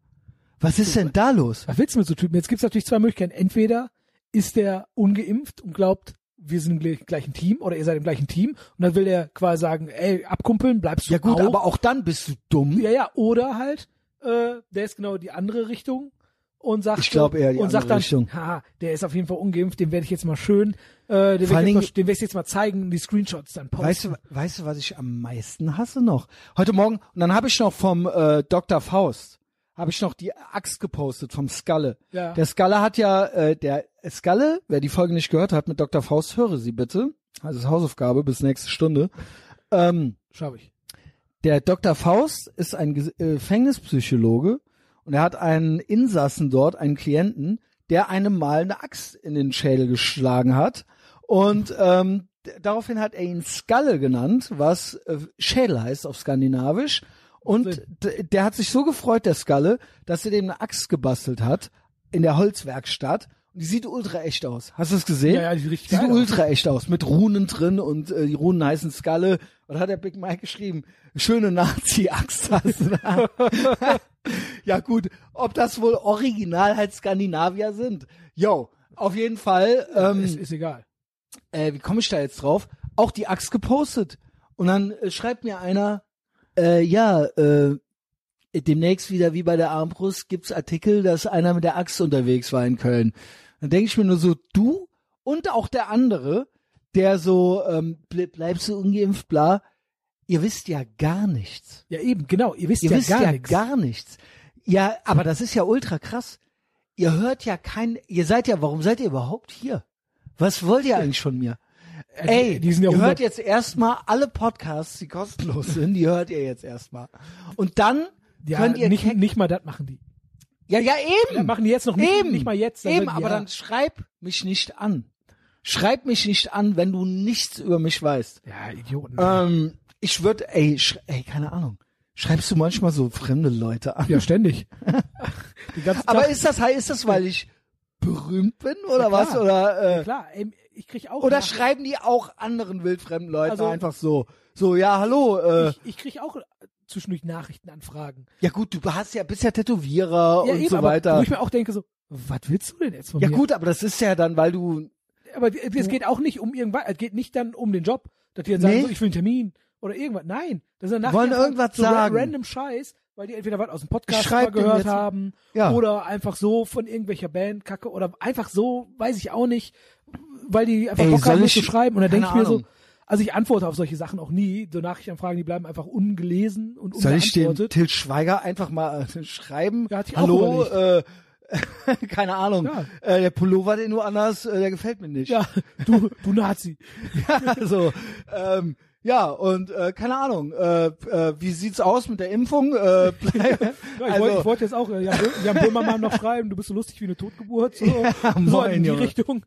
[SPEAKER 1] Was ist denn da los?
[SPEAKER 2] Was willst du mit so Typen? Jetzt gibt's natürlich zwei Möglichkeiten. Entweder ist der ungeimpft und glaubt, wir sind im gl- gleichen Team oder ihr seid im gleichen Team und dann will der quasi sagen, ey, abkumpeln, bleibst du
[SPEAKER 1] Ja gut,
[SPEAKER 2] auch.
[SPEAKER 1] aber auch dann bist du dumm.
[SPEAKER 2] ja, ja, oder halt, äh, der ist genau die andere Richtung und sagt
[SPEAKER 1] Ich glaub
[SPEAKER 2] so-
[SPEAKER 1] eher die
[SPEAKER 2] und sagt
[SPEAKER 1] andere
[SPEAKER 2] dann,
[SPEAKER 1] Richtung.
[SPEAKER 2] Ha, der ist auf jeden Fall ungeimpft, dem werde ich jetzt mal schön, äh,
[SPEAKER 1] Vor
[SPEAKER 2] den
[SPEAKER 1] allen
[SPEAKER 2] werde ich,
[SPEAKER 1] Dingen-
[SPEAKER 2] jetzt mal- den werd ich jetzt mal zeigen, die Screenshots dann posten.
[SPEAKER 1] Weißt du, weißt du, was ich am meisten hasse noch? Heute Morgen, und dann habe ich noch vom äh, Dr. Faust, habe ich noch die Axt gepostet vom Skalle.
[SPEAKER 2] Ja.
[SPEAKER 1] Der Skalle hat ja, äh, der Skalle, wer die Folge nicht gehört hat mit Dr. Faust, höre sie bitte. Also Hausaufgabe bis nächste Stunde. Ähm,
[SPEAKER 2] Schaff ich.
[SPEAKER 1] der Dr. Faust ist ein Ges- äh, Gefängnispsychologe und er hat einen Insassen dort, einen Klienten, der einem mal eine Axt in den Schädel geschlagen hat. Und ähm, d- daraufhin hat er ihn Skalle genannt, was äh, Schädel heißt auf Skandinavisch. Und d- der hat sich so gefreut, der Skalle, dass er dem eine Axt gebastelt hat in der Holzwerkstatt. Und die sieht ultra echt aus. Hast du es gesehen?
[SPEAKER 2] Ja, ja, die sieht richtig
[SPEAKER 1] Sieht
[SPEAKER 2] geil aus.
[SPEAKER 1] ultra echt aus, mit Runen drin und äh, die Runen heißen Skalle. Und hat der Big Mike geschrieben, schöne Nazi-Axt hast du da. ja gut, ob das wohl original halt Skandinavier sind. Yo, auf jeden Fall,
[SPEAKER 2] ist,
[SPEAKER 1] ähm,
[SPEAKER 2] ist egal.
[SPEAKER 1] äh, wie komme ich da jetzt drauf? Auch die Axt gepostet. Und dann äh, schreibt mir einer, äh, ja, äh, demnächst wieder wie bei der Armbrust gibt's Artikel, dass einer mit der Axt unterwegs war in Köln. Dann denke ich mir nur so, du und auch der andere, der so ähm, ble bleibst du ungeimpft, bla, ihr wisst ja gar nichts.
[SPEAKER 2] Ja, eben, genau. Ihr wisst
[SPEAKER 1] Ihr
[SPEAKER 2] ja
[SPEAKER 1] wisst
[SPEAKER 2] gar
[SPEAKER 1] ja
[SPEAKER 2] nichts.
[SPEAKER 1] gar nichts. Ja, aber das ist ja ultra krass. Ihr hört ja kein, ihr seid ja, warum seid ihr überhaupt hier? Was wollt ihr eigentlich von mir?
[SPEAKER 2] Also,
[SPEAKER 1] Ey,
[SPEAKER 2] die sind ja
[SPEAKER 1] ihr
[SPEAKER 2] 100
[SPEAKER 1] hört jetzt erstmal alle Podcasts, die kostenlos sind, die hört ihr jetzt erstmal. Und dann
[SPEAKER 2] ja,
[SPEAKER 1] könnt ihr
[SPEAKER 2] nicht,
[SPEAKER 1] ke-
[SPEAKER 2] nicht mal das machen die.
[SPEAKER 1] ja, ja,
[SPEAKER 2] Ja,
[SPEAKER 1] eben.
[SPEAKER 2] machen die jetzt noch nicht,
[SPEAKER 1] eben.
[SPEAKER 2] nicht mal jetzt. dann
[SPEAKER 1] eben,
[SPEAKER 2] würden die,
[SPEAKER 1] aber
[SPEAKER 2] ja.
[SPEAKER 1] dann schreib mich nicht an. Schreib mich nicht an, wenn du nichts über mich weißt.
[SPEAKER 2] Ja, Idioten.
[SPEAKER 1] Ähm, ich würde, ey, sch- ey, keine Ahnung. Schreibst du manchmal so fremde Leute an?
[SPEAKER 2] ja, ständig. Den ganzen Tag.
[SPEAKER 1] Aber ist das, ist das, weil ich berühmt bin oder
[SPEAKER 2] Ja,
[SPEAKER 1] was?
[SPEAKER 2] klar.
[SPEAKER 1] Oder,
[SPEAKER 2] ja,
[SPEAKER 1] äh,
[SPEAKER 2] klar, ey, ich krieg auch
[SPEAKER 1] oder
[SPEAKER 2] Nach-
[SPEAKER 1] schreiben die auch anderen wildfremden Leuten
[SPEAKER 2] Also-
[SPEAKER 1] einfach so? So, ja, hallo, äh,
[SPEAKER 2] ich, ich krieg auch zwischendurch Nachrichtenanfragen.
[SPEAKER 1] Ja gut, du hast ja bist ja Tätowierer
[SPEAKER 2] ja,
[SPEAKER 1] und
[SPEAKER 2] eben,
[SPEAKER 1] so
[SPEAKER 2] aber
[SPEAKER 1] weiter.
[SPEAKER 2] wo ich mir auch denke so, was willst du denn jetzt von
[SPEAKER 1] Ja
[SPEAKER 2] mir?
[SPEAKER 1] gut, aber das ist ja dann, weil du
[SPEAKER 2] Aber es geht auch nicht um irgendwas, es geht nicht dann um den Job, dass die dann sagen,
[SPEAKER 1] Nee.
[SPEAKER 2] so, ich will einen Termin oder irgendwas. Nein, das ist dann
[SPEAKER 1] Wollen
[SPEAKER 2] nachher
[SPEAKER 1] irgendwas
[SPEAKER 2] so ra-
[SPEAKER 1] sagen.
[SPEAKER 2] random Scheiß, weil die entweder was aus dem Podcast
[SPEAKER 1] Ich schreib
[SPEAKER 2] mal
[SPEAKER 1] dem
[SPEAKER 2] gehört
[SPEAKER 1] jetzt-
[SPEAKER 2] haben
[SPEAKER 1] Ja.
[SPEAKER 2] oder einfach so von irgendwelcher Band Kacke oder einfach so, weiß ich auch nicht, weil die einfach
[SPEAKER 1] Ey,
[SPEAKER 2] Bock
[SPEAKER 1] soll
[SPEAKER 2] haben,
[SPEAKER 1] ich-
[SPEAKER 2] mich zu schreiben und dann denke ich
[SPEAKER 1] Keine
[SPEAKER 2] mir so,
[SPEAKER 1] Ahnung.
[SPEAKER 2] also ich antworte auf solche Sachen auch nie, so Nachrichtenanfragen, die bleiben einfach ungelesen und
[SPEAKER 1] soll ich dem
[SPEAKER 2] unbeantwortet.
[SPEAKER 1] Til Schweiger einfach mal äh, schreiben?
[SPEAKER 2] Ja, hatte ich auch
[SPEAKER 1] Hallo, äh, keine Ahnung.
[SPEAKER 2] Ja.
[SPEAKER 1] Äh, der Pullover, den du anhast, äh, der gefällt mir nicht.
[SPEAKER 2] ja, du, du Nazi.
[SPEAKER 1] also ähm, ja und äh, keine Ahnung. Äh, äh, wie sieht's aus mit der Impfung? Äh, bleib-
[SPEAKER 2] Ja, ich,
[SPEAKER 1] Also
[SPEAKER 2] wollte, ich wollte jetzt auch äh, Jan, Bö- Jan Böhmermann noch schreiben, du bist so lustig wie eine Totgeburt. So, so
[SPEAKER 1] moin,
[SPEAKER 2] in die
[SPEAKER 1] Junge.
[SPEAKER 2] Richtung.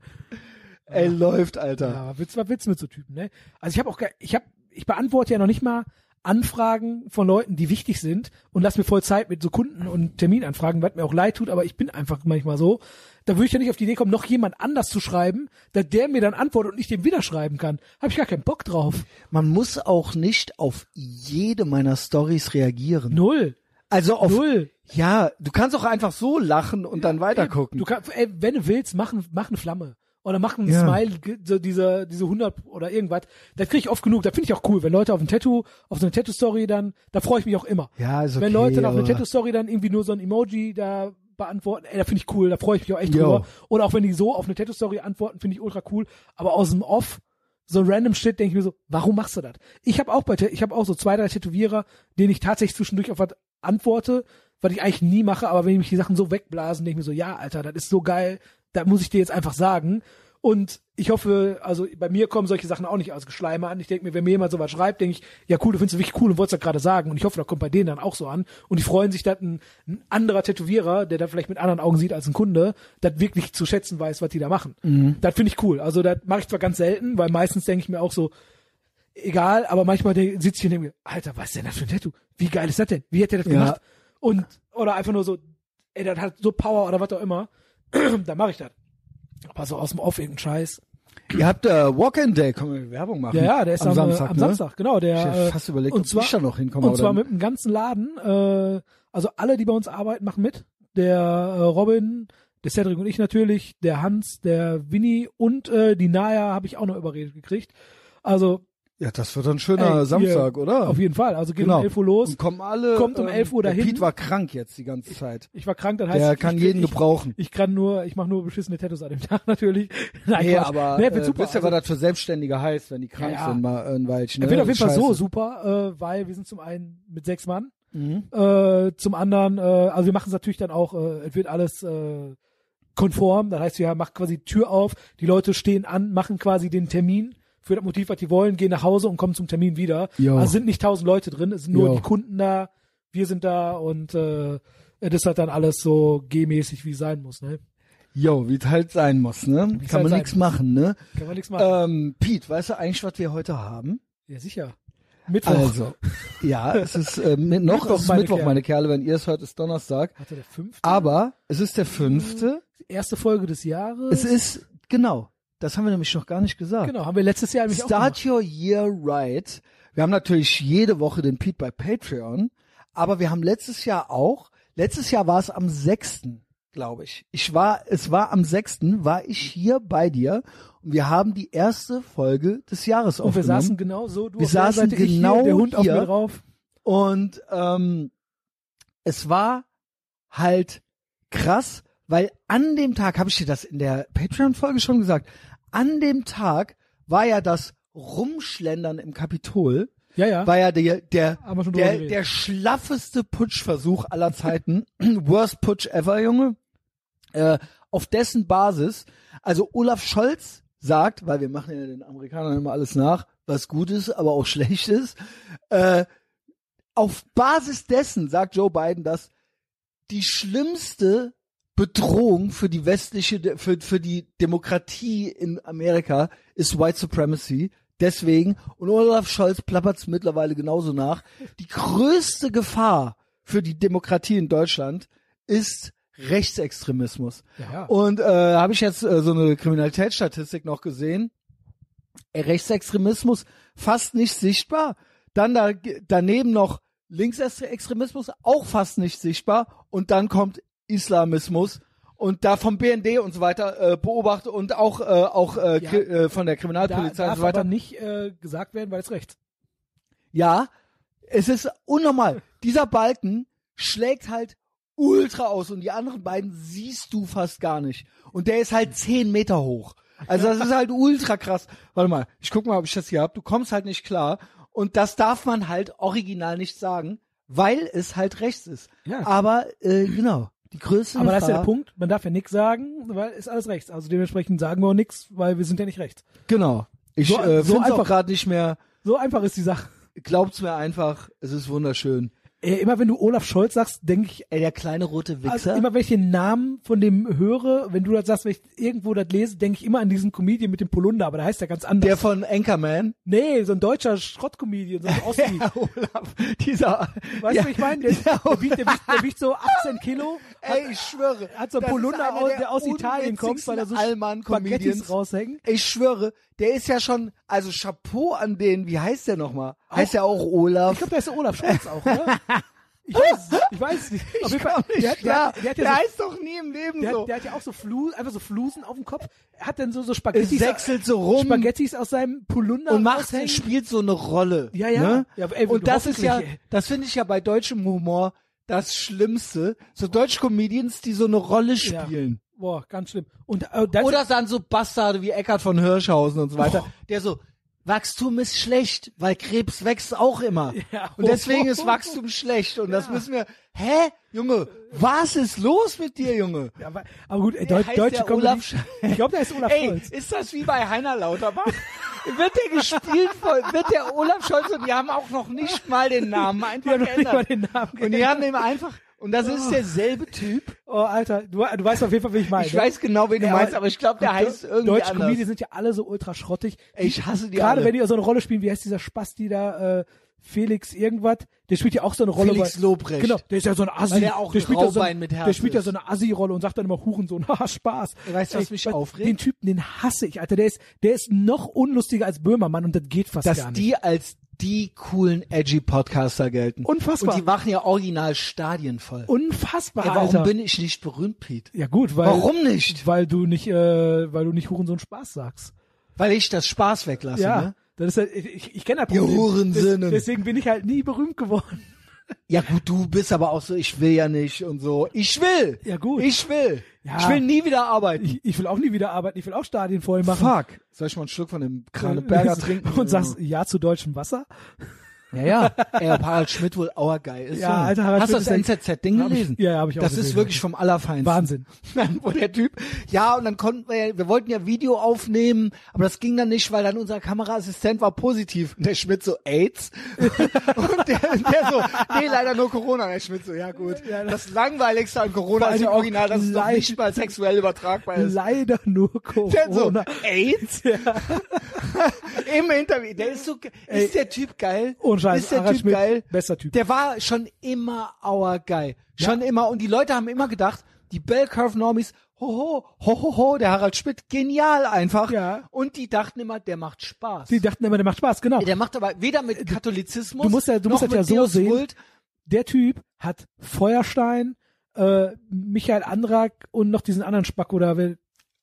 [SPEAKER 1] ey, läuft, Alter.
[SPEAKER 2] Ja, Witz, was Witz mit so Typen, ne? Also ich habe auch ge- ich habe ich beantworte ja noch nicht mal Anfragen von Leuten, die wichtig sind und lass mir voll Zeit mit so Kunden und Terminanfragen, was mir auch leid tut, aber ich bin einfach manchmal so, da würde ich ja nicht auf die Idee kommen, noch jemand anders zu schreiben, da der mir dann antwortet und ich dem wieder schreiben kann. Habe ich gar keinen Bock drauf.
[SPEAKER 1] Man muss auch nicht auf jede meiner Stories reagieren.
[SPEAKER 2] Null.
[SPEAKER 1] also auf
[SPEAKER 2] Null.
[SPEAKER 1] ja, du kannst auch einfach so lachen und dann weitergucken.
[SPEAKER 2] Du kannst, ey, wenn du willst, mach, ein- mach eine Flamme. Oder mach ein
[SPEAKER 1] Ja.
[SPEAKER 2] Smile, ge- so diese, diese 100 oder irgendwas. Das kriege ich oft genug. Das finde ich auch cool. Wenn Leute auf ein Tattoo, auf so eine Tattoo-Story dann, da freue ich mich auch immer.
[SPEAKER 1] Ja, ist
[SPEAKER 2] wenn
[SPEAKER 1] okay,
[SPEAKER 2] Leute auf eine
[SPEAKER 1] aber-
[SPEAKER 2] Tattoo-Story dann irgendwie nur so ein Emoji da beantworten, ey, da finde ich cool. Da freue ich mich auch echt
[SPEAKER 1] Jo.
[SPEAKER 2] drüber. Oder auch wenn die so auf eine Tattoo-Story antworten, finde ich ultra cool. Aber aus dem Off, so random Shit, denke ich mir so, warum machst du das? Ich habe auch bei, Tat- ich habe auch so zwei, drei Tätowierer, denen ich tatsächlich zwischendurch auf was antworte, was ich eigentlich nie mache, aber wenn mich die Sachen so wegblasen, denke ich mir so, ja, Alter, das ist so geil, da muss ich dir jetzt einfach sagen. Und ich hoffe, also bei mir kommen solche Sachen auch nicht als Geschleime an. Ich denke mir, wenn mir jemand sowas schreibt, denke ich, ja cool, du findest es wirklich cool und wolltest das gerade sagen. Und ich hoffe, da kommt bei denen dann auch so an. Und die freuen sich, dass ein, ein anderer Tätowierer, der da vielleicht mit anderen Augen sieht als ein Kunde, das wirklich zu schätzen weiß, was die da machen. Das finde ich cool. Also das mache ich zwar ganz selten, weil meistens denke ich mir auch so, egal, aber manchmal denk- sitze ich hier und denke mir, Alter, was ist denn das für ein Tattoo? Wie geil ist das denn? Wie hat der das
[SPEAKER 1] Ja.
[SPEAKER 2] gemacht? Und, oder einfach nur so, ey, das hat so Power oder was auch immer. da mache ich das. Aber so aus dem Off irgendein Scheiß.
[SPEAKER 1] Ihr habt äh, Walk-In Day, können wir Werbung machen?
[SPEAKER 2] Ja, ja, der ist am,
[SPEAKER 1] am
[SPEAKER 2] äh,
[SPEAKER 1] Samstag.
[SPEAKER 2] am
[SPEAKER 1] ne?
[SPEAKER 2] Samstag, genau. Der,
[SPEAKER 1] Ich hab
[SPEAKER 2] äh,
[SPEAKER 1] fast überlegt,
[SPEAKER 2] und
[SPEAKER 1] ob
[SPEAKER 2] zwar-
[SPEAKER 1] ich da noch hinkomme.
[SPEAKER 2] Und zwar
[SPEAKER 1] oder
[SPEAKER 2] mit dem ganzen Laden. Äh, also alle, die bei uns arbeiten, machen mit. Der äh, Robin, der Cedric und ich natürlich, der Hans, der Winnie und äh, die Naya habe ich auch noch überredet gekriegt. Also
[SPEAKER 1] ja, das wird ein schöner
[SPEAKER 2] Ey,
[SPEAKER 1] Genau, Samstag, oder?
[SPEAKER 2] auf jeden Fall. Also geht
[SPEAKER 1] Genau.
[SPEAKER 2] um 11 Uhr los.
[SPEAKER 1] Und kommen alle.
[SPEAKER 2] Kommt um
[SPEAKER 1] ähm,
[SPEAKER 2] 11 Uhr dahin.
[SPEAKER 1] Der Piet war krank jetzt die ganze Zeit.
[SPEAKER 2] Ich war krank, dann heißt
[SPEAKER 1] Der
[SPEAKER 2] ich,
[SPEAKER 1] kann
[SPEAKER 2] ich,
[SPEAKER 1] jeden
[SPEAKER 2] ich,
[SPEAKER 1] gebrauchen.
[SPEAKER 2] ich kann nur, ich mache nur beschissene Tattoos an dem Tag natürlich. Nein,
[SPEAKER 1] Nee,
[SPEAKER 2] Quatsch.
[SPEAKER 1] aber
[SPEAKER 2] nee,
[SPEAKER 1] äh,
[SPEAKER 2] wird super. also-
[SPEAKER 1] wisst ihr, was das für Selbstständige heißt, wenn die krank
[SPEAKER 2] Ja, ja.
[SPEAKER 1] sind, mal irgendwelche. Ne?
[SPEAKER 2] Er wird auf jeden Fall
[SPEAKER 1] Scheiße.
[SPEAKER 2] so super, äh, weil wir sind zum einen mit sechs Mann,
[SPEAKER 1] Mhm.
[SPEAKER 2] äh, zum anderen, äh, also wir machen es natürlich dann auch, äh, es wird alles äh, konform, das heißt, wir machen quasi die Tür auf, die Leute stehen an, machen quasi den Termin für das Motiv, was die wollen, gehen nach Hause und kommen zum Termin wieder.
[SPEAKER 1] Jo.
[SPEAKER 2] Also sind nicht tausend Leute drin, es sind nur
[SPEAKER 1] Jo.
[SPEAKER 2] die Kunden da, wir sind da und äh, das ist halt dann alles so G-mäßig, wie es sein muss, ne?
[SPEAKER 1] Jo, wie es halt sein muss, ne?
[SPEAKER 2] Wie's
[SPEAKER 1] Kann
[SPEAKER 2] halt
[SPEAKER 1] man
[SPEAKER 2] sein
[SPEAKER 1] nichts
[SPEAKER 2] muss.
[SPEAKER 1] machen, ne?
[SPEAKER 2] Kann man nichts machen.
[SPEAKER 1] Ähm, Piet, weißt du eigentlich, was wir heute haben?
[SPEAKER 2] ja, sicher. Mittwoch.
[SPEAKER 1] Äh. Also, ja, es ist äh, mit, noch
[SPEAKER 2] Mittwoch,
[SPEAKER 1] ist
[SPEAKER 2] meine
[SPEAKER 1] Mittwoch,
[SPEAKER 2] Kerle.
[SPEAKER 1] meine Kerle, wenn ihr es hört, ist Donnerstag.
[SPEAKER 2] Hatte der fünfte?
[SPEAKER 1] Aber es ist der fünfte.
[SPEAKER 2] Erste Folge des Jahres.
[SPEAKER 1] Es ist, genau, das haben wir nämlich noch gar nicht gesagt.
[SPEAKER 2] Genau, haben wir letztes Jahr nämlich auch gemacht.
[SPEAKER 1] Start Your Year Right. Wir haben natürlich jede Woche den Pete bei Patreon, aber wir haben letztes Jahr auch, letztes Jahr war es am 6., glaube ich. Ich war, es war am 6., war ich hier bei dir und wir haben die erste Folge des Jahres
[SPEAKER 2] Und wir
[SPEAKER 1] aufgenommen.
[SPEAKER 2] saßen genau so, du
[SPEAKER 1] Wir
[SPEAKER 2] auf der
[SPEAKER 1] saßen
[SPEAKER 2] Seite, ich
[SPEAKER 1] genau
[SPEAKER 2] hier, der Hund auf
[SPEAKER 1] hier.
[SPEAKER 2] mir drauf.
[SPEAKER 1] Und ähm, es war halt krass, weil an dem Tag, habe ich dir das in der Patreon-Folge schon gesagt, an dem Tag war ja das Rumschlendern im Kapitol,
[SPEAKER 2] Ja, ja.
[SPEAKER 1] war ja der, der,
[SPEAKER 2] Haben wir schon drüber
[SPEAKER 1] der,
[SPEAKER 2] geredet.
[SPEAKER 1] der schlaffeste Putschversuch aller Zeiten. Worst Putsch ever, Junge. Äh, auf dessen Basis, also Olaf Scholz sagt, weil wir machen ja den Amerikanern immer alles nach, was gut ist, aber auch schlecht ist, äh, auf Basis dessen sagt Joe Biden, dass die schlimmste Bedrohung für die westliche, De- für, für die Demokratie in Amerika ist White Supremacy. Deswegen, und Olaf Scholz plappert es mittlerweile genauso nach, die größte Gefahr für die Demokratie in Deutschland ist Rechtsextremismus.
[SPEAKER 2] ja, ja.
[SPEAKER 1] Und äh, habe ich jetzt äh, so eine Kriminalitätsstatistik noch gesehen. Äh, Rechtsextremismus fast nicht sichtbar. Dann da, daneben noch Linksextremismus auch fast nicht sichtbar. Und dann kommt Islamismus. Und da vom BND und so weiter äh, beobachte und auch äh, auch äh,
[SPEAKER 2] Ja.
[SPEAKER 1] Kri- äh, von der
[SPEAKER 2] da
[SPEAKER 1] Kriminalpolizei und
[SPEAKER 2] darf
[SPEAKER 1] so weiter.
[SPEAKER 2] aber nicht äh, gesagt werden, weil es recht.
[SPEAKER 1] Ja, es ist unnormal. Dieser Balken schlägt halt ultra aus und die anderen beiden siehst du fast gar nicht. Und der ist halt 10 Meter hoch. Also das ist halt ultra krass. Warte mal, ich guck mal, ob ich das hier hab. Du kommst halt nicht klar. Und das darf man halt original nicht sagen, weil es halt rechts ist.
[SPEAKER 2] Ja.
[SPEAKER 1] Aber äh, genau, die größte
[SPEAKER 2] Aber das ist ja der
[SPEAKER 1] Gefahr-
[SPEAKER 2] Punkt, man darf ja nichts sagen, weil ist alles rechts. Also dementsprechend sagen wir auch nichts, weil wir sind ja nicht rechts.
[SPEAKER 1] Genau. Ich
[SPEAKER 2] So-
[SPEAKER 1] äh,
[SPEAKER 2] so
[SPEAKER 1] finde es auch
[SPEAKER 2] einfach.
[SPEAKER 1] gerade nicht mehr.
[SPEAKER 2] So einfach ist die Sache.
[SPEAKER 1] Glaubt's mir einfach, es ist wunderschön.
[SPEAKER 2] Äh, immer wenn du Olaf Scholz sagst, denke ich,
[SPEAKER 1] Ey, der kleine rote Wichser.
[SPEAKER 2] also immer wenn ich den Namen von dem höre, wenn du das sagst, wenn ich irgendwo das lese, denke ich immer an diesen Comedian mit dem Polunder, aber der heißt ja ganz anders.
[SPEAKER 1] der von Anchorman.
[SPEAKER 2] nee, so ein deutscher Schrottcomedian, so ein Ossi.
[SPEAKER 1] Ja, Olaf, dieser.
[SPEAKER 2] Weißt
[SPEAKER 1] ja,
[SPEAKER 2] du, wie ich meine? Der,
[SPEAKER 1] dieser
[SPEAKER 2] der, wiegt, der, wiegt, der wiegt so 18 Kilo. Hat,
[SPEAKER 1] Ey, ich schwöre.
[SPEAKER 2] hat so
[SPEAKER 1] das
[SPEAKER 2] einen
[SPEAKER 1] ist
[SPEAKER 2] Polunder,
[SPEAKER 1] einer
[SPEAKER 2] aus, der aus Italien kommt, weil er so
[SPEAKER 1] unwitzigsten Allmann-Comedians.
[SPEAKER 2] Spaghettis raushängen.
[SPEAKER 1] Ich schwöre, der ist ja schon, also Chapeau an den, wie heißt der nochmal?
[SPEAKER 2] Auch-
[SPEAKER 1] Heißt der auch Olaf?
[SPEAKER 2] Ich glaube, der ist der Olaf Scholz auch, oder? Ich weiß, ich weiß nicht. Auf jeden Fall, der, hat- der,
[SPEAKER 1] ja,
[SPEAKER 2] hat- der, hat
[SPEAKER 1] der
[SPEAKER 2] ja so,
[SPEAKER 1] heißt doch nie im Leben
[SPEAKER 2] der,
[SPEAKER 1] so.
[SPEAKER 2] hat, der hat ja auch so Flu, einfach so Flusen auf dem Kopf. Er hat dann so, so
[SPEAKER 1] Es
[SPEAKER 2] Spaghettis,
[SPEAKER 1] sechselt so rum
[SPEAKER 2] Spaghettis aus seinem Polunder
[SPEAKER 1] und macht,
[SPEAKER 2] raushängen.
[SPEAKER 1] spielt so eine Rolle.
[SPEAKER 2] Ja, ja.
[SPEAKER 1] Ne?
[SPEAKER 2] Ja, ey,
[SPEAKER 1] und das ist ja,
[SPEAKER 2] hoffentlich, ey.
[SPEAKER 1] das finde ich ja bei deutschem Humor das Schlimmste. So deutsche Comedians, die so eine Rolle
[SPEAKER 2] Ja.
[SPEAKER 1] spielen.
[SPEAKER 2] Boah, ganz schlimm. Und äh, das,
[SPEAKER 1] Oder dann so Bastarde wie Eckart von Hirschhausen und so weiter,
[SPEAKER 2] Oh.
[SPEAKER 1] der so, Wachstum ist schlecht, weil Krebs wächst auch immer.
[SPEAKER 2] Ja.
[SPEAKER 1] Und deswegen ist Wachstum schlecht. Und das müssen wir. Hä? Junge, was ist los mit dir, Junge?
[SPEAKER 2] ja, aber, aber gut, ey,
[SPEAKER 1] Der
[SPEAKER 2] Deu
[SPEAKER 1] heißt
[SPEAKER 2] deutsche
[SPEAKER 1] ja
[SPEAKER 2] Comedy.
[SPEAKER 1] Olaf Sch-
[SPEAKER 2] ich glaube, der ist Olaf
[SPEAKER 1] Ey,
[SPEAKER 2] Scholz.
[SPEAKER 1] ist das wie bei Heiner Lauterbach? wird der gespielt von, wird der Olaf Scholz und die haben auch noch nicht mal den Namen
[SPEAKER 2] Die
[SPEAKER 1] einfach
[SPEAKER 2] haben noch nicht mal
[SPEAKER 1] geändert.
[SPEAKER 2] den Namen
[SPEAKER 1] Und die haben ihm einfach, und das ist derselbe Typ.
[SPEAKER 2] Oh, Alter, du, du weißt auf jeden Fall, wie ich meine.
[SPEAKER 1] Ich
[SPEAKER 2] ne?
[SPEAKER 1] weiß genau, wen du
[SPEAKER 2] Ja,
[SPEAKER 1] meinst, aber ich glaube, der
[SPEAKER 2] Deu-
[SPEAKER 1] heißt irgendwie
[SPEAKER 2] Deutsche
[SPEAKER 1] anders.
[SPEAKER 2] Comedians sind ja alle so ultra schrottig.
[SPEAKER 1] Ey, ich hasse die
[SPEAKER 2] Gerade
[SPEAKER 1] alle.
[SPEAKER 2] wenn die so eine Rolle spielen, wie heißt dieser Spasti da, äh, Felix irgendwas, der spielt ja auch so eine Rolle.
[SPEAKER 1] Felix
[SPEAKER 2] bei,
[SPEAKER 1] Lobrecht.
[SPEAKER 2] genau, der ist ja so ein Assi.
[SPEAKER 1] Weil der auch ein
[SPEAKER 2] spielt ja so
[SPEAKER 1] Raubein mit Herz
[SPEAKER 2] Der spielt ja
[SPEAKER 1] ist.
[SPEAKER 2] so eine Assi-Rolle und sagt dann immer Hurensohn, haha, Spaß.
[SPEAKER 1] Weißt du, was
[SPEAKER 2] Ey,
[SPEAKER 1] mich
[SPEAKER 2] weil
[SPEAKER 1] aufregt?
[SPEAKER 2] Den Typen, den hasse ich, Alter. Der ist, der ist noch unlustiger als Böhmermann und das geht fast gar
[SPEAKER 1] Dass
[SPEAKER 2] nicht.
[SPEAKER 1] die als die coolen edgy Podcaster gelten.
[SPEAKER 2] Unfassbar.
[SPEAKER 1] Und die machen ja original Stadien voll.
[SPEAKER 2] Unfassbar,
[SPEAKER 1] Ey, warum
[SPEAKER 2] Alter.
[SPEAKER 1] bin ich nicht berühmt, Pete?
[SPEAKER 2] ja gut, weil
[SPEAKER 1] warum nicht?
[SPEAKER 2] weil du nicht, äh, weil du nicht Hurensohn Spaß sagst.
[SPEAKER 1] Weil ich das Spaß weglasse,
[SPEAKER 2] ja,
[SPEAKER 1] ne?
[SPEAKER 2] das ist halt, ich, ich kenne das
[SPEAKER 1] Ihr
[SPEAKER 2] Problem.
[SPEAKER 1] Hurensinnen.
[SPEAKER 2] Des, deswegen bin ich halt nie berühmt geworden.
[SPEAKER 1] Ja gut, du bist aber auch so, ich will ja nicht und so. Ich will.
[SPEAKER 2] Ja, gut.
[SPEAKER 1] Ich will.
[SPEAKER 2] Ja.
[SPEAKER 1] Ich will nie wieder arbeiten.
[SPEAKER 2] Ich, ich will auch nie wieder arbeiten. Ich will auch Stadien voll machen.
[SPEAKER 1] Fuck. Soll ich mal einen Schluck von dem Kraneberger trinken?
[SPEAKER 2] Und sagst ja zu deutschem Wasser?
[SPEAKER 1] Ja, ja. Ey, ob Harald Schmidt wohl auergeil ist.
[SPEAKER 2] Ja,
[SPEAKER 1] Junge.
[SPEAKER 2] Alter, Harald
[SPEAKER 1] Hast du
[SPEAKER 2] Schmidt
[SPEAKER 1] das
[SPEAKER 2] ist echt-
[SPEAKER 1] NZZ-Ding
[SPEAKER 2] Hab ich-
[SPEAKER 1] gelesen?
[SPEAKER 2] Ja, ja, hab ich auch
[SPEAKER 1] Das ist
[SPEAKER 2] gesehen,
[SPEAKER 1] wirklich vom Allerfeinsten.
[SPEAKER 2] Wahnsinn.
[SPEAKER 1] Dann, wo der Typ, ja, und dann konnten wir, ja- wir wollten ja Video aufnehmen, aber das ging dann nicht, weil dann unser Kameraassistent war positiv. Und der Schmidt so, AIDS? und der, der so, nee, leider nur Corona. Und der Schmidt so, ja gut.
[SPEAKER 2] Ja,
[SPEAKER 1] das, Langweiligste an Corona
[SPEAKER 2] Vor
[SPEAKER 1] ist im
[SPEAKER 2] allem auch
[SPEAKER 1] Original, dass es doch
[SPEAKER 2] leid-
[SPEAKER 1] nicht mal sexuell übertragbar ist.
[SPEAKER 2] Leider nur
[SPEAKER 1] Der so,
[SPEAKER 2] Corona.
[SPEAKER 1] AIDS? Im Interview. Der ist so, ge-
[SPEAKER 2] Ey.
[SPEAKER 1] ist der Typ geil?
[SPEAKER 2] Ohne Scheiß,
[SPEAKER 1] Ist der
[SPEAKER 2] Harald
[SPEAKER 1] Typ
[SPEAKER 2] Schmidt,
[SPEAKER 1] geil?
[SPEAKER 2] bester Typ.
[SPEAKER 1] Der war schon immer auergeil. Schon immer. Und die Leute haben immer gedacht, die Bell Curve Normies, hoho, hohoho, ho, ho, der Harald Schmidt, genial einfach.
[SPEAKER 2] Ja.
[SPEAKER 1] Und die dachten immer, der macht Spaß.
[SPEAKER 2] Die dachten immer, der macht Spaß, genau.
[SPEAKER 1] der macht aber weder mit Katholizismus,
[SPEAKER 2] du musst ja- du
[SPEAKER 1] noch
[SPEAKER 2] musst das
[SPEAKER 1] mit
[SPEAKER 2] ja so
[SPEAKER 1] Deus
[SPEAKER 2] sehen.
[SPEAKER 1] Vult.
[SPEAKER 2] Der Typ hat Feuerstein, äh, Michael Andrak und noch diesen anderen Spack oder wer-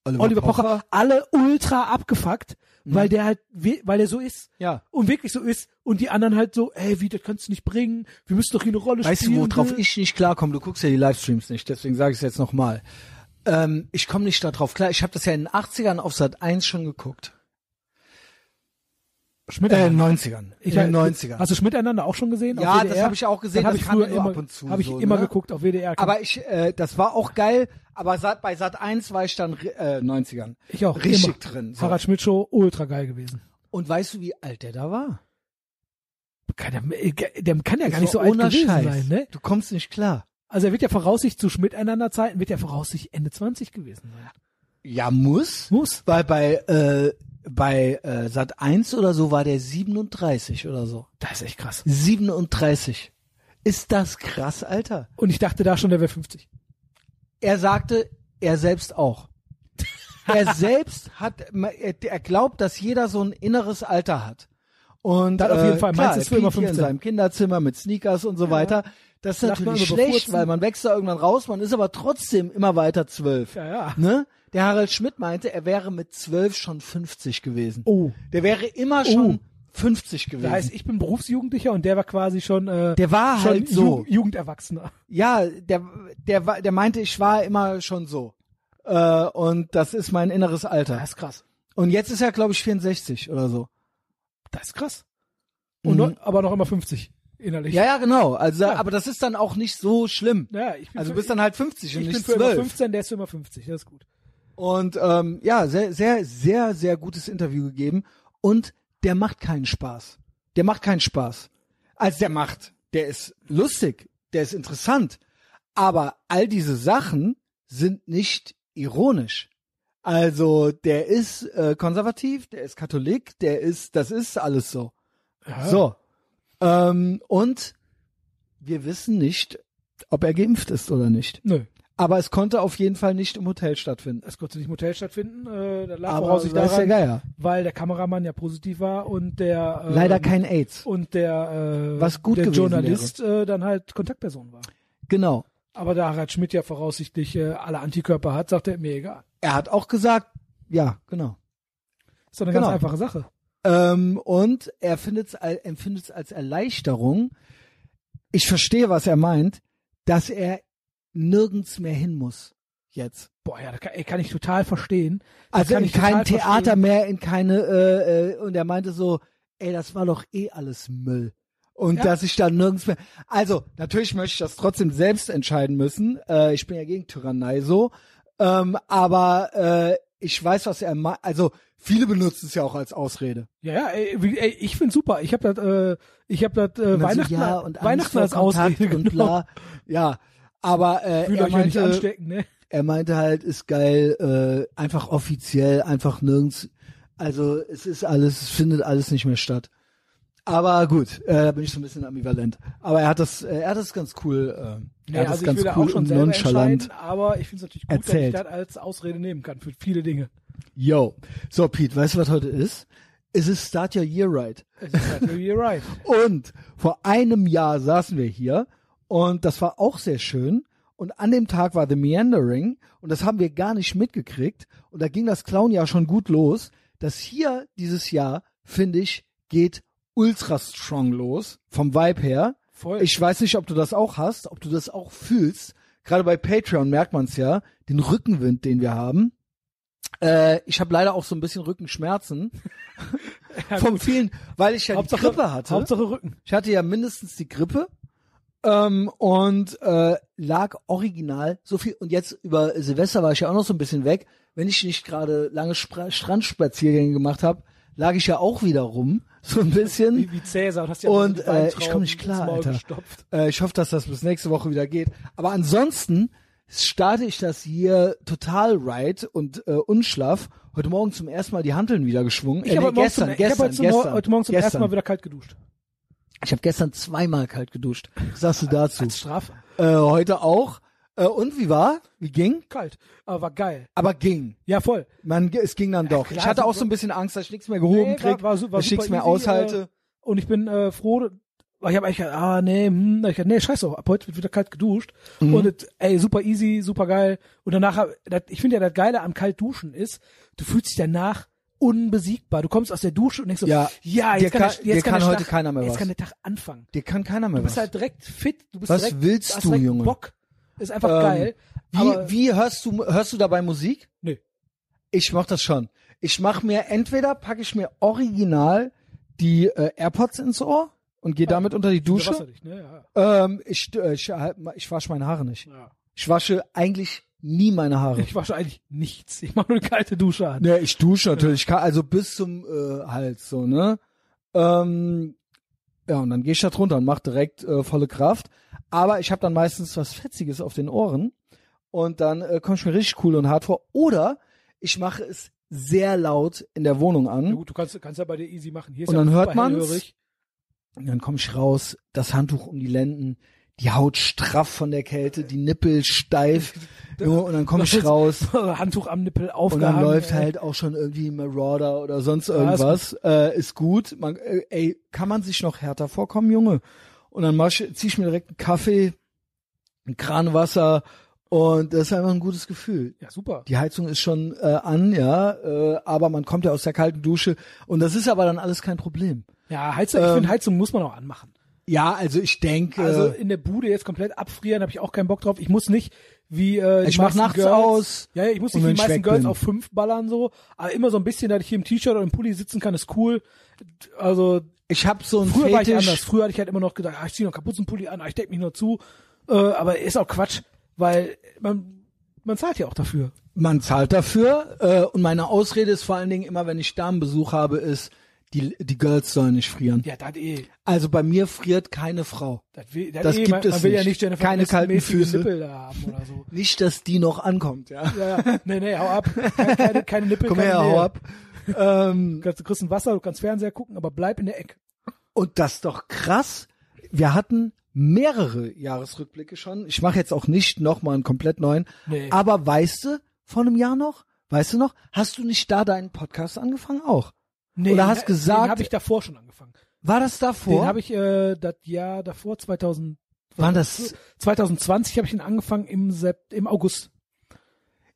[SPEAKER 1] Oliver,
[SPEAKER 2] Oliver Pocher, alle ultra abgefuckt, weil der halt, we- weil der so ist.
[SPEAKER 1] Ja.
[SPEAKER 2] Und wirklich so ist. Und die anderen halt so, ey, wie, das kannst du nicht bringen. Wir müssen doch hier eine Rolle
[SPEAKER 1] Weißt du,
[SPEAKER 2] spielen. ne?
[SPEAKER 1] worauf ich nicht klarkomme? Du guckst ja die Livestreams nicht, deswegen sage ich es jetzt nochmal. Ähm, ich komme nicht darauf klar. Ich habe das ja in den 80ern auf Sat 1 schon geguckt.
[SPEAKER 2] Schmidt
[SPEAKER 1] Äh, 90ern.
[SPEAKER 2] Ich
[SPEAKER 1] in den
[SPEAKER 2] hab-
[SPEAKER 1] 90ern.
[SPEAKER 2] Hast du Schmiteinander auch schon gesehen?
[SPEAKER 1] Ja,
[SPEAKER 2] auf
[SPEAKER 1] das
[SPEAKER 2] WDR?
[SPEAKER 1] hab ich auch gesehen,
[SPEAKER 2] Dann hab
[SPEAKER 1] das
[SPEAKER 2] ich
[SPEAKER 1] kam
[SPEAKER 2] früher
[SPEAKER 1] ja nur
[SPEAKER 2] immer,
[SPEAKER 1] ab und zu
[SPEAKER 2] Habe ich
[SPEAKER 1] so,
[SPEAKER 2] immer
[SPEAKER 1] ne?
[SPEAKER 2] geguckt auf WDR.
[SPEAKER 1] aber ich, äh, das war auch geil, aber Sat, bei Sat 1 war ich dann äh, 90ern.
[SPEAKER 2] ich auch
[SPEAKER 1] Richtig
[SPEAKER 2] immer.
[SPEAKER 1] drin. So.
[SPEAKER 2] Harald Schmidt Show ultra geil gewesen.
[SPEAKER 1] Und weißt du, wie alt der da war?
[SPEAKER 2] Kann der, äh, der kann ja gar
[SPEAKER 1] Das
[SPEAKER 2] nicht so
[SPEAKER 1] war
[SPEAKER 2] alt
[SPEAKER 1] ohne
[SPEAKER 2] gewesen
[SPEAKER 1] Scheiß.
[SPEAKER 2] sein, ne?
[SPEAKER 1] Du kommst nicht klar.
[SPEAKER 2] Also er wird ja voraussichtlich zu Schmiteinander Zeiten wird ja voraussichtlich Ende 20 gewesen sein.
[SPEAKER 1] Ja, muss.
[SPEAKER 2] Muss.
[SPEAKER 1] Weil bei, äh, bei äh, Sat 1 oder so war der 37 oder so.
[SPEAKER 2] Das ist echt krass.
[SPEAKER 1] 37. Ist das krass, Alter?
[SPEAKER 2] Und ich dachte da schon, der wäre 50.
[SPEAKER 1] Er sagte, er selbst auch. er selbst hat, er glaubt, dass jeder so ein inneres Alter hat. Und äh,
[SPEAKER 2] Dann auf jeden Fall.
[SPEAKER 1] klar,
[SPEAKER 2] Meins ist früher immer
[SPEAKER 1] Pete hier in
[SPEAKER 2] 15.
[SPEAKER 1] seinem Kinderzimmer mit Sneakers und so weiter. Das ist
[SPEAKER 2] Lacht man
[SPEAKER 1] natürlich
[SPEAKER 2] über
[SPEAKER 1] schlecht,
[SPEAKER 2] Furzen.
[SPEAKER 1] weil man wächst da irgendwann raus, man ist aber trotzdem immer weiter zwölf.
[SPEAKER 2] Ja, ja.
[SPEAKER 1] Ne? Der Harald Schmidt meinte, er wäre mit zwölf schon 50 gewesen.
[SPEAKER 2] Oh.
[SPEAKER 1] Der wäre immer schon 50 gewesen.
[SPEAKER 2] Das heißt, ich bin Berufsjugendlicher und der war quasi schon, äh,
[SPEAKER 1] der war
[SPEAKER 2] schon
[SPEAKER 1] halt so.
[SPEAKER 2] Ju- Jugenderwachsener.
[SPEAKER 1] Ja, der, der, war- der meinte, ich war immer schon so. Äh, und das ist mein inneres Alter.
[SPEAKER 2] ist krass.
[SPEAKER 1] Und jetzt ist er, glaube ich, 64 oder so.
[SPEAKER 2] Das ist krass. Und
[SPEAKER 1] Mhm.
[SPEAKER 2] noch, aber noch immer 50 innerlich.
[SPEAKER 1] Ja, ja, genau. Also,
[SPEAKER 2] Ja.
[SPEAKER 1] aber das ist dann auch nicht so schlimm.
[SPEAKER 2] Ja, ich bin
[SPEAKER 1] Also du
[SPEAKER 2] für-
[SPEAKER 1] bist dann halt 50 und
[SPEAKER 2] ich bin
[SPEAKER 1] nicht
[SPEAKER 2] für immer
[SPEAKER 1] 12.
[SPEAKER 2] 15, der ist für immer 50, das ist gut.
[SPEAKER 1] Und ähm, ja, sehr, sehr, sehr, sehr gutes Interview gegeben. Und der macht keinen Spaß. Der macht keinen Spaß. Also der macht, der ist lustig, der ist interessant. Aber all diese Sachen sind nicht ironisch. Also der ist äh, konservativ, der ist Katholik, der ist, das ist alles so.
[SPEAKER 2] Ah.
[SPEAKER 1] So. Ähm, und wir wissen nicht, ob er geimpft ist oder nicht.
[SPEAKER 2] Nö.
[SPEAKER 1] Aber es konnte auf jeden Fall nicht im Hotel stattfinden.
[SPEAKER 2] Das konnte nicht im Hotel stattfinden. Äh, da lag
[SPEAKER 1] Aber
[SPEAKER 2] voraussichtlich
[SPEAKER 1] weiß der
[SPEAKER 2] daran,
[SPEAKER 1] Geier.
[SPEAKER 2] weil der Kameramann ja positiv war und der äh,
[SPEAKER 1] Leider kein AIDS.
[SPEAKER 2] und der äh,
[SPEAKER 1] Was gut
[SPEAKER 2] der
[SPEAKER 1] gewesen
[SPEAKER 2] Journalist äh, dann halt Kontaktperson war.
[SPEAKER 1] Genau.
[SPEAKER 2] Aber da Harald Schmidt ja voraussichtlich äh, alle Antikörper hat, sagt er mir egal.
[SPEAKER 1] Er hat auch gesagt, ja, genau.
[SPEAKER 2] Ist doch eine
[SPEAKER 1] Genau.
[SPEAKER 2] ganz einfache Sache.
[SPEAKER 1] Ähm, und er findet's, al- empfindet es als Erleichterung. Ich verstehe, was er meint, dass er nirgends mehr hin muss jetzt.
[SPEAKER 2] Boah, ja, da kann, ey, kann ich total verstehen. Das
[SPEAKER 1] Also
[SPEAKER 2] kann
[SPEAKER 1] in
[SPEAKER 2] ich total
[SPEAKER 1] kein Theater
[SPEAKER 2] verstehen.
[SPEAKER 1] mehr, in keine, äh, äh, und er meinte so, ey, das war doch eh alles Müll. Und
[SPEAKER 2] Ja.
[SPEAKER 1] dass ich da nirgends mehr. Also, natürlich möchte ich das trotzdem selbst entscheiden müssen. Äh, ich bin ja gegen Tyrannei so. Ähm, aber äh, ich weiß, was er meint. Also, viele benutzen es ja auch als Ausrede.
[SPEAKER 2] Ja, ja, ey, wie- ey, ich find's super. Ich hab das, äh, ich hab das äh,
[SPEAKER 1] Und dann
[SPEAKER 2] Weihnachten,
[SPEAKER 1] so, ja, und Angst
[SPEAKER 2] Weihnachten
[SPEAKER 1] vor
[SPEAKER 2] als
[SPEAKER 1] Kontakt
[SPEAKER 2] Ausrede
[SPEAKER 1] und
[SPEAKER 2] genommen.
[SPEAKER 1] bla. Ja. Aber äh,
[SPEAKER 2] Fühlt
[SPEAKER 1] er
[SPEAKER 2] euch ja nicht
[SPEAKER 1] meinte,
[SPEAKER 2] anstecken, ne?
[SPEAKER 1] er meinte halt, ist geil, äh, einfach offiziell, einfach nirgends. Also es ist alles, es findet alles nicht mehr statt. Aber gut, äh, da bin ich so ein bisschen ambivalent. Aber er hat das, äh, er hat das ganz cool, äh, er
[SPEAKER 2] Ja,
[SPEAKER 1] hat das
[SPEAKER 2] also ich
[SPEAKER 1] ganz
[SPEAKER 2] würde
[SPEAKER 1] cool
[SPEAKER 2] auch schon
[SPEAKER 1] und
[SPEAKER 2] selber
[SPEAKER 1] nonchalant.
[SPEAKER 2] entscheiden, aber ich finde es natürlich gut,
[SPEAKER 1] erzählt.
[SPEAKER 2] dass ich das als Ausrede nehmen kann für viele Dinge.
[SPEAKER 1] Yo. So, Pete, weißt du, was heute ist? Es ist Start Your Year Right.
[SPEAKER 2] Es ist natürlich right.
[SPEAKER 1] Und vor einem Jahr saßen wir hier und das war auch sehr schön. Und an dem Tag war The Meandering und das haben wir gar nicht mitgekriegt. Und da ging das Clown ja schon gut los. Das hier dieses Jahr, finde ich, geht ultra strong los. Vom Vibe her.
[SPEAKER 2] Voll.
[SPEAKER 1] Ich weiß nicht, ob du das auch hast, ob du das auch fühlst. Gerade bei Patreon merkt man es ja, den Rückenwind, den wir haben. Äh, ich habe leider auch so ein bisschen Rückenschmerzen vom vielen, weil ich ja
[SPEAKER 2] Hauptsache,
[SPEAKER 1] die Grippe hatte.
[SPEAKER 2] Hauptsache Rücken.
[SPEAKER 1] Ich hatte ja mindestens die Grippe ähm, und äh, lag original so viel. Und jetzt über Silvester war ich ja auch noch so ein bisschen weg. Wenn ich nicht gerade lange Spra Strandspaziergänge gemacht habe, lag ich ja auch wieder rum, so ein bisschen.
[SPEAKER 2] Wie, wie Cäsar. Und, hast ja
[SPEAKER 1] Und,
[SPEAKER 2] die
[SPEAKER 1] äh, ich
[SPEAKER 2] Weintrauben
[SPEAKER 1] komm nicht klar,
[SPEAKER 2] ins Maul
[SPEAKER 1] Alter.
[SPEAKER 2] Gestopft.
[SPEAKER 1] Äh, ich hoffe, dass das bis nächste Woche wieder geht. Aber ansonsten starte ich das hier total right und äh, unschlaff. Heute Morgen zum ersten Mal die Hanteln wieder geschwungen.
[SPEAKER 2] Ich
[SPEAKER 1] äh,
[SPEAKER 2] habe
[SPEAKER 1] nee,
[SPEAKER 2] heute
[SPEAKER 1] gestern,
[SPEAKER 2] Morgen zum- ich hab
[SPEAKER 1] gestern,
[SPEAKER 2] heute zum-
[SPEAKER 1] gestern,
[SPEAKER 2] heute Morgen zum
[SPEAKER 1] gestern.
[SPEAKER 2] ersten Mal wieder kalt geduscht.
[SPEAKER 1] Ich habe gestern zweimal kalt geduscht. Was sagst du dazu?
[SPEAKER 2] Als Strafe.
[SPEAKER 1] Äh, heute auch. Äh, und wie war? Wie ging?
[SPEAKER 2] Kalt. Aber war geil.
[SPEAKER 1] Aber ging.
[SPEAKER 2] Ja, voll.
[SPEAKER 1] Man, es ging dann doch.
[SPEAKER 2] klar,
[SPEAKER 1] ich hatte auch
[SPEAKER 2] so-
[SPEAKER 1] so ein bisschen Angst, dass ich nichts mehr gehoben
[SPEAKER 2] Nee, war-
[SPEAKER 1] krieg,
[SPEAKER 2] war su- war
[SPEAKER 1] dass ich
[SPEAKER 2] super
[SPEAKER 1] nichts mehr
[SPEAKER 2] easy, äh,
[SPEAKER 1] aushalte.
[SPEAKER 2] Und ich bin äh, froh, weil ich habe eigentlich gedacht, ah nee, hm, Da hab ich gedacht, nee, scheiß drauf, ab heute wird wieder kalt geduscht.
[SPEAKER 1] Mhm.
[SPEAKER 2] Und das, ey, super easy, super geil. Und danach, hab- das, ich finde ja das Geile am kalt duschen ist, du fühlst dich danach unbesiegbar. Du kommst aus der Dusche und denkst so, ja,
[SPEAKER 1] Ja,
[SPEAKER 2] jetzt
[SPEAKER 1] dir
[SPEAKER 2] kann,
[SPEAKER 1] kann-
[SPEAKER 2] der,
[SPEAKER 1] dir
[SPEAKER 2] jetzt kann,
[SPEAKER 1] kann
[SPEAKER 2] der
[SPEAKER 1] heute
[SPEAKER 2] Tag,
[SPEAKER 1] keiner mehr
[SPEAKER 2] Jetzt
[SPEAKER 1] was.
[SPEAKER 2] kann der Tag anfangen.
[SPEAKER 1] Dir kann keiner mehr
[SPEAKER 2] Du bist
[SPEAKER 1] was.
[SPEAKER 2] halt direkt fit. Du bist
[SPEAKER 1] Was
[SPEAKER 2] direkt,
[SPEAKER 1] willst
[SPEAKER 2] du hast
[SPEAKER 1] du,
[SPEAKER 2] direkt
[SPEAKER 1] Junge?
[SPEAKER 2] Bock. Ist einfach
[SPEAKER 1] Ähm,
[SPEAKER 2] geil. aber,
[SPEAKER 1] wie, wie hörst du, hörst du dabei Musik?
[SPEAKER 2] Nö.
[SPEAKER 1] Ich mach das schon. Ich mach mir, entweder packe ich mir original die äh, AirPods ins Ohr und gehe damit unter die
[SPEAKER 2] Ja,
[SPEAKER 1] Dusche.
[SPEAKER 2] wasserdicht, ne? ja,
[SPEAKER 1] Ähm, ich, äh, ich, ich wasche meine Haare nicht.
[SPEAKER 2] ja.
[SPEAKER 1] Ich wasche eigentlich nie meine Haare.
[SPEAKER 2] Ich wasche eigentlich nichts. Ich mache nur eine kalte Dusche an.
[SPEAKER 1] Ne, ich dusche natürlich, ka- also bis zum äh, Hals so, ne? Ähm, ja, und dann gehe ich da drunter und mach direkt äh, volle Kraft. Aber ich habe dann meistens was Fetziges auf den Ohren und dann äh, komme ich mir richtig cool und hart vor. Oder ich mache es sehr laut in der Wohnung
[SPEAKER 2] Na
[SPEAKER 1] an.
[SPEAKER 2] gut, du kannst, kannst ja bei dir easy machen. Hier ist
[SPEAKER 1] Und
[SPEAKER 2] ja
[SPEAKER 1] dann hört
[SPEAKER 2] super
[SPEAKER 1] man's.
[SPEAKER 2] hellhörig.
[SPEAKER 1] Und dann komme ich raus, das Handtuch um die Lenden, die Haut straff von der Kälte, die Nippel steif. Junge, und dann komme ich raus.
[SPEAKER 2] Handtuch am Nippel
[SPEAKER 1] Und
[SPEAKER 2] aufgehangen.
[SPEAKER 1] dann läuft
[SPEAKER 2] ey.
[SPEAKER 1] halt auch schon irgendwie Marauder oder sonst
[SPEAKER 2] Ja, ist
[SPEAKER 1] irgendwas. äh, ist gut. Man, äh, ey, kann man sich noch härter vorkommen, Junge? Und dann mach ich, zieh ich mir direkt einen Kaffee, ein Kran Wasser und das ist einfach ein gutes Gefühl.
[SPEAKER 2] Ja, super.
[SPEAKER 1] Die Heizung ist schon äh, an, ja, äh, aber man kommt ja aus der kalten Dusche und das ist aber dann alles kein Problem.
[SPEAKER 2] Ja, Heizung, ich
[SPEAKER 1] Ähm,
[SPEAKER 2] finde, Heizung muss man auch anmachen.
[SPEAKER 1] Ja, also ich denke,
[SPEAKER 2] Also
[SPEAKER 1] also,
[SPEAKER 2] in der Bude jetzt komplett abfrieren, habe ich auch keinen Bock draff. Ich muss nicht wie äh, die
[SPEAKER 1] Ich mach
[SPEAKER 2] meisten
[SPEAKER 1] nachts
[SPEAKER 2] Girls,
[SPEAKER 1] aus
[SPEAKER 2] Ja, ja, ich muss
[SPEAKER 1] und
[SPEAKER 2] nicht wie
[SPEAKER 1] wenn
[SPEAKER 2] die
[SPEAKER 1] ich
[SPEAKER 2] meisten
[SPEAKER 1] weg
[SPEAKER 2] Girls
[SPEAKER 1] bin.
[SPEAKER 2] auf fünf ballern so, aber immer so ein bisschen, dass ich hier im T-Shirt oder im Pulli sitzen kann, ist cool. Also
[SPEAKER 1] ich habe so ein
[SPEAKER 2] früher war ich anders.
[SPEAKER 1] Fetisch.
[SPEAKER 2] Früher hatte ich halt immer noch gedacht, ah, ich zieh noch einen Kapuzenpulli an, ah, ich deck mich nur zu. Äh, aber ist auch Quatsch, weil man man zahlt ja auch dafür.
[SPEAKER 1] Man zahlt dafür äh, und meine Ausrede ist vor allen Dingen immer, wenn ich Damenbesuch habe, ist, die, die Girls sollen nicht frieren.
[SPEAKER 2] Ja, das eh.
[SPEAKER 1] Also bei mir friert keine Frau.
[SPEAKER 2] Das, will,
[SPEAKER 1] Das
[SPEAKER 2] eh,
[SPEAKER 1] gibt
[SPEAKER 2] man, man
[SPEAKER 1] es
[SPEAKER 2] will ja
[SPEAKER 1] nicht.
[SPEAKER 2] nicht Jennifer
[SPEAKER 1] Keine
[SPEAKER 2] Aniston
[SPEAKER 1] kalten
[SPEAKER 2] mäßige
[SPEAKER 1] Füße.
[SPEAKER 2] Nippel da haben oder so.
[SPEAKER 1] Nicht, dass die noch ankommt, ja.
[SPEAKER 2] Ja, ja. Nee, nee, hau ab. Keine, keine, keine Nippel,
[SPEAKER 1] Komm
[SPEAKER 2] keine
[SPEAKER 1] her,
[SPEAKER 2] Nähe.
[SPEAKER 1] hau ab.
[SPEAKER 2] Du
[SPEAKER 1] ähm,
[SPEAKER 2] kannst, du kriegst ein Wasser, du kannst Fernseher gucken, aber bleib in der Ecke.
[SPEAKER 1] und das ist doch krass. Wir hatten mehrere Jahresrückblicke schon. Ich mache jetzt auch nicht nochmal einen komplett neuen.
[SPEAKER 2] Nee.
[SPEAKER 1] Aber weißt du, vor einem Jahr noch, weißt du noch, hast du nicht da deinen Podcast angefangen auch?
[SPEAKER 2] Nee,
[SPEAKER 1] Oder hast
[SPEAKER 2] den,
[SPEAKER 1] gesagt-
[SPEAKER 2] Den habe ich davor schon angefangen.
[SPEAKER 1] War das davor?
[SPEAKER 2] Den habe ich äh, das Jahr davor, 2000,
[SPEAKER 1] War das,
[SPEAKER 2] 2020 habe ich den angefangen im, Sep im August.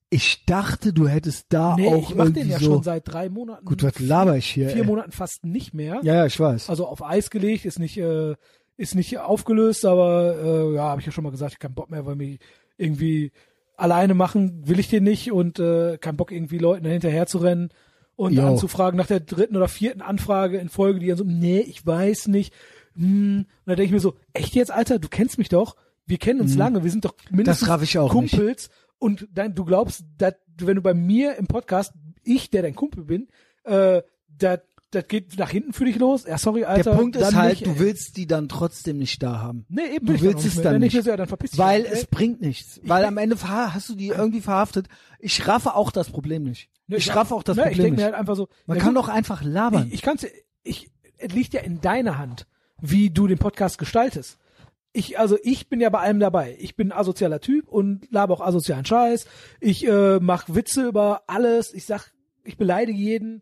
[SPEAKER 1] ich dachte, du hättest da
[SPEAKER 2] Nee,
[SPEAKER 1] Ah, auch
[SPEAKER 2] ich mache den
[SPEAKER 1] irgendwie
[SPEAKER 2] ja
[SPEAKER 1] so.
[SPEAKER 2] schon seit drei Monaten,
[SPEAKER 1] Gut, was laber ich hier?
[SPEAKER 2] vier
[SPEAKER 1] ey?
[SPEAKER 2] Monaten fast nicht mehr.
[SPEAKER 1] Ja, ja, ich weiß.
[SPEAKER 2] Also auf Eis gelegt, ist nicht, äh, ist nicht aufgelöst, aber äh, ja, habe ich ja schon mal gesagt, ich hab keinen Bock mehr, weil mich irgendwie alleine machen will ich den nicht und äh, keinen Bock irgendwie Leuten hinterher zu rennen und
[SPEAKER 1] Jo.
[SPEAKER 2] anzufragen nach der dritten oder vierten Anfrage in Folge, die dann so, nee, ich weiß nicht. Hm. Und dann denke ich mir so, echt jetzt, Alter, du kennst mich doch, wir kennen uns lange, wir sind doch mindestens
[SPEAKER 1] Mhm. raff ich auch nicht.
[SPEAKER 2] Kumpels und dann, du glaubst, dass, wenn du bei mir im Podcast, ich, der dein Kumpel bin, äh, das das geht nach hinten für dich los. Ja, sorry,
[SPEAKER 1] Der
[SPEAKER 2] Alter.
[SPEAKER 1] Punkt ist
[SPEAKER 2] Also dann
[SPEAKER 1] halt,
[SPEAKER 2] nicht,
[SPEAKER 1] du
[SPEAKER 2] ey.
[SPEAKER 1] willst die dann trotzdem nicht da haben.
[SPEAKER 2] Nee, eben
[SPEAKER 1] du
[SPEAKER 2] will ich
[SPEAKER 1] willst
[SPEAKER 2] doch
[SPEAKER 1] es
[SPEAKER 2] mehr.
[SPEAKER 1] dann
[SPEAKER 2] Wenn ich
[SPEAKER 1] nicht.
[SPEAKER 2] will, ja, dann verpiss dich.
[SPEAKER 1] Weil
[SPEAKER 2] Ey,
[SPEAKER 1] es bringt nichts. Weil
[SPEAKER 2] denk-
[SPEAKER 1] am Ende verha- hast du die irgendwie verhaftet. Ich raffe auch das Problem nicht.
[SPEAKER 2] ne,
[SPEAKER 1] ich raffe auch das
[SPEAKER 2] ne, Äh. Ich
[SPEAKER 1] Problem
[SPEAKER 2] denke
[SPEAKER 1] nicht.
[SPEAKER 2] mir halt einfach so.
[SPEAKER 1] Man
[SPEAKER 2] na
[SPEAKER 1] kann
[SPEAKER 2] gut,
[SPEAKER 1] doch einfach labern.
[SPEAKER 2] Ich, ich kann's, ich, es liegt ja in deiner Hand, wie du den Podcast gestaltest. Ich, also ich bin ja bei allem dabei. Ich bin ein asozialer Typ und laber auch asozialen Scheiß. Ich äh, mache Witze über alles. Ich sag, ich beleidige jeden.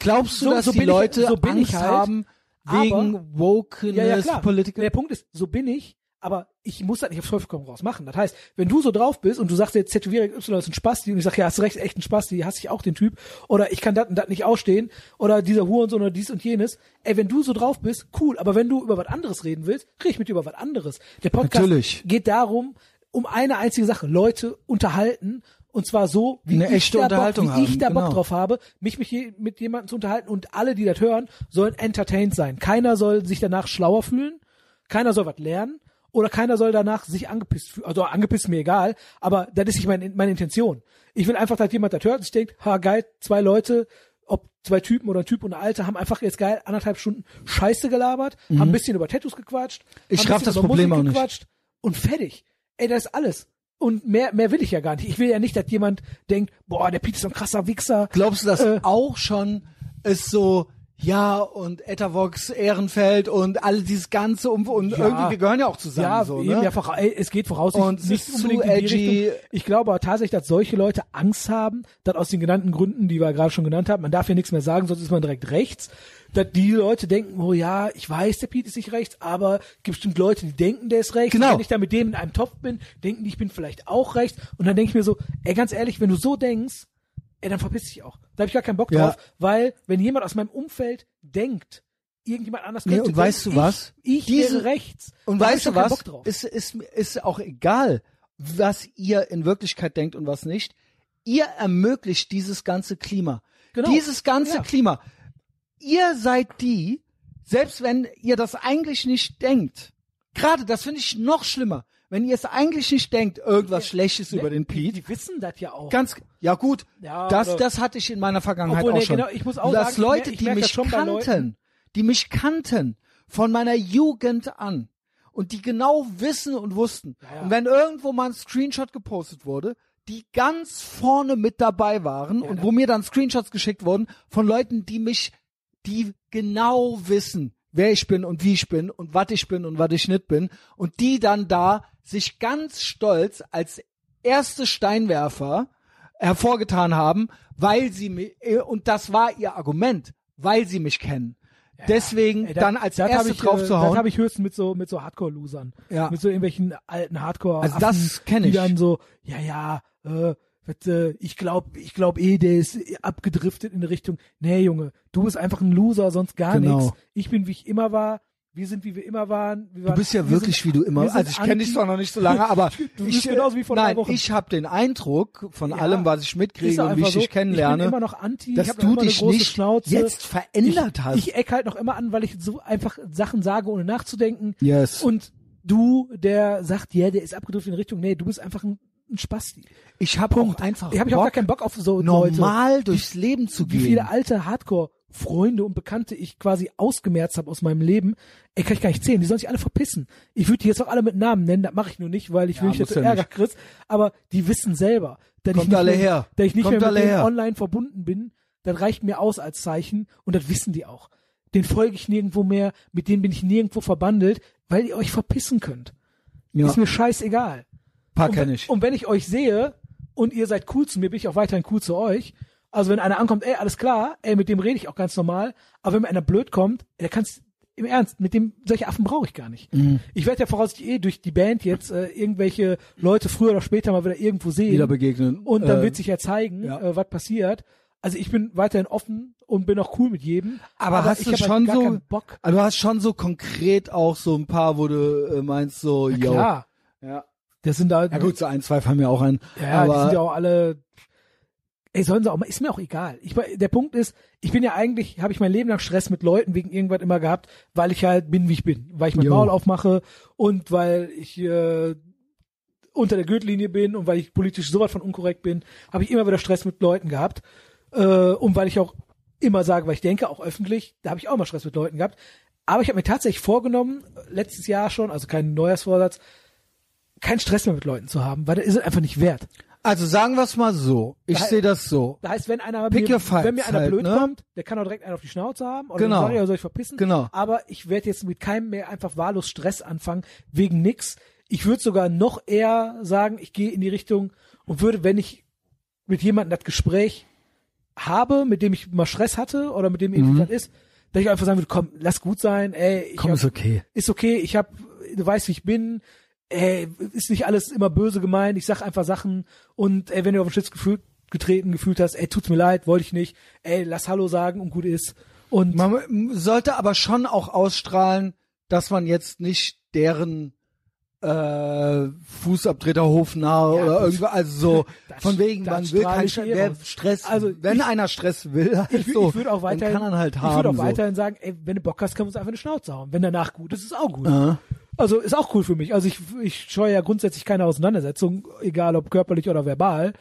[SPEAKER 1] Glaubst du,
[SPEAKER 2] So-
[SPEAKER 1] dass
[SPEAKER 2] so
[SPEAKER 1] die
[SPEAKER 2] bin ich-
[SPEAKER 1] Leute
[SPEAKER 2] so bin
[SPEAKER 1] Angst
[SPEAKER 2] ich halt,
[SPEAKER 1] haben wegen Wokeness,
[SPEAKER 2] Ja, ja, klar.
[SPEAKER 1] Political?
[SPEAKER 2] Der Punkt ist, so bin ich, aber ich muss das nicht aufs Teufel komm raus machen. Das heißt, wenn du so drauf bist und du sagst jetzt Tätowierer Y ist ein Spasti und ich sag, ja, hast du recht, ist echt ein Spasti, hasse ich auch den Typ oder ich kann das und das nicht ausstehen oder dieser Hurensohn oder dies und jenes. Ey, wenn du so drauf bist, cool, aber wenn du über was anderes reden willst, rede ich mit dir über was anderes. Der Podcast
[SPEAKER 1] Natürlich.
[SPEAKER 2] geht darum, um eine einzige Sache, Leute unterhalten und zwar so, wie,
[SPEAKER 1] Eine
[SPEAKER 2] ich,
[SPEAKER 1] echte
[SPEAKER 2] da
[SPEAKER 1] Unterhaltung
[SPEAKER 2] Bock, wie
[SPEAKER 1] haben,
[SPEAKER 2] ich da Bock
[SPEAKER 1] genau.
[SPEAKER 2] drauf drauf habe, mich mit, je, mit jemandem zu unterhalten und alle, die das hören, sollen entertained sein. Keiner soll sich danach schlauer fühlen, keiner soll was lernen oder keiner soll danach sich angepisst fühlen. Also angepisst ist mir egal, aber das ist nicht mein, meine Intention. Ich will einfach, dass jemand das hört und sich denkt, ha geil, zwei Leute, ob zwei Typen oder ein Typ und eine Alte, haben einfach jetzt geil anderthalb Stunden Scheiße gelabert, haben ein bisschen über Tattoos gequatscht,
[SPEAKER 1] Mhm. Ich
[SPEAKER 2] haben ein
[SPEAKER 1] raff
[SPEAKER 2] bisschen
[SPEAKER 1] das
[SPEAKER 2] über
[SPEAKER 1] Problem
[SPEAKER 2] Musik
[SPEAKER 1] auch nicht.
[SPEAKER 2] gequatscht und fertig. Ey, das ist alles. Und mehr, mehr will ich ja gar nicht. Ich will ja nicht, dass jemand denkt, boah, der Pete ist so ein krasser Wichser.
[SPEAKER 1] Glaubst du, dass
[SPEAKER 2] Äh.
[SPEAKER 1] auch schon ist so, ja, und Etavox, Ehrenfeld und all dieses Ganze um, und
[SPEAKER 2] Ja.
[SPEAKER 1] irgendwie, wir gehören ja auch zusammen,
[SPEAKER 2] Ja,
[SPEAKER 1] so,
[SPEAKER 2] eben,
[SPEAKER 1] ne?
[SPEAKER 2] ja vora- ey, es geht voraus.
[SPEAKER 1] Und
[SPEAKER 2] nicht
[SPEAKER 1] es ist
[SPEAKER 2] unbedingt
[SPEAKER 1] zu
[SPEAKER 2] in die
[SPEAKER 1] edgy.
[SPEAKER 2] Richtung. Ich glaube aber tatsächlich, dass solche Leute Angst haben, dass aus den genannten Gründen, die wir gerade schon genannt haben, man darf hier nichts mehr sagen, sonst ist man direkt rechts, dass die Leute denken, oh ja, ich weiß, der Piet ist nicht rechts, aber gibt bestimmt Leute, die denken, der ist rechts.
[SPEAKER 1] Genau.
[SPEAKER 2] Und Wenn ich da mit dem in einem Topf bin, denken die, ich bin vielleicht auch rechts. Und dann denke ich mir so, ey, ganz ehrlich, wenn du so denkst, ey, dann verpiss dich auch. Da habe ich gar keinen Bock
[SPEAKER 1] Ja.
[SPEAKER 2] drauf, weil wenn jemand aus meinem Umfeld denkt, irgendjemand anders
[SPEAKER 1] Nee,
[SPEAKER 2] könnte
[SPEAKER 1] und weißt
[SPEAKER 2] denken,
[SPEAKER 1] du was?
[SPEAKER 2] Ich, ich
[SPEAKER 1] Diese-
[SPEAKER 2] wäre rechts.
[SPEAKER 1] Und
[SPEAKER 2] Da hab ich
[SPEAKER 1] weißt
[SPEAKER 2] doch
[SPEAKER 1] du
[SPEAKER 2] keinen
[SPEAKER 1] was?
[SPEAKER 2] Bock drauf.
[SPEAKER 1] Ist, ist, ist auch egal, was ihr in Wirklichkeit denkt und was nicht. Ihr ermöglicht dieses ganze Klima.
[SPEAKER 2] Genau.
[SPEAKER 1] Dieses ganze
[SPEAKER 2] Ja.
[SPEAKER 1] Klima. Ihr seid die, selbst wenn ihr das eigentlich nicht denkt. Gerade, das finde ich noch schlimmer. Wenn ihr es eigentlich nicht denkt, irgendwas Schlechtes über
[SPEAKER 2] Ne?
[SPEAKER 1] den
[SPEAKER 2] Die,
[SPEAKER 1] Pete.
[SPEAKER 2] die wissen das ja auch.
[SPEAKER 1] Ganz, ja gut,
[SPEAKER 2] Ja,
[SPEAKER 1] das,
[SPEAKER 2] oder-
[SPEAKER 1] das hatte ich in meiner Vergangenheit
[SPEAKER 2] Obwohl,
[SPEAKER 1] auch
[SPEAKER 2] nee,
[SPEAKER 1] schon.
[SPEAKER 2] genau, ich muss auch
[SPEAKER 1] Dass
[SPEAKER 2] sagen, ich mer-
[SPEAKER 1] Leute,
[SPEAKER 2] ich
[SPEAKER 1] die
[SPEAKER 2] merk das
[SPEAKER 1] mich
[SPEAKER 2] schon bei Leuten.
[SPEAKER 1] kannten, die mich kannten von meiner Jugend an und die genau wissen und wussten.
[SPEAKER 2] Ja, ja.
[SPEAKER 1] Und wenn irgendwo mal ein Screenshot gepostet wurde, die ganz vorne mit dabei waren
[SPEAKER 2] Ja,
[SPEAKER 1] und
[SPEAKER 2] ne.
[SPEAKER 1] wo mir dann Screenshots geschickt wurden von Leuten, die mich, die genau wissen, wer ich bin und wie ich bin und was ich bin und was ich nicht bin und die dann da sich ganz stolz als erste Steinwerfer hervorgetan haben, weil sie mich, und das war ihr Argument, weil sie mich kennen. Deswegen
[SPEAKER 2] Ey,
[SPEAKER 1] dann als
[SPEAKER 2] das hab
[SPEAKER 1] erste
[SPEAKER 2] ich, äh, Das
[SPEAKER 1] draufzuhauen.
[SPEAKER 2] habe ich höchstens mit so mit so Hardcore-Losern,
[SPEAKER 1] Ja.
[SPEAKER 2] mit so irgendwelchen alten Hardcore.
[SPEAKER 1] Also das kenn ich.
[SPEAKER 2] Die dann so, ja ja, äh, was, äh, ich glaube, ich glaube eh, der ist abgedriftet in die Richtung. Nee, Junge, du bist einfach ein Loser, sonst gar
[SPEAKER 1] Genau.
[SPEAKER 2] nichts. Ich bin wie ich immer war. Wir sind wie wir immer waren. Wir
[SPEAKER 1] Du
[SPEAKER 2] waren
[SPEAKER 1] bist ja
[SPEAKER 2] wir
[SPEAKER 1] wirklich
[SPEAKER 2] sind,
[SPEAKER 1] wie du immer.
[SPEAKER 2] wir sind
[SPEAKER 1] Also ich kenne dich
[SPEAKER 2] anti-
[SPEAKER 1] zwar noch nicht so lange, aber
[SPEAKER 2] Du
[SPEAKER 1] ich, äh,
[SPEAKER 2] bist genauso wie vor drei
[SPEAKER 1] nein,
[SPEAKER 2] Wochen.
[SPEAKER 1] ich habe den Eindruck von
[SPEAKER 2] Ja,
[SPEAKER 1] allem, was ich
[SPEAKER 2] ist
[SPEAKER 1] mitkriege und
[SPEAKER 2] doch
[SPEAKER 1] wie
[SPEAKER 2] einfach
[SPEAKER 1] ich
[SPEAKER 2] so.
[SPEAKER 1] dich kennenlerne,
[SPEAKER 2] Ich bin immer noch anti, ich
[SPEAKER 1] dass
[SPEAKER 2] hab noch
[SPEAKER 1] du
[SPEAKER 2] immer eine
[SPEAKER 1] dich
[SPEAKER 2] große
[SPEAKER 1] nicht
[SPEAKER 2] Schnauze.
[SPEAKER 1] jetzt verändert
[SPEAKER 2] ich,
[SPEAKER 1] hast.
[SPEAKER 2] Ich eck halt noch immer an, weil ich so einfach Sachen sage, ohne nachzudenken.
[SPEAKER 1] Yes.
[SPEAKER 2] Und du, der sagt, ja, der ist abgedriftet in Richtung, nee, du bist einfach ein, ein Spasti.
[SPEAKER 1] ich habe auch einfach
[SPEAKER 2] Ich habe auch gar
[SPEAKER 1] Bock,
[SPEAKER 2] keinen Bock auf so Leute.
[SPEAKER 1] normal durchs Leben zu
[SPEAKER 2] Wie
[SPEAKER 1] gehen.
[SPEAKER 2] viele alte Hardcore-Freunde und Bekannte ich quasi ausgemerzt habe aus meinem Leben, ey, kann ich gar nicht zählen. Die sollen sich alle verpissen. Ich würde die jetzt auch alle mit Namen nennen, das mache ich nur nicht, weil ich
[SPEAKER 1] Ja,
[SPEAKER 2] will nicht, dass
[SPEAKER 1] muss
[SPEAKER 2] du
[SPEAKER 1] ja
[SPEAKER 2] Ärger
[SPEAKER 1] nicht.
[SPEAKER 2] kriegst. Aber die wissen selber, dass
[SPEAKER 1] Kommt
[SPEAKER 2] ich nicht
[SPEAKER 1] alle
[SPEAKER 2] mehr,
[SPEAKER 1] her.
[SPEAKER 2] Dass ich nicht
[SPEAKER 1] Kommt
[SPEAKER 2] mehr
[SPEAKER 1] alle
[SPEAKER 2] mit denen
[SPEAKER 1] her.
[SPEAKER 2] online verbunden bin, das reicht mir aus als Zeichen und das wissen die auch. Den folge ich nirgendwo mehr, mit denen bin ich nirgendwo verbandelt, weil ihr euch verpissen könnt.
[SPEAKER 1] ja,
[SPEAKER 2] Ist mir um- scheißegal.
[SPEAKER 1] paar
[SPEAKER 2] Und-
[SPEAKER 1] kenne ich.
[SPEAKER 2] Und wenn ich euch sehe und ihr seid cool zu mir, bin ich auch weiterhin cool zu euch. Also wenn einer ankommt, ey, alles klar, ey, mit dem rede ich auch ganz normal. Aber wenn mir einer blöd kommt, ey, der kannst im Ernst, mit dem solche Affen brauche ich gar nicht.
[SPEAKER 1] Mhm.
[SPEAKER 2] Ich werde ja voraussichtlich eh durch die Band jetzt äh, irgendwelche Leute früher oder später mal wieder irgendwo sehen.
[SPEAKER 1] Wieder begegnen.
[SPEAKER 2] und dann
[SPEAKER 1] Äh,
[SPEAKER 2] wird sich ja zeigen,
[SPEAKER 1] ja.
[SPEAKER 2] äh, was passiert. Also ich bin weiterhin offen und bin auch cool mit jedem.
[SPEAKER 1] Aber, hast
[SPEAKER 2] ich
[SPEAKER 1] du
[SPEAKER 2] hab halt
[SPEAKER 1] schon
[SPEAKER 2] gar
[SPEAKER 1] so,
[SPEAKER 2] keinen Bock?
[SPEAKER 1] aber Also du hast schon so konkret auch so ein paar, wo du äh, meinst so, yo.
[SPEAKER 2] Klar,
[SPEAKER 1] Ja.
[SPEAKER 2] das sind da
[SPEAKER 1] ja gut, so ein, zwei fallen mir auch ein.
[SPEAKER 2] Ja,
[SPEAKER 1] aber
[SPEAKER 2] die sind ja auch alle. Ey, sollen sie auch mal, ist mir auch egal. Ich, war- der Punkt ist, ich bin ja eigentlich, habe ich mein Leben lang Stress mit Leuten wegen irgendwas immer gehabt, weil ich halt bin, wie ich bin. Weil ich mein
[SPEAKER 1] Jo.
[SPEAKER 2] Maul aufmache und weil ich äh, unter der Gürtellinie bin und weil ich politisch sowas von unkorrekt bin, habe ich immer wieder Stress mit Leuten gehabt. Äh, und weil ich auch immer sage, weil ich denke, auch öffentlich, da habe ich auch mal Stress mit Leuten gehabt. Aber ich habe mir tatsächlich vorgenommen, letztes Jahr schon, also kein Neujahrsvorsatz, keinen Stress mehr mit Leuten zu haben, weil das ist es einfach nicht wert.
[SPEAKER 1] Also sagen wir es mal so. Ich
[SPEAKER 2] Da-
[SPEAKER 1] sehe das so.
[SPEAKER 2] Das heißt, wenn einer
[SPEAKER 1] Pick
[SPEAKER 2] mir,
[SPEAKER 1] your fights
[SPEAKER 2] wenn mir einer
[SPEAKER 1] halt,
[SPEAKER 2] blöd
[SPEAKER 1] ne?
[SPEAKER 2] kommt, der kann auch direkt einen auf die Schnauze haben oder
[SPEAKER 1] Genau.
[SPEAKER 2] dann sag ich, er soll ich verpissen.
[SPEAKER 1] Genau.
[SPEAKER 2] Aber ich werde jetzt mit keinem mehr einfach wahllos Stress anfangen wegen nix. Ich würde sogar noch eher sagen, ich gehe in die Richtung und würde, wenn ich mit jemandem das Gespräch habe, mit dem ich mal Stress hatte oder mit dem irgendwie was ist, dass ich einfach sagen würde, komm, lass gut sein, ey, ich
[SPEAKER 1] Mhm. Komm,
[SPEAKER 2] hab-
[SPEAKER 1] ist okay.
[SPEAKER 2] ist okay, ich hab, du weißt, wie ich bin, ey, ist nicht alles immer böse gemeint, ich sag einfach Sachen und ey, wenn du auf den Schlips gefühlt, getreten gefühlt hast, ey, tut's mir leid, wollte ich nicht, ey, lass Hallo sagen und gut ist. Und
[SPEAKER 1] Man m- sollte aber schon auch ausstrahlen, dass man jetzt nicht deren äh, Fußabtreterhof nahe
[SPEAKER 2] Ja,
[SPEAKER 1] oder
[SPEAKER 2] das-
[SPEAKER 1] irgendwie, also so
[SPEAKER 2] das-
[SPEAKER 1] von wegen,
[SPEAKER 2] das
[SPEAKER 1] man will
[SPEAKER 2] strahle
[SPEAKER 1] keinen
[SPEAKER 2] ich eh
[SPEAKER 1] wer
[SPEAKER 2] raus.
[SPEAKER 1] Stress,
[SPEAKER 2] Also
[SPEAKER 1] wenn
[SPEAKER 2] ich-
[SPEAKER 1] einer Stress will, halt
[SPEAKER 2] ich, wü-
[SPEAKER 1] so,
[SPEAKER 2] ich würde auch
[SPEAKER 1] dann
[SPEAKER 2] weiterhin,
[SPEAKER 1] kann er halt
[SPEAKER 2] ich
[SPEAKER 1] haben.
[SPEAKER 2] würde auch weiterhin sagen, ey, wenn du Bock hast, können wir uns einfach eine Schnauze hauen. Wenn danach gut ist, ist auch gut.
[SPEAKER 1] so. Ja.
[SPEAKER 2] Also ist auch cool für mich. Also ich, ich scheue ja grundsätzlich keine Auseinandersetzung, egal ob körperlich oder verbal.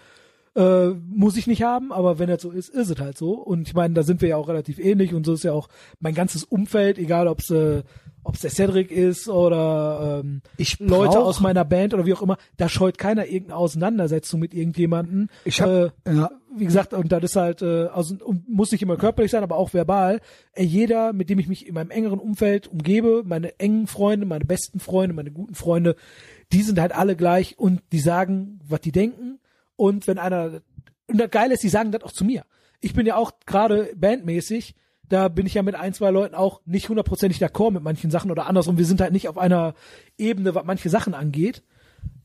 [SPEAKER 2] Äh, muss ich nicht haben, aber wenn das so ist, ist es halt so. Und ich meine, da sind wir ja auch relativ ähnlich und so ist ja auch mein ganzes Umfeld, egal ob es äh, ob's der Cedric ist oder ähm,
[SPEAKER 1] Ich
[SPEAKER 2] Leute
[SPEAKER 1] brauch-
[SPEAKER 2] aus meiner Band oder wie auch immer, da scheut keiner irgendeine Auseinandersetzung mit irgendjemanden. Äh,
[SPEAKER 1] Ich hab- ja.
[SPEAKER 2] Wie gesagt, und das ist halt, äh, also und muss nicht immer körperlich sein, aber auch verbal. Äh, jeder, mit dem ich mich in meinem engeren Umfeld umgebe, meine engen Freunde, meine besten Freunde, meine guten Freunde, die sind halt alle gleich und die sagen, was die denken. Und wenn einer, und das Geile ist, die sagen das auch zu mir. Ich bin ja auch gerade bandmäßig, da bin ich ja mit ein, zwei Leuten auch nicht hundertprozentig d'accord mit manchen Sachen oder andersrum. Wir sind halt nicht auf einer Ebene, was manche Sachen angeht.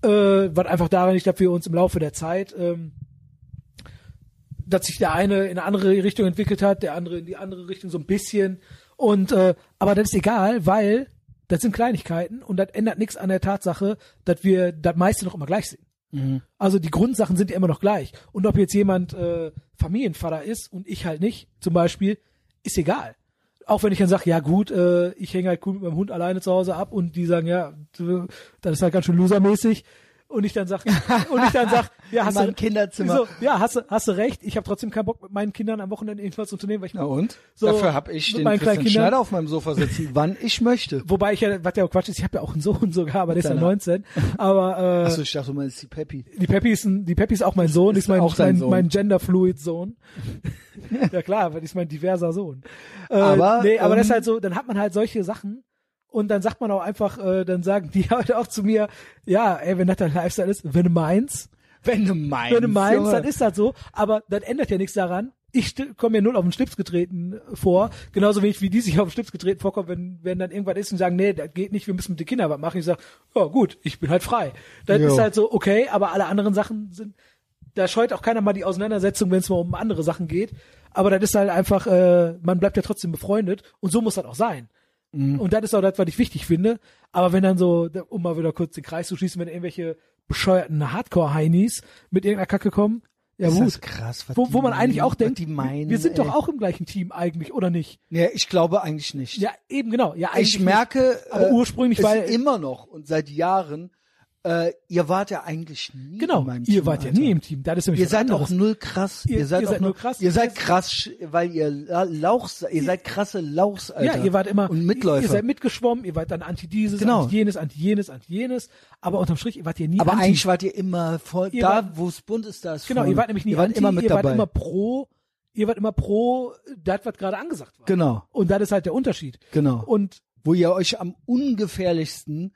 [SPEAKER 2] Äh, was einfach daran liegt, dass wir uns im Laufe der Zeit, ähm, dass sich der eine in eine andere Richtung entwickelt hat, der andere in die andere Richtung so ein bisschen. Und äh, aber das ist egal, weil das sind Kleinigkeiten und das ändert nichts an der Tatsache, dass wir das meiste noch immer gleich sind. Also die Grundsachen sind ja immer noch gleich. Und ob jetzt jemand äh, Familienvater ist und ich halt nicht, zum Beispiel, ist egal. Auch wenn ich dann sage, ja gut, äh, ich hänge halt cool mit meinem Hund alleine zu Hause ab und die sagen, ja, du- das ist halt ganz schön losermäßig. Und ich dann sag, und ich dann sag, ja, hast
[SPEAKER 1] In
[SPEAKER 2] du,
[SPEAKER 1] meinem Kinderzimmer.
[SPEAKER 2] So, ja, hast du, hast du recht. Ich habe trotzdem keinen Bock mit meinen Kindern am Wochenende irgendwas zu unternehmen, weil ich
[SPEAKER 1] Na und?
[SPEAKER 2] So,
[SPEAKER 1] Dafür habe ich
[SPEAKER 2] mit
[SPEAKER 1] den
[SPEAKER 2] meinen kleinen
[SPEAKER 1] Christian
[SPEAKER 2] Kindern-
[SPEAKER 1] Schneider auf meinem Sofa sitzen, wann ich möchte.
[SPEAKER 2] wobei ich ja, was ja auch Quatsch ist, ich habe ja auch einen Sohn sogar, aber der ist ja
[SPEAKER 1] Deiner.
[SPEAKER 2] 19. Aber äh,
[SPEAKER 1] Achso, ich dachte, du meinst die Peppi.
[SPEAKER 2] die Peppy ist, ein, die Peppy ist auch mein Sohn, ist,
[SPEAKER 1] Ist
[SPEAKER 2] mein,
[SPEAKER 1] auch sein
[SPEAKER 2] mein,
[SPEAKER 1] Sohn.
[SPEAKER 2] mein Genderfluid-Sohn. ja klar, weil ist mein diverser Sohn. Äh,
[SPEAKER 1] Aber,
[SPEAKER 2] nee, aber das ist
[SPEAKER 1] ähm,
[SPEAKER 2] halt so, dann hat man halt solche Sachen und dann sagt man auch einfach, äh, dann sagen die heute auch zu mir, ja, ey, wenn das dein Lifestyle ist, wenn du meins,
[SPEAKER 1] Wenn du meinst.
[SPEAKER 2] wenn du meinst,
[SPEAKER 1] Junge.
[SPEAKER 2] dann ist das so, aber das ändert ja nichts daran. Ich komme mir null auf den Schlips getreten vor, genauso wenig wie die sich auf den Schlips getreten vorkommen, wenn, wenn dann irgendwas ist und sagen, nee, das geht nicht, wir müssen mit den Kindern was machen. Ich sage, ja gut, ich bin halt frei. Das
[SPEAKER 1] Jo.
[SPEAKER 2] ist halt so, okay, aber alle anderen Sachen sind, da scheut auch keiner mal die Auseinandersetzung, wenn es mal um andere Sachen geht. Aber das ist halt einfach, äh, man bleibt ja trotzdem befreundet und so muss das auch sein.
[SPEAKER 1] Mhm.
[SPEAKER 2] Und das ist auch das, was ich wichtig finde. Aber wenn dann so, um mal wieder kurz den Kreis zu schließen, wenn irgendwelche bescheuerten Hardcore-Heinis mit irgendeiner Kacke kommen, ja
[SPEAKER 1] Ist
[SPEAKER 2] gut.
[SPEAKER 1] das krass, was
[SPEAKER 2] Wo,
[SPEAKER 1] die
[SPEAKER 2] wo man
[SPEAKER 1] meinen,
[SPEAKER 2] eigentlich auch
[SPEAKER 1] was
[SPEAKER 2] denkt,
[SPEAKER 1] die meinen,
[SPEAKER 2] wir sind
[SPEAKER 1] ey.
[SPEAKER 2] doch auch im gleichen Team eigentlich, oder nicht?
[SPEAKER 1] Nee, ich glaube eigentlich nicht.
[SPEAKER 2] Ja, eben genau. Ja, eigentlich
[SPEAKER 1] ich merke, äh,
[SPEAKER 2] Aber ursprünglich,
[SPEAKER 1] es
[SPEAKER 2] weil-
[SPEAKER 1] immer noch und seit Jahren, äh, ihr wart ja eigentlich nie
[SPEAKER 2] Genau,
[SPEAKER 1] in meinem
[SPEAKER 2] ihr
[SPEAKER 1] Team,
[SPEAKER 2] wart ja
[SPEAKER 1] Alter.
[SPEAKER 2] nie im Team. Das ist nämlich
[SPEAKER 1] Ihr
[SPEAKER 2] was
[SPEAKER 1] seid auch
[SPEAKER 2] anderes.
[SPEAKER 1] null krass.
[SPEAKER 2] Ihr-
[SPEAKER 1] Ihr, seid
[SPEAKER 2] ihr
[SPEAKER 1] auch
[SPEAKER 2] seid nur krass.
[SPEAKER 1] Ihr seid
[SPEAKER 2] Ihr-
[SPEAKER 1] krass, sch- weil ihr La- Lauch, se- ihr seid krasse Lauchs, Alter.
[SPEAKER 2] Ja, ihr wart immer,
[SPEAKER 1] und Mitläufer.
[SPEAKER 2] ihr seid mitgeschwommen, ihr wart dann anti dieses,
[SPEAKER 1] Genau.
[SPEAKER 2] anti jenes, anti jenes, anti jenes, aber unterm Strich, ihr wart ja nie
[SPEAKER 1] aber
[SPEAKER 2] anti.
[SPEAKER 1] eigentlich wart ihr immer voll
[SPEAKER 2] Ihr
[SPEAKER 1] da,
[SPEAKER 2] wart-
[SPEAKER 1] wo es bunt ist, da ist
[SPEAKER 2] genau,
[SPEAKER 1] vorne.
[SPEAKER 2] ihr wart nämlich nie
[SPEAKER 1] ihr wart
[SPEAKER 2] anti,
[SPEAKER 1] immer mit
[SPEAKER 2] ihr
[SPEAKER 1] dabei.
[SPEAKER 2] wart immer pro, ihr wart immer pro das, was gerade angesagt war.
[SPEAKER 1] genau,
[SPEAKER 2] Und das ist halt der Unterschied.
[SPEAKER 1] genau.
[SPEAKER 2] Und
[SPEAKER 1] wo ihr euch am ungefährlichsten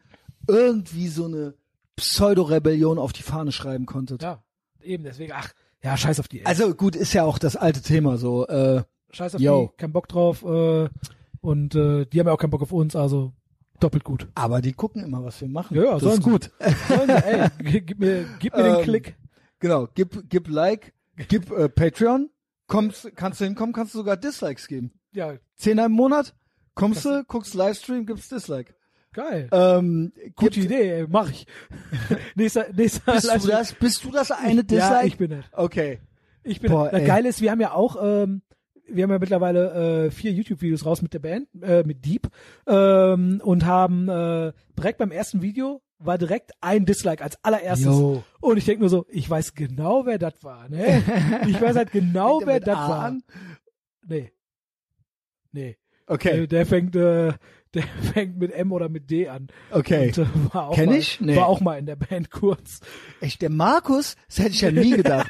[SPEAKER 1] irgendwie so eine Pseudo-Rebellion auf die Fahne schreiben konntet.
[SPEAKER 2] ja, eben deswegen, ach, ja, scheiß auf die, ey.
[SPEAKER 1] Also gut, ist ja auch das alte Thema so. Äh,
[SPEAKER 2] scheiß auf
[SPEAKER 1] yo.
[SPEAKER 2] die, kein Bock drauf äh, und äh, die haben ja auch keinen Bock auf uns, also doppelt gut.
[SPEAKER 1] aber die gucken immer, was wir machen.
[SPEAKER 2] Ja, ja,
[SPEAKER 1] das
[SPEAKER 2] sollen
[SPEAKER 1] ist
[SPEAKER 2] sie.
[SPEAKER 1] gut.
[SPEAKER 2] Sollen sie, ey, g- gib mir, gib mir den
[SPEAKER 1] Ähm,
[SPEAKER 2] Klick.
[SPEAKER 1] Genau, gib, gib Like, gib äh, Patreon, kommst, kannst du hinkommen, kannst du sogar Dislikes geben.
[SPEAKER 2] Ja,
[SPEAKER 1] Zehner im Monat, kommst du, guckst Livestream, gibst Dislike.
[SPEAKER 2] geil.
[SPEAKER 1] Ähm,
[SPEAKER 2] Gute
[SPEAKER 1] gibt-
[SPEAKER 2] Idee, ey, mach ich. nächster, nächster
[SPEAKER 1] Bist du
[SPEAKER 2] Livestream.
[SPEAKER 1] das? Bist du das eine Dislike?
[SPEAKER 2] Ja, ich bin das.
[SPEAKER 1] okay.
[SPEAKER 2] Ich bin
[SPEAKER 1] Boah,
[SPEAKER 2] das.
[SPEAKER 1] ey.
[SPEAKER 2] Geil ist, wir haben ja auch, ähm, wir haben ja mittlerweile äh, vier YouTube-Videos raus mit der Band, äh, mit Deep ähm, und haben äh, direkt beim ersten Video war direkt ein Dislike als allererstes.
[SPEAKER 1] Yo.
[SPEAKER 2] Und ich denke nur so, ich weiß genau, wer das war. Ne? Ich weiß halt genau,
[SPEAKER 1] Fängt er
[SPEAKER 2] wer
[SPEAKER 1] mit
[SPEAKER 2] das
[SPEAKER 1] A
[SPEAKER 2] war.
[SPEAKER 1] an?
[SPEAKER 2] Nee. Nee. Der,
[SPEAKER 1] Okay,
[SPEAKER 2] der fängt, äh, der fängt mit M oder mit D an.
[SPEAKER 1] okay.
[SPEAKER 2] Und, äh, war auch
[SPEAKER 1] Kenn
[SPEAKER 2] mal,
[SPEAKER 1] ich? Nee.
[SPEAKER 2] War auch mal in der Band kurz.
[SPEAKER 1] Echt, der Markus? Das hätte ich ja nie gedacht.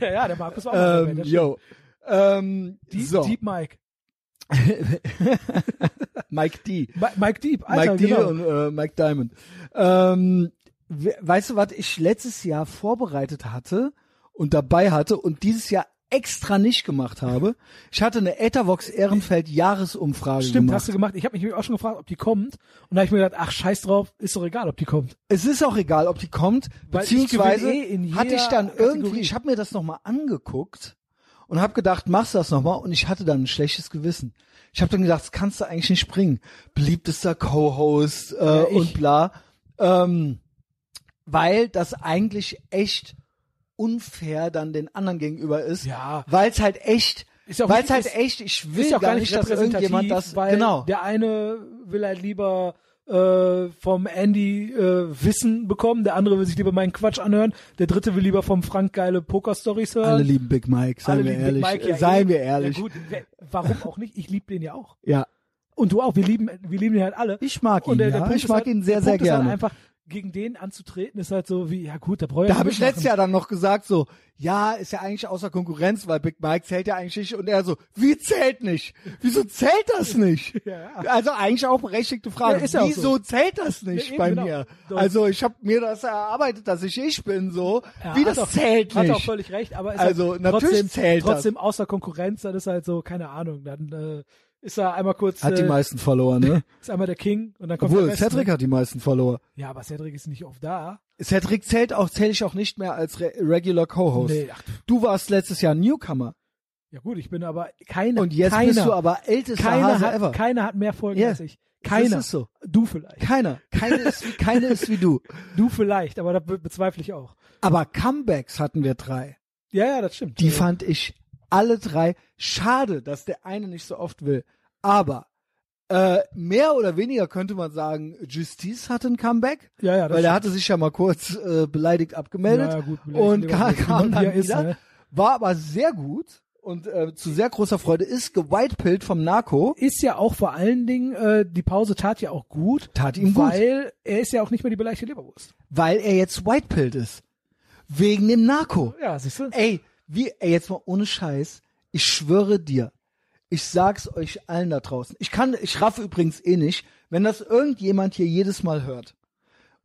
[SPEAKER 2] ja, ja, der Markus war auch mal in
[SPEAKER 1] ähm,
[SPEAKER 2] der Band. das
[SPEAKER 1] yo. Ähm,
[SPEAKER 2] stimmt. Deep,
[SPEAKER 1] so.
[SPEAKER 2] Deep Mike.
[SPEAKER 1] Mike D.
[SPEAKER 2] Mi- Mike Deep, Alter,
[SPEAKER 1] Mike D
[SPEAKER 2] genau.
[SPEAKER 1] und äh, Mike Diamond. Ähm, we weißt du, was ich letztes Jahr vorbereitet hatte und dabei hatte und dieses Jahr extra nicht gemacht habe? Ich hatte eine Ethervox Ehrenfeld Jahresumfrage
[SPEAKER 2] Stimmt,
[SPEAKER 1] gemacht.
[SPEAKER 2] hast du gemacht. Ich habe mich auch schon gefragt, ob die kommt. Und da habe ich mir gedacht, ach, scheiß drauf, ist doch egal, ob die kommt.
[SPEAKER 1] Es ist auch egal, ob die kommt,
[SPEAKER 2] Weil ich
[SPEAKER 1] beziehungsweise
[SPEAKER 2] gewinne eh in
[SPEAKER 1] hatte ich
[SPEAKER 2] jeder
[SPEAKER 1] dann irgendwie,
[SPEAKER 2] Kategorie.
[SPEAKER 1] ich habe mir das nochmal angeguckt und habe gedacht, machst du das nochmal und ich hatte dann ein schlechtes Gewissen. Ich habe dann gedacht, das kannst du eigentlich nicht bringen. Beliebtester Co-Host äh,
[SPEAKER 2] Ja, ich.
[SPEAKER 1] und bla. Ähm, weil das eigentlich echt unfair dann den anderen gegenüber ist.
[SPEAKER 2] Ja.
[SPEAKER 1] Weil es halt echt,
[SPEAKER 2] Ist ja auch
[SPEAKER 1] weil es
[SPEAKER 2] nicht-
[SPEAKER 1] halt
[SPEAKER 2] ist-
[SPEAKER 1] echt, ich
[SPEAKER 2] ist
[SPEAKER 1] will gar
[SPEAKER 2] ja auch gar
[SPEAKER 1] nicht,
[SPEAKER 2] nicht
[SPEAKER 1] dass
[SPEAKER 2] repräsentativ,
[SPEAKER 1] irgendjemand das,
[SPEAKER 2] weil
[SPEAKER 1] genau.
[SPEAKER 2] der eine will halt lieber äh, vom Andy äh, Wissen bekommen, der andere will sich lieber meinen Quatsch anhören, der dritte will lieber vom Frank geile Poker-Stories hören.
[SPEAKER 1] Alle lieben Big Mike,
[SPEAKER 2] Alle
[SPEAKER 1] seien wir
[SPEAKER 2] lieben Big
[SPEAKER 1] ehrlich.
[SPEAKER 2] Mike, ja,
[SPEAKER 1] seien
[SPEAKER 2] eh.
[SPEAKER 1] wir ehrlich.
[SPEAKER 2] Ja, gut, wer- warum auch nicht? Ich liebe den ja auch.
[SPEAKER 1] ja.
[SPEAKER 2] Und du auch, wir lieben, wir lieben den halt alle.
[SPEAKER 1] Ich mag ihn,
[SPEAKER 2] Und der, der
[SPEAKER 1] ja.
[SPEAKER 2] Punkt
[SPEAKER 1] ich
[SPEAKER 2] ist
[SPEAKER 1] mag
[SPEAKER 2] halt,
[SPEAKER 1] ihn sehr,
[SPEAKER 2] der
[SPEAKER 1] sehr
[SPEAKER 2] Punkt Ist halt
[SPEAKER 1] gerne.
[SPEAKER 2] einfach, gegen den anzutreten ist halt so wie, ja gut, da brauche ich
[SPEAKER 1] Da
[SPEAKER 2] nicht
[SPEAKER 1] habe ich
[SPEAKER 2] mitmachen.
[SPEAKER 1] letztes Jahr dann noch gesagt so, ja, ist ja eigentlich außer Konkurrenz, weil Big Mike zählt ja eigentlich nicht. Und er so, wie zählt nicht? Wieso zählt das nicht?
[SPEAKER 2] Ja, ja.
[SPEAKER 1] Also eigentlich auch berechtigte Frage.
[SPEAKER 2] Ja, ist ja auch
[SPEAKER 1] Wieso
[SPEAKER 2] so.
[SPEAKER 1] zählt das nicht
[SPEAKER 2] eben,
[SPEAKER 1] bei
[SPEAKER 2] genau.
[SPEAKER 1] mir?
[SPEAKER 2] So.
[SPEAKER 1] Also ich habe mir das erarbeitet, dass ich ich bin so.
[SPEAKER 2] Ja,
[SPEAKER 1] wie
[SPEAKER 2] hat
[SPEAKER 1] das
[SPEAKER 2] auch-
[SPEAKER 1] zählt
[SPEAKER 2] Hat auch
[SPEAKER 1] nicht?
[SPEAKER 2] völlig recht, aber ist
[SPEAKER 1] Also,
[SPEAKER 2] halt
[SPEAKER 1] natürlich
[SPEAKER 2] trotzdem,
[SPEAKER 1] zählt das.
[SPEAKER 2] trotzdem außer Konkurrenz, dann ist halt so, keine Ahnung, dann äh, ist er einmal kurz,
[SPEAKER 1] Hat die
[SPEAKER 2] äh,
[SPEAKER 1] meisten Follower, ne?
[SPEAKER 2] ist einmal der King und dann kommt
[SPEAKER 1] Obwohl,
[SPEAKER 2] der Rest,
[SPEAKER 1] Cedric
[SPEAKER 2] ne?
[SPEAKER 1] hat die meisten Follower.
[SPEAKER 2] Ja, aber Cedric ist nicht oft da.
[SPEAKER 1] Cedric zählt auch, zähle ich auch nicht mehr als Re Regular Co-Host.
[SPEAKER 2] Nee, ach,
[SPEAKER 1] Du warst letztes Jahr Newcomer.
[SPEAKER 2] ja gut, ich bin aber keiner.
[SPEAKER 1] Und jetzt
[SPEAKER 2] keiner,
[SPEAKER 1] bist du aber ältester
[SPEAKER 2] keiner
[SPEAKER 1] Hase
[SPEAKER 2] hat,
[SPEAKER 1] ever.
[SPEAKER 2] keiner hat mehr Folgen
[SPEAKER 1] Ja,
[SPEAKER 2] als ich.
[SPEAKER 1] das
[SPEAKER 2] Keiner.
[SPEAKER 1] ist so.
[SPEAKER 2] Du vielleicht.
[SPEAKER 1] Keiner. Keine ist wie, keine ist wie du.
[SPEAKER 2] Du vielleicht, aber das be- bezweifle ich auch.
[SPEAKER 1] Aber Comebacks hatten wir drei.
[SPEAKER 2] Ja, ja, das stimmt.
[SPEAKER 1] Die
[SPEAKER 2] Also,
[SPEAKER 1] fand ich alle drei schade, dass der eine nicht so oft will. Aber äh, mehr oder weniger könnte man sagen, Justice hatte ein Comeback,
[SPEAKER 2] ja, ja, das
[SPEAKER 1] weil er
[SPEAKER 2] stimmt.
[SPEAKER 1] hatte sich ja mal kurz äh, beleidigt abgemeldet
[SPEAKER 2] Ja, gut, beleidigt
[SPEAKER 1] und
[SPEAKER 2] lieber
[SPEAKER 1] kam,
[SPEAKER 2] nicht.
[SPEAKER 1] kam
[SPEAKER 2] Wie
[SPEAKER 1] dann
[SPEAKER 2] er ist,
[SPEAKER 1] wieder.
[SPEAKER 2] ne?
[SPEAKER 1] War aber sehr gut und äh, zu sehr großer Freude ist gewhitepillt vom Narco.
[SPEAKER 2] ist ja auch vor allen Dingen, äh, die Pause tat ja auch gut.
[SPEAKER 1] Tat ihm gut.
[SPEAKER 2] Weil er ist ja auch nicht mehr die beleidigte Leberwurst.
[SPEAKER 1] weil er jetzt whitepilled ist. Wegen dem Narko.
[SPEAKER 2] Ja, siehst du?
[SPEAKER 1] Ey, wie, ey, jetzt mal ohne Scheiß. Ich schwöre dir. Ich sag's euch allen da draußen. Ich kann, ich raffe übrigens eh nicht. Wenn das irgendjemand hier jedes Mal hört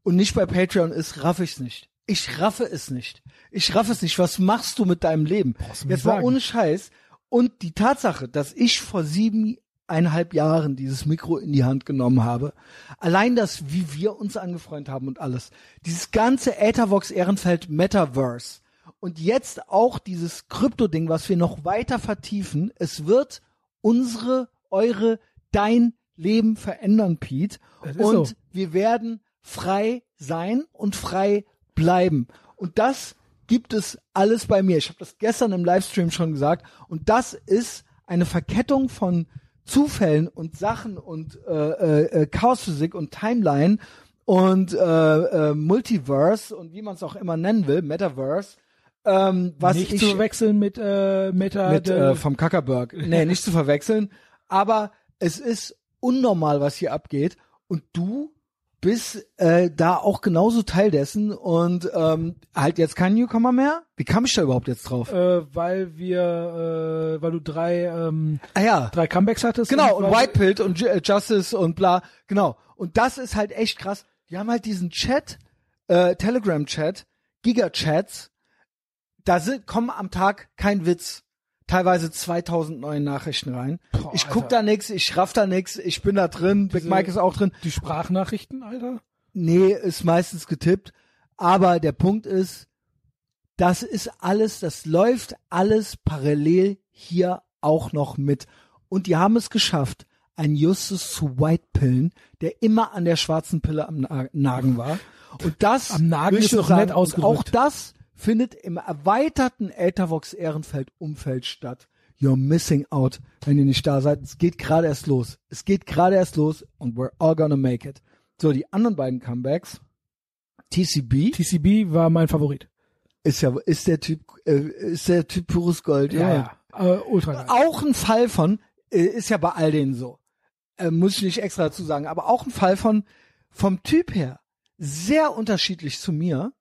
[SPEAKER 1] und nicht bei Patreon ist, raffe ich's nicht. Ich raffe es nicht. Ich raffe es nicht. Was machst du mit deinem Leben?
[SPEAKER 2] Brauchst du mir
[SPEAKER 1] Jetzt
[SPEAKER 2] nicht
[SPEAKER 1] mal
[SPEAKER 2] sagen.
[SPEAKER 1] ohne Scheiß. Und die Tatsache, dass ich vor siebeneinhalb Jahren dieses Mikro in die Hand genommen habe, allein das, wie wir uns angefreundet haben und alles, dieses ganze Ethervox Ehrenfeld Metaverse und jetzt auch dieses Krypto-Ding, was wir noch weiter vertiefen, es wird unsere, eure, dein Leben verändern, Pete.
[SPEAKER 2] Das ist
[SPEAKER 1] Und
[SPEAKER 2] so.
[SPEAKER 1] wir werden frei sein und frei bleiben. Und das gibt es alles bei mir. Ich habe das gestern im Livestream schon gesagt. Und das ist eine Verkettung von Zufällen und Sachen und äh, äh, äh, Chaosphysik und Timeline und äh, äh, Multiverse und wie man es auch immer nennen will, Metaverse. Ähm, was
[SPEAKER 2] nicht
[SPEAKER 1] ich
[SPEAKER 2] zu wechseln mit äh, Meta.
[SPEAKER 1] mit
[SPEAKER 2] de-
[SPEAKER 1] äh, vom Kackerberg. Nee, nicht zu verwechseln. Aber es ist unnormal, was hier abgeht. Und du bist äh, da auch genauso Teil dessen und ähm, halt jetzt kein Newcomer mehr. Wie kam ich da überhaupt jetzt drauf?
[SPEAKER 2] äh, weil wir, äh, weil du drei, ähm,
[SPEAKER 1] Ah ja,
[SPEAKER 2] drei Comebacks hattest.
[SPEAKER 1] genau. Und
[SPEAKER 2] weil-
[SPEAKER 1] White Pilt und Ju- äh, Justice und bla. Genau. Und das ist halt echt krass. Die haben halt diesen Chat, äh, Telegram-Chat, Giga-Chats. Da sind, kommen am Tag kein Witz. Teilweise 2000 neue Nachrichten rein.
[SPEAKER 2] Boah,
[SPEAKER 1] ich guck
[SPEAKER 2] Alter.
[SPEAKER 1] da nix, ich raff da nix, ich bin da drin, Big
[SPEAKER 2] Diese-
[SPEAKER 1] Mike ist auch drin.
[SPEAKER 2] Die Sprachnachrichten, Alter.
[SPEAKER 1] Nee, ist meistens getippt. Aber der Punkt ist, das ist alles, das läuft alles parallel hier auch noch mit. Und die haben es geschafft, einen Justus zu whitepillen, der immer an der schwarzen Pille am Na Nagen war. Und das
[SPEAKER 2] Am Nagen
[SPEAKER 1] will ich
[SPEAKER 2] ist
[SPEAKER 1] nur
[SPEAKER 2] noch nett
[SPEAKER 1] sagen, und
[SPEAKER 2] ausgedrückt.
[SPEAKER 1] Auch das findet im erweiterten Eltervox Ehrenfeld Umfeld statt. You're missing out, wenn ihr nicht da seid. Es geht gerade erst los. Es geht gerade erst los und we're all gonna make it. So, die anderen beiden Comebacks. TCB
[SPEAKER 2] TCB war mein Favorit.
[SPEAKER 1] ist ja ist der Typ äh, ist der Typ pures Gold. Junge.
[SPEAKER 2] ja. Äh, ultra geil.
[SPEAKER 1] Auch ein Fall von äh, ist ja bei all denen so. Äh, muss ich nicht extra dazu sagen. Aber auch ein Fall von, vom Typ her, sehr unterschiedlich zu mir.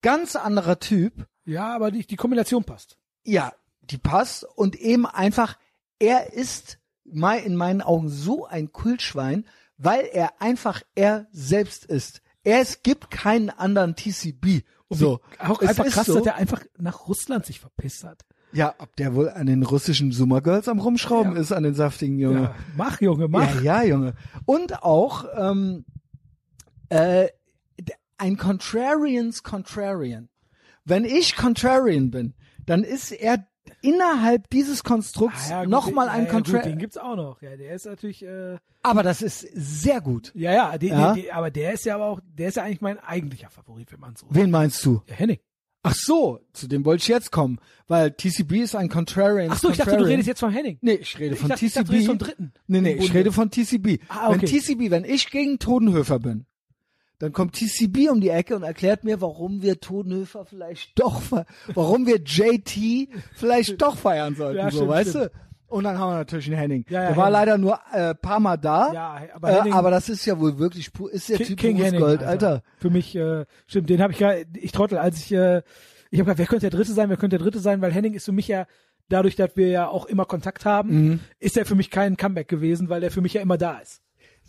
[SPEAKER 1] Ganz anderer Typ.
[SPEAKER 2] Ja, aber die, die Kombination passt.
[SPEAKER 1] Ja, die passt und eben einfach, er ist mei- in meinen Augen so ein Kultschwein, weil er einfach er selbst ist. Er, es gibt keinen anderen TCB. so,
[SPEAKER 2] Wie- Auch
[SPEAKER 1] Es
[SPEAKER 2] einfach
[SPEAKER 1] ist
[SPEAKER 2] krass,
[SPEAKER 1] so.
[SPEAKER 2] dass der einfach nach Russland sich verpisst hat.
[SPEAKER 1] Ja, ob der wohl an den russischen Summer Girls am Rumschrauben
[SPEAKER 2] Ja.
[SPEAKER 1] ist, an den saftigen
[SPEAKER 2] Ja.
[SPEAKER 1] Junge.
[SPEAKER 2] Mach, Junge, mach.
[SPEAKER 1] Ja, ja, Junge. Und auch ähm, äh, d- ein Contrarians Contrarian. Wenn ich Contrarian bin, dann ist er innerhalb dieses Konstrukts
[SPEAKER 2] Ah, ja, gut,
[SPEAKER 1] nochmal
[SPEAKER 2] den-
[SPEAKER 1] ein
[SPEAKER 2] ja, ja, gut, Den
[SPEAKER 1] Contrarian.
[SPEAKER 2] gibt's auch noch. Ja, der ist natürlich. Äh,
[SPEAKER 1] Aber das ist sehr gut.
[SPEAKER 2] ja, ja, den,
[SPEAKER 1] Ja.
[SPEAKER 2] Den, den, aber der ist ja aber auch, der ist ja eigentlich mein eigentlicher Favorit, wenn man so.
[SPEAKER 1] Wen meinst du?
[SPEAKER 2] Ja, Henning.
[SPEAKER 1] Ach so, zu dem wollte ich jetzt kommen, weil TCB ist ein Contrarian.
[SPEAKER 2] Ach so, ich dachte, du
[SPEAKER 1] Contrarian.
[SPEAKER 2] redest jetzt vom Henning.
[SPEAKER 1] Nee, ich rede
[SPEAKER 2] Ich
[SPEAKER 1] von
[SPEAKER 2] dachte, ich
[SPEAKER 1] TCB.
[SPEAKER 2] dachte, du redest vom Dritten.
[SPEAKER 1] Nee, nee,
[SPEAKER 2] Im
[SPEAKER 1] ich
[SPEAKER 2] Bunde.
[SPEAKER 1] rede von TCB.
[SPEAKER 2] Ah, okay.
[SPEAKER 1] Wenn TCB, wenn ich gegen Todenhöfer bin, dann kommt TCB um die Ecke und erklärt mir, warum wir Todenhöfer vielleicht doch, fe- warum wir JT vielleicht doch feiern sollten,
[SPEAKER 2] Ja,
[SPEAKER 1] so,
[SPEAKER 2] stimmt,
[SPEAKER 1] weißt
[SPEAKER 2] stimmt.
[SPEAKER 1] du? Und dann haben wir natürlich einen Henning.
[SPEAKER 2] Ja, ja,
[SPEAKER 1] Der war
[SPEAKER 2] Henning.
[SPEAKER 1] leider nur äh, paar Mal da,
[SPEAKER 2] Ja, aber
[SPEAKER 1] aber, äh,
[SPEAKER 2] Henning,
[SPEAKER 1] aber das ist ja wohl wirklich pur, ist der
[SPEAKER 2] Ki-
[SPEAKER 1] Typ
[SPEAKER 2] King
[SPEAKER 1] pures
[SPEAKER 2] Henning,
[SPEAKER 1] Gold, Alter.
[SPEAKER 2] Für mich, äh, stimmt, den habe ich ja, ich trottel, als ich, äh, ich habe gedacht, wer könnte der Dritte sein, wer könnte der Dritte sein, weil Henning ist für mich ja, dadurch, dass wir ja auch immer Kontakt haben,
[SPEAKER 1] Mhm.
[SPEAKER 2] ist er für mich kein Comeback gewesen, weil er für mich ja immer da ist.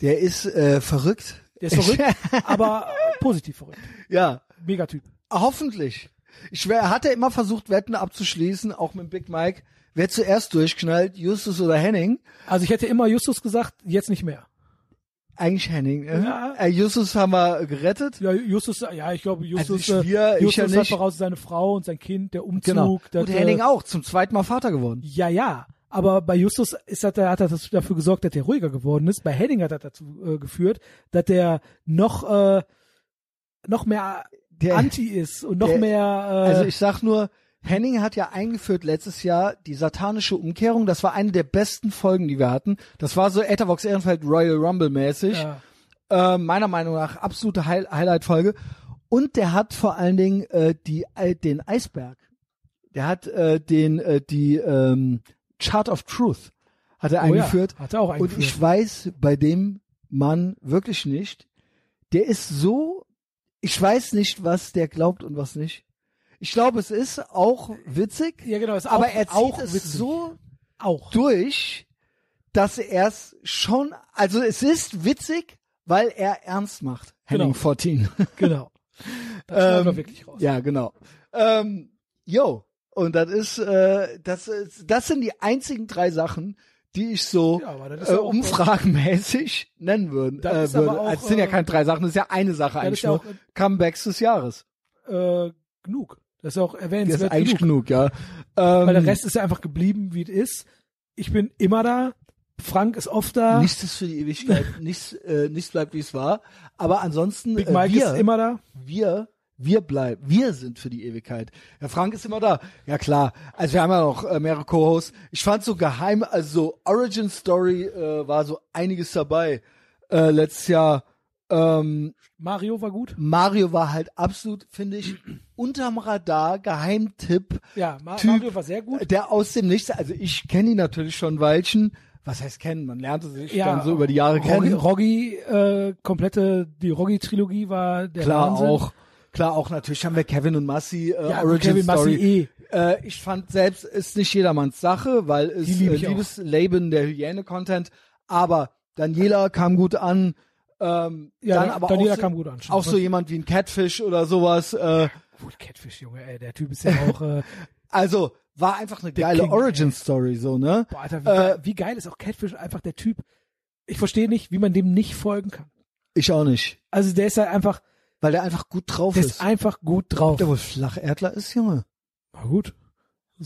[SPEAKER 1] Der ist äh, verrückt.
[SPEAKER 2] Der ist verrückt, aber positiv verrückt.
[SPEAKER 1] ja,
[SPEAKER 2] Megatyp.
[SPEAKER 1] Hoffentlich. Ich schwör, hat er immer versucht, Wetten abzuschließen, auch mit Big Mike. Wer zuerst durchknallt, Justus oder Henning?
[SPEAKER 2] Also ich hätte immer Justus gesagt, jetzt nicht mehr.
[SPEAKER 1] Eigentlich Henning. Ne?
[SPEAKER 2] Ja.
[SPEAKER 1] Äh, Justus haben wir gerettet.
[SPEAKER 2] Ja, Justus, ja, ich glaube,
[SPEAKER 1] Also
[SPEAKER 2] Justus,
[SPEAKER 1] ich- wir-
[SPEAKER 2] äh,
[SPEAKER 1] ich
[SPEAKER 2] Justus
[SPEAKER 1] ja
[SPEAKER 2] hat
[SPEAKER 1] nicht.
[SPEAKER 2] voraus seine Frau und sein Kind, der Umzug. das,
[SPEAKER 1] Genau. Und
[SPEAKER 2] äh,
[SPEAKER 1] Henning auch, zum zweiten Mal Vater geworden.
[SPEAKER 2] Ja, ja. Aber bei Justus ist, hat, er, hat er das dafür gesorgt, dass er ruhiger geworden ist. Bei Henning hat er dazu äh, geführt, dass der noch, äh, noch mehr
[SPEAKER 1] Der-
[SPEAKER 2] anti ist und noch
[SPEAKER 1] der-
[SPEAKER 2] mehr. Äh,
[SPEAKER 1] Also ich sag nur, Henning hat ja eingeführt letztes Jahr die satanische Umkehrung. Das war eine der besten Folgen, die wir hatten. Das war so Etherbox Ehrenfeld Royal Rumble mäßig.
[SPEAKER 2] oh ja.
[SPEAKER 1] äh, meiner Meinung nach absolute High Highlight-Folge. Und der hat vor allen Dingen äh, die, äh, den Eisberg. Der hat äh, den äh, die ähm, Chart of Truth hat er
[SPEAKER 2] Oh ja,
[SPEAKER 1] eingeführt.
[SPEAKER 2] hat er auch eingeführt.
[SPEAKER 1] Und ich weiß bei dem Mann wirklich nicht. Der ist so. Ich weiß nicht, was der glaubt und was nicht. Ich glaube, es ist auch witzig.
[SPEAKER 2] Ja, genau, ist
[SPEAKER 1] aber
[SPEAKER 2] auch-
[SPEAKER 1] er zieht
[SPEAKER 2] auch
[SPEAKER 1] es
[SPEAKER 2] witzig.
[SPEAKER 1] so
[SPEAKER 2] auch.
[SPEAKER 1] durch, dass er es schon, also es ist witzig, weil er ernst macht.
[SPEAKER 2] Genau.
[SPEAKER 1] Henning 14.
[SPEAKER 2] genau. Das schneiden wir
[SPEAKER 1] Ähm,
[SPEAKER 2] wirklich raus.
[SPEAKER 1] ja, genau. Ähm, yo. Und das ist, äh, das ist, das sind die einzigen drei Sachen, die ich so
[SPEAKER 2] Ja, aber das ist
[SPEAKER 1] äh,
[SPEAKER 2] ja auch-
[SPEAKER 1] umfragenmäßig nennen würden,
[SPEAKER 2] Das
[SPEAKER 1] äh,
[SPEAKER 2] ist aber
[SPEAKER 1] würde.
[SPEAKER 2] auch,
[SPEAKER 1] Also, es sind ja
[SPEAKER 2] äh,
[SPEAKER 1] keine drei Sachen, das ist ja eine Sache
[SPEAKER 2] das
[SPEAKER 1] eigentlich
[SPEAKER 2] ist ja
[SPEAKER 1] nur.
[SPEAKER 2] auch
[SPEAKER 1] Comebacks des Jahres.
[SPEAKER 2] äh, genug. Das ist ja auch
[SPEAKER 1] Das
[SPEAKER 2] erwähnenswert
[SPEAKER 1] ist eigentlich
[SPEAKER 2] genug.
[SPEAKER 1] genug, ja. Ähm,
[SPEAKER 2] Weil der Rest ist ja einfach geblieben, wie es ist. Ich bin immer da. Frank ist oft da.
[SPEAKER 1] Nichts ist für die Ewigkeit, nichts, äh, nichts bleibt, wie es war. Aber ansonsten,
[SPEAKER 2] Big
[SPEAKER 1] äh,
[SPEAKER 2] Mike
[SPEAKER 1] wir,
[SPEAKER 2] ist immer da.
[SPEAKER 1] wir, wir bleiben, wir sind für die Ewigkeit. Herr Frank ist immer da. Ja klar. Also wir haben ja noch äh, mehrere Co-Hosts. Ich fand so geheim, also so Origin Story äh, war so einiges dabei. Äh, letztes Jahr ähm,
[SPEAKER 2] Mario war gut.
[SPEAKER 1] Mario war halt absolut, finde ich, unterm Radar, Geheimtipp,
[SPEAKER 2] Ja, Ma
[SPEAKER 1] Typ. äh,
[SPEAKER 2] Mario war sehr gut.
[SPEAKER 1] der aus dem Nichts. Also ich kenne ihn natürlich schon ein Weilchen. Was heißt kennen? Man lernt es sich dann so über die Jahre
[SPEAKER 2] Roggi,
[SPEAKER 1] kennen.
[SPEAKER 2] Roggi äh, komplette, die Roggi-Trilogie war der
[SPEAKER 1] Klar
[SPEAKER 2] Wahnsinn.
[SPEAKER 1] auch. Klar auch, natürlich haben wir Kevin und Massi, äh,
[SPEAKER 2] Ja,
[SPEAKER 1] Origin
[SPEAKER 2] Kevin eh.
[SPEAKER 1] Story.
[SPEAKER 2] Massi
[SPEAKER 1] Äh, ich fand selbst, ist nicht jedermanns Sache, weil es
[SPEAKER 2] Die lieb
[SPEAKER 1] äh,
[SPEAKER 2] ich auch.
[SPEAKER 1] Liebesleben der Hygiene-Content, aber Daniela kam gut an, ähm,
[SPEAKER 2] Ja,
[SPEAKER 1] dann
[SPEAKER 2] Dan-
[SPEAKER 1] aber
[SPEAKER 2] Daniela
[SPEAKER 1] auch, so,
[SPEAKER 2] kam gut an, stimmt.
[SPEAKER 1] auch so jemand wie ein Catfish oder sowas, äh,
[SPEAKER 2] Gut, Catfish, Junge, ey, der Typ ist ja auch, äh,
[SPEAKER 1] also war einfach eine geile
[SPEAKER 2] King,
[SPEAKER 1] Origin-Story, so, ne?
[SPEAKER 2] boah, Alter, wie,
[SPEAKER 1] Äh,
[SPEAKER 2] geil, wie geil ist auch Catfish einfach der Typ. Ich verstehe nicht, wie man dem nicht folgen kann.
[SPEAKER 1] Ich auch nicht,
[SPEAKER 2] Also der ist halt einfach,
[SPEAKER 1] weil der einfach gut drauf
[SPEAKER 2] der
[SPEAKER 1] ist.
[SPEAKER 2] ist einfach gut drauf.
[SPEAKER 1] Der wohl Flacherdler ist, Junge.
[SPEAKER 2] Na gut.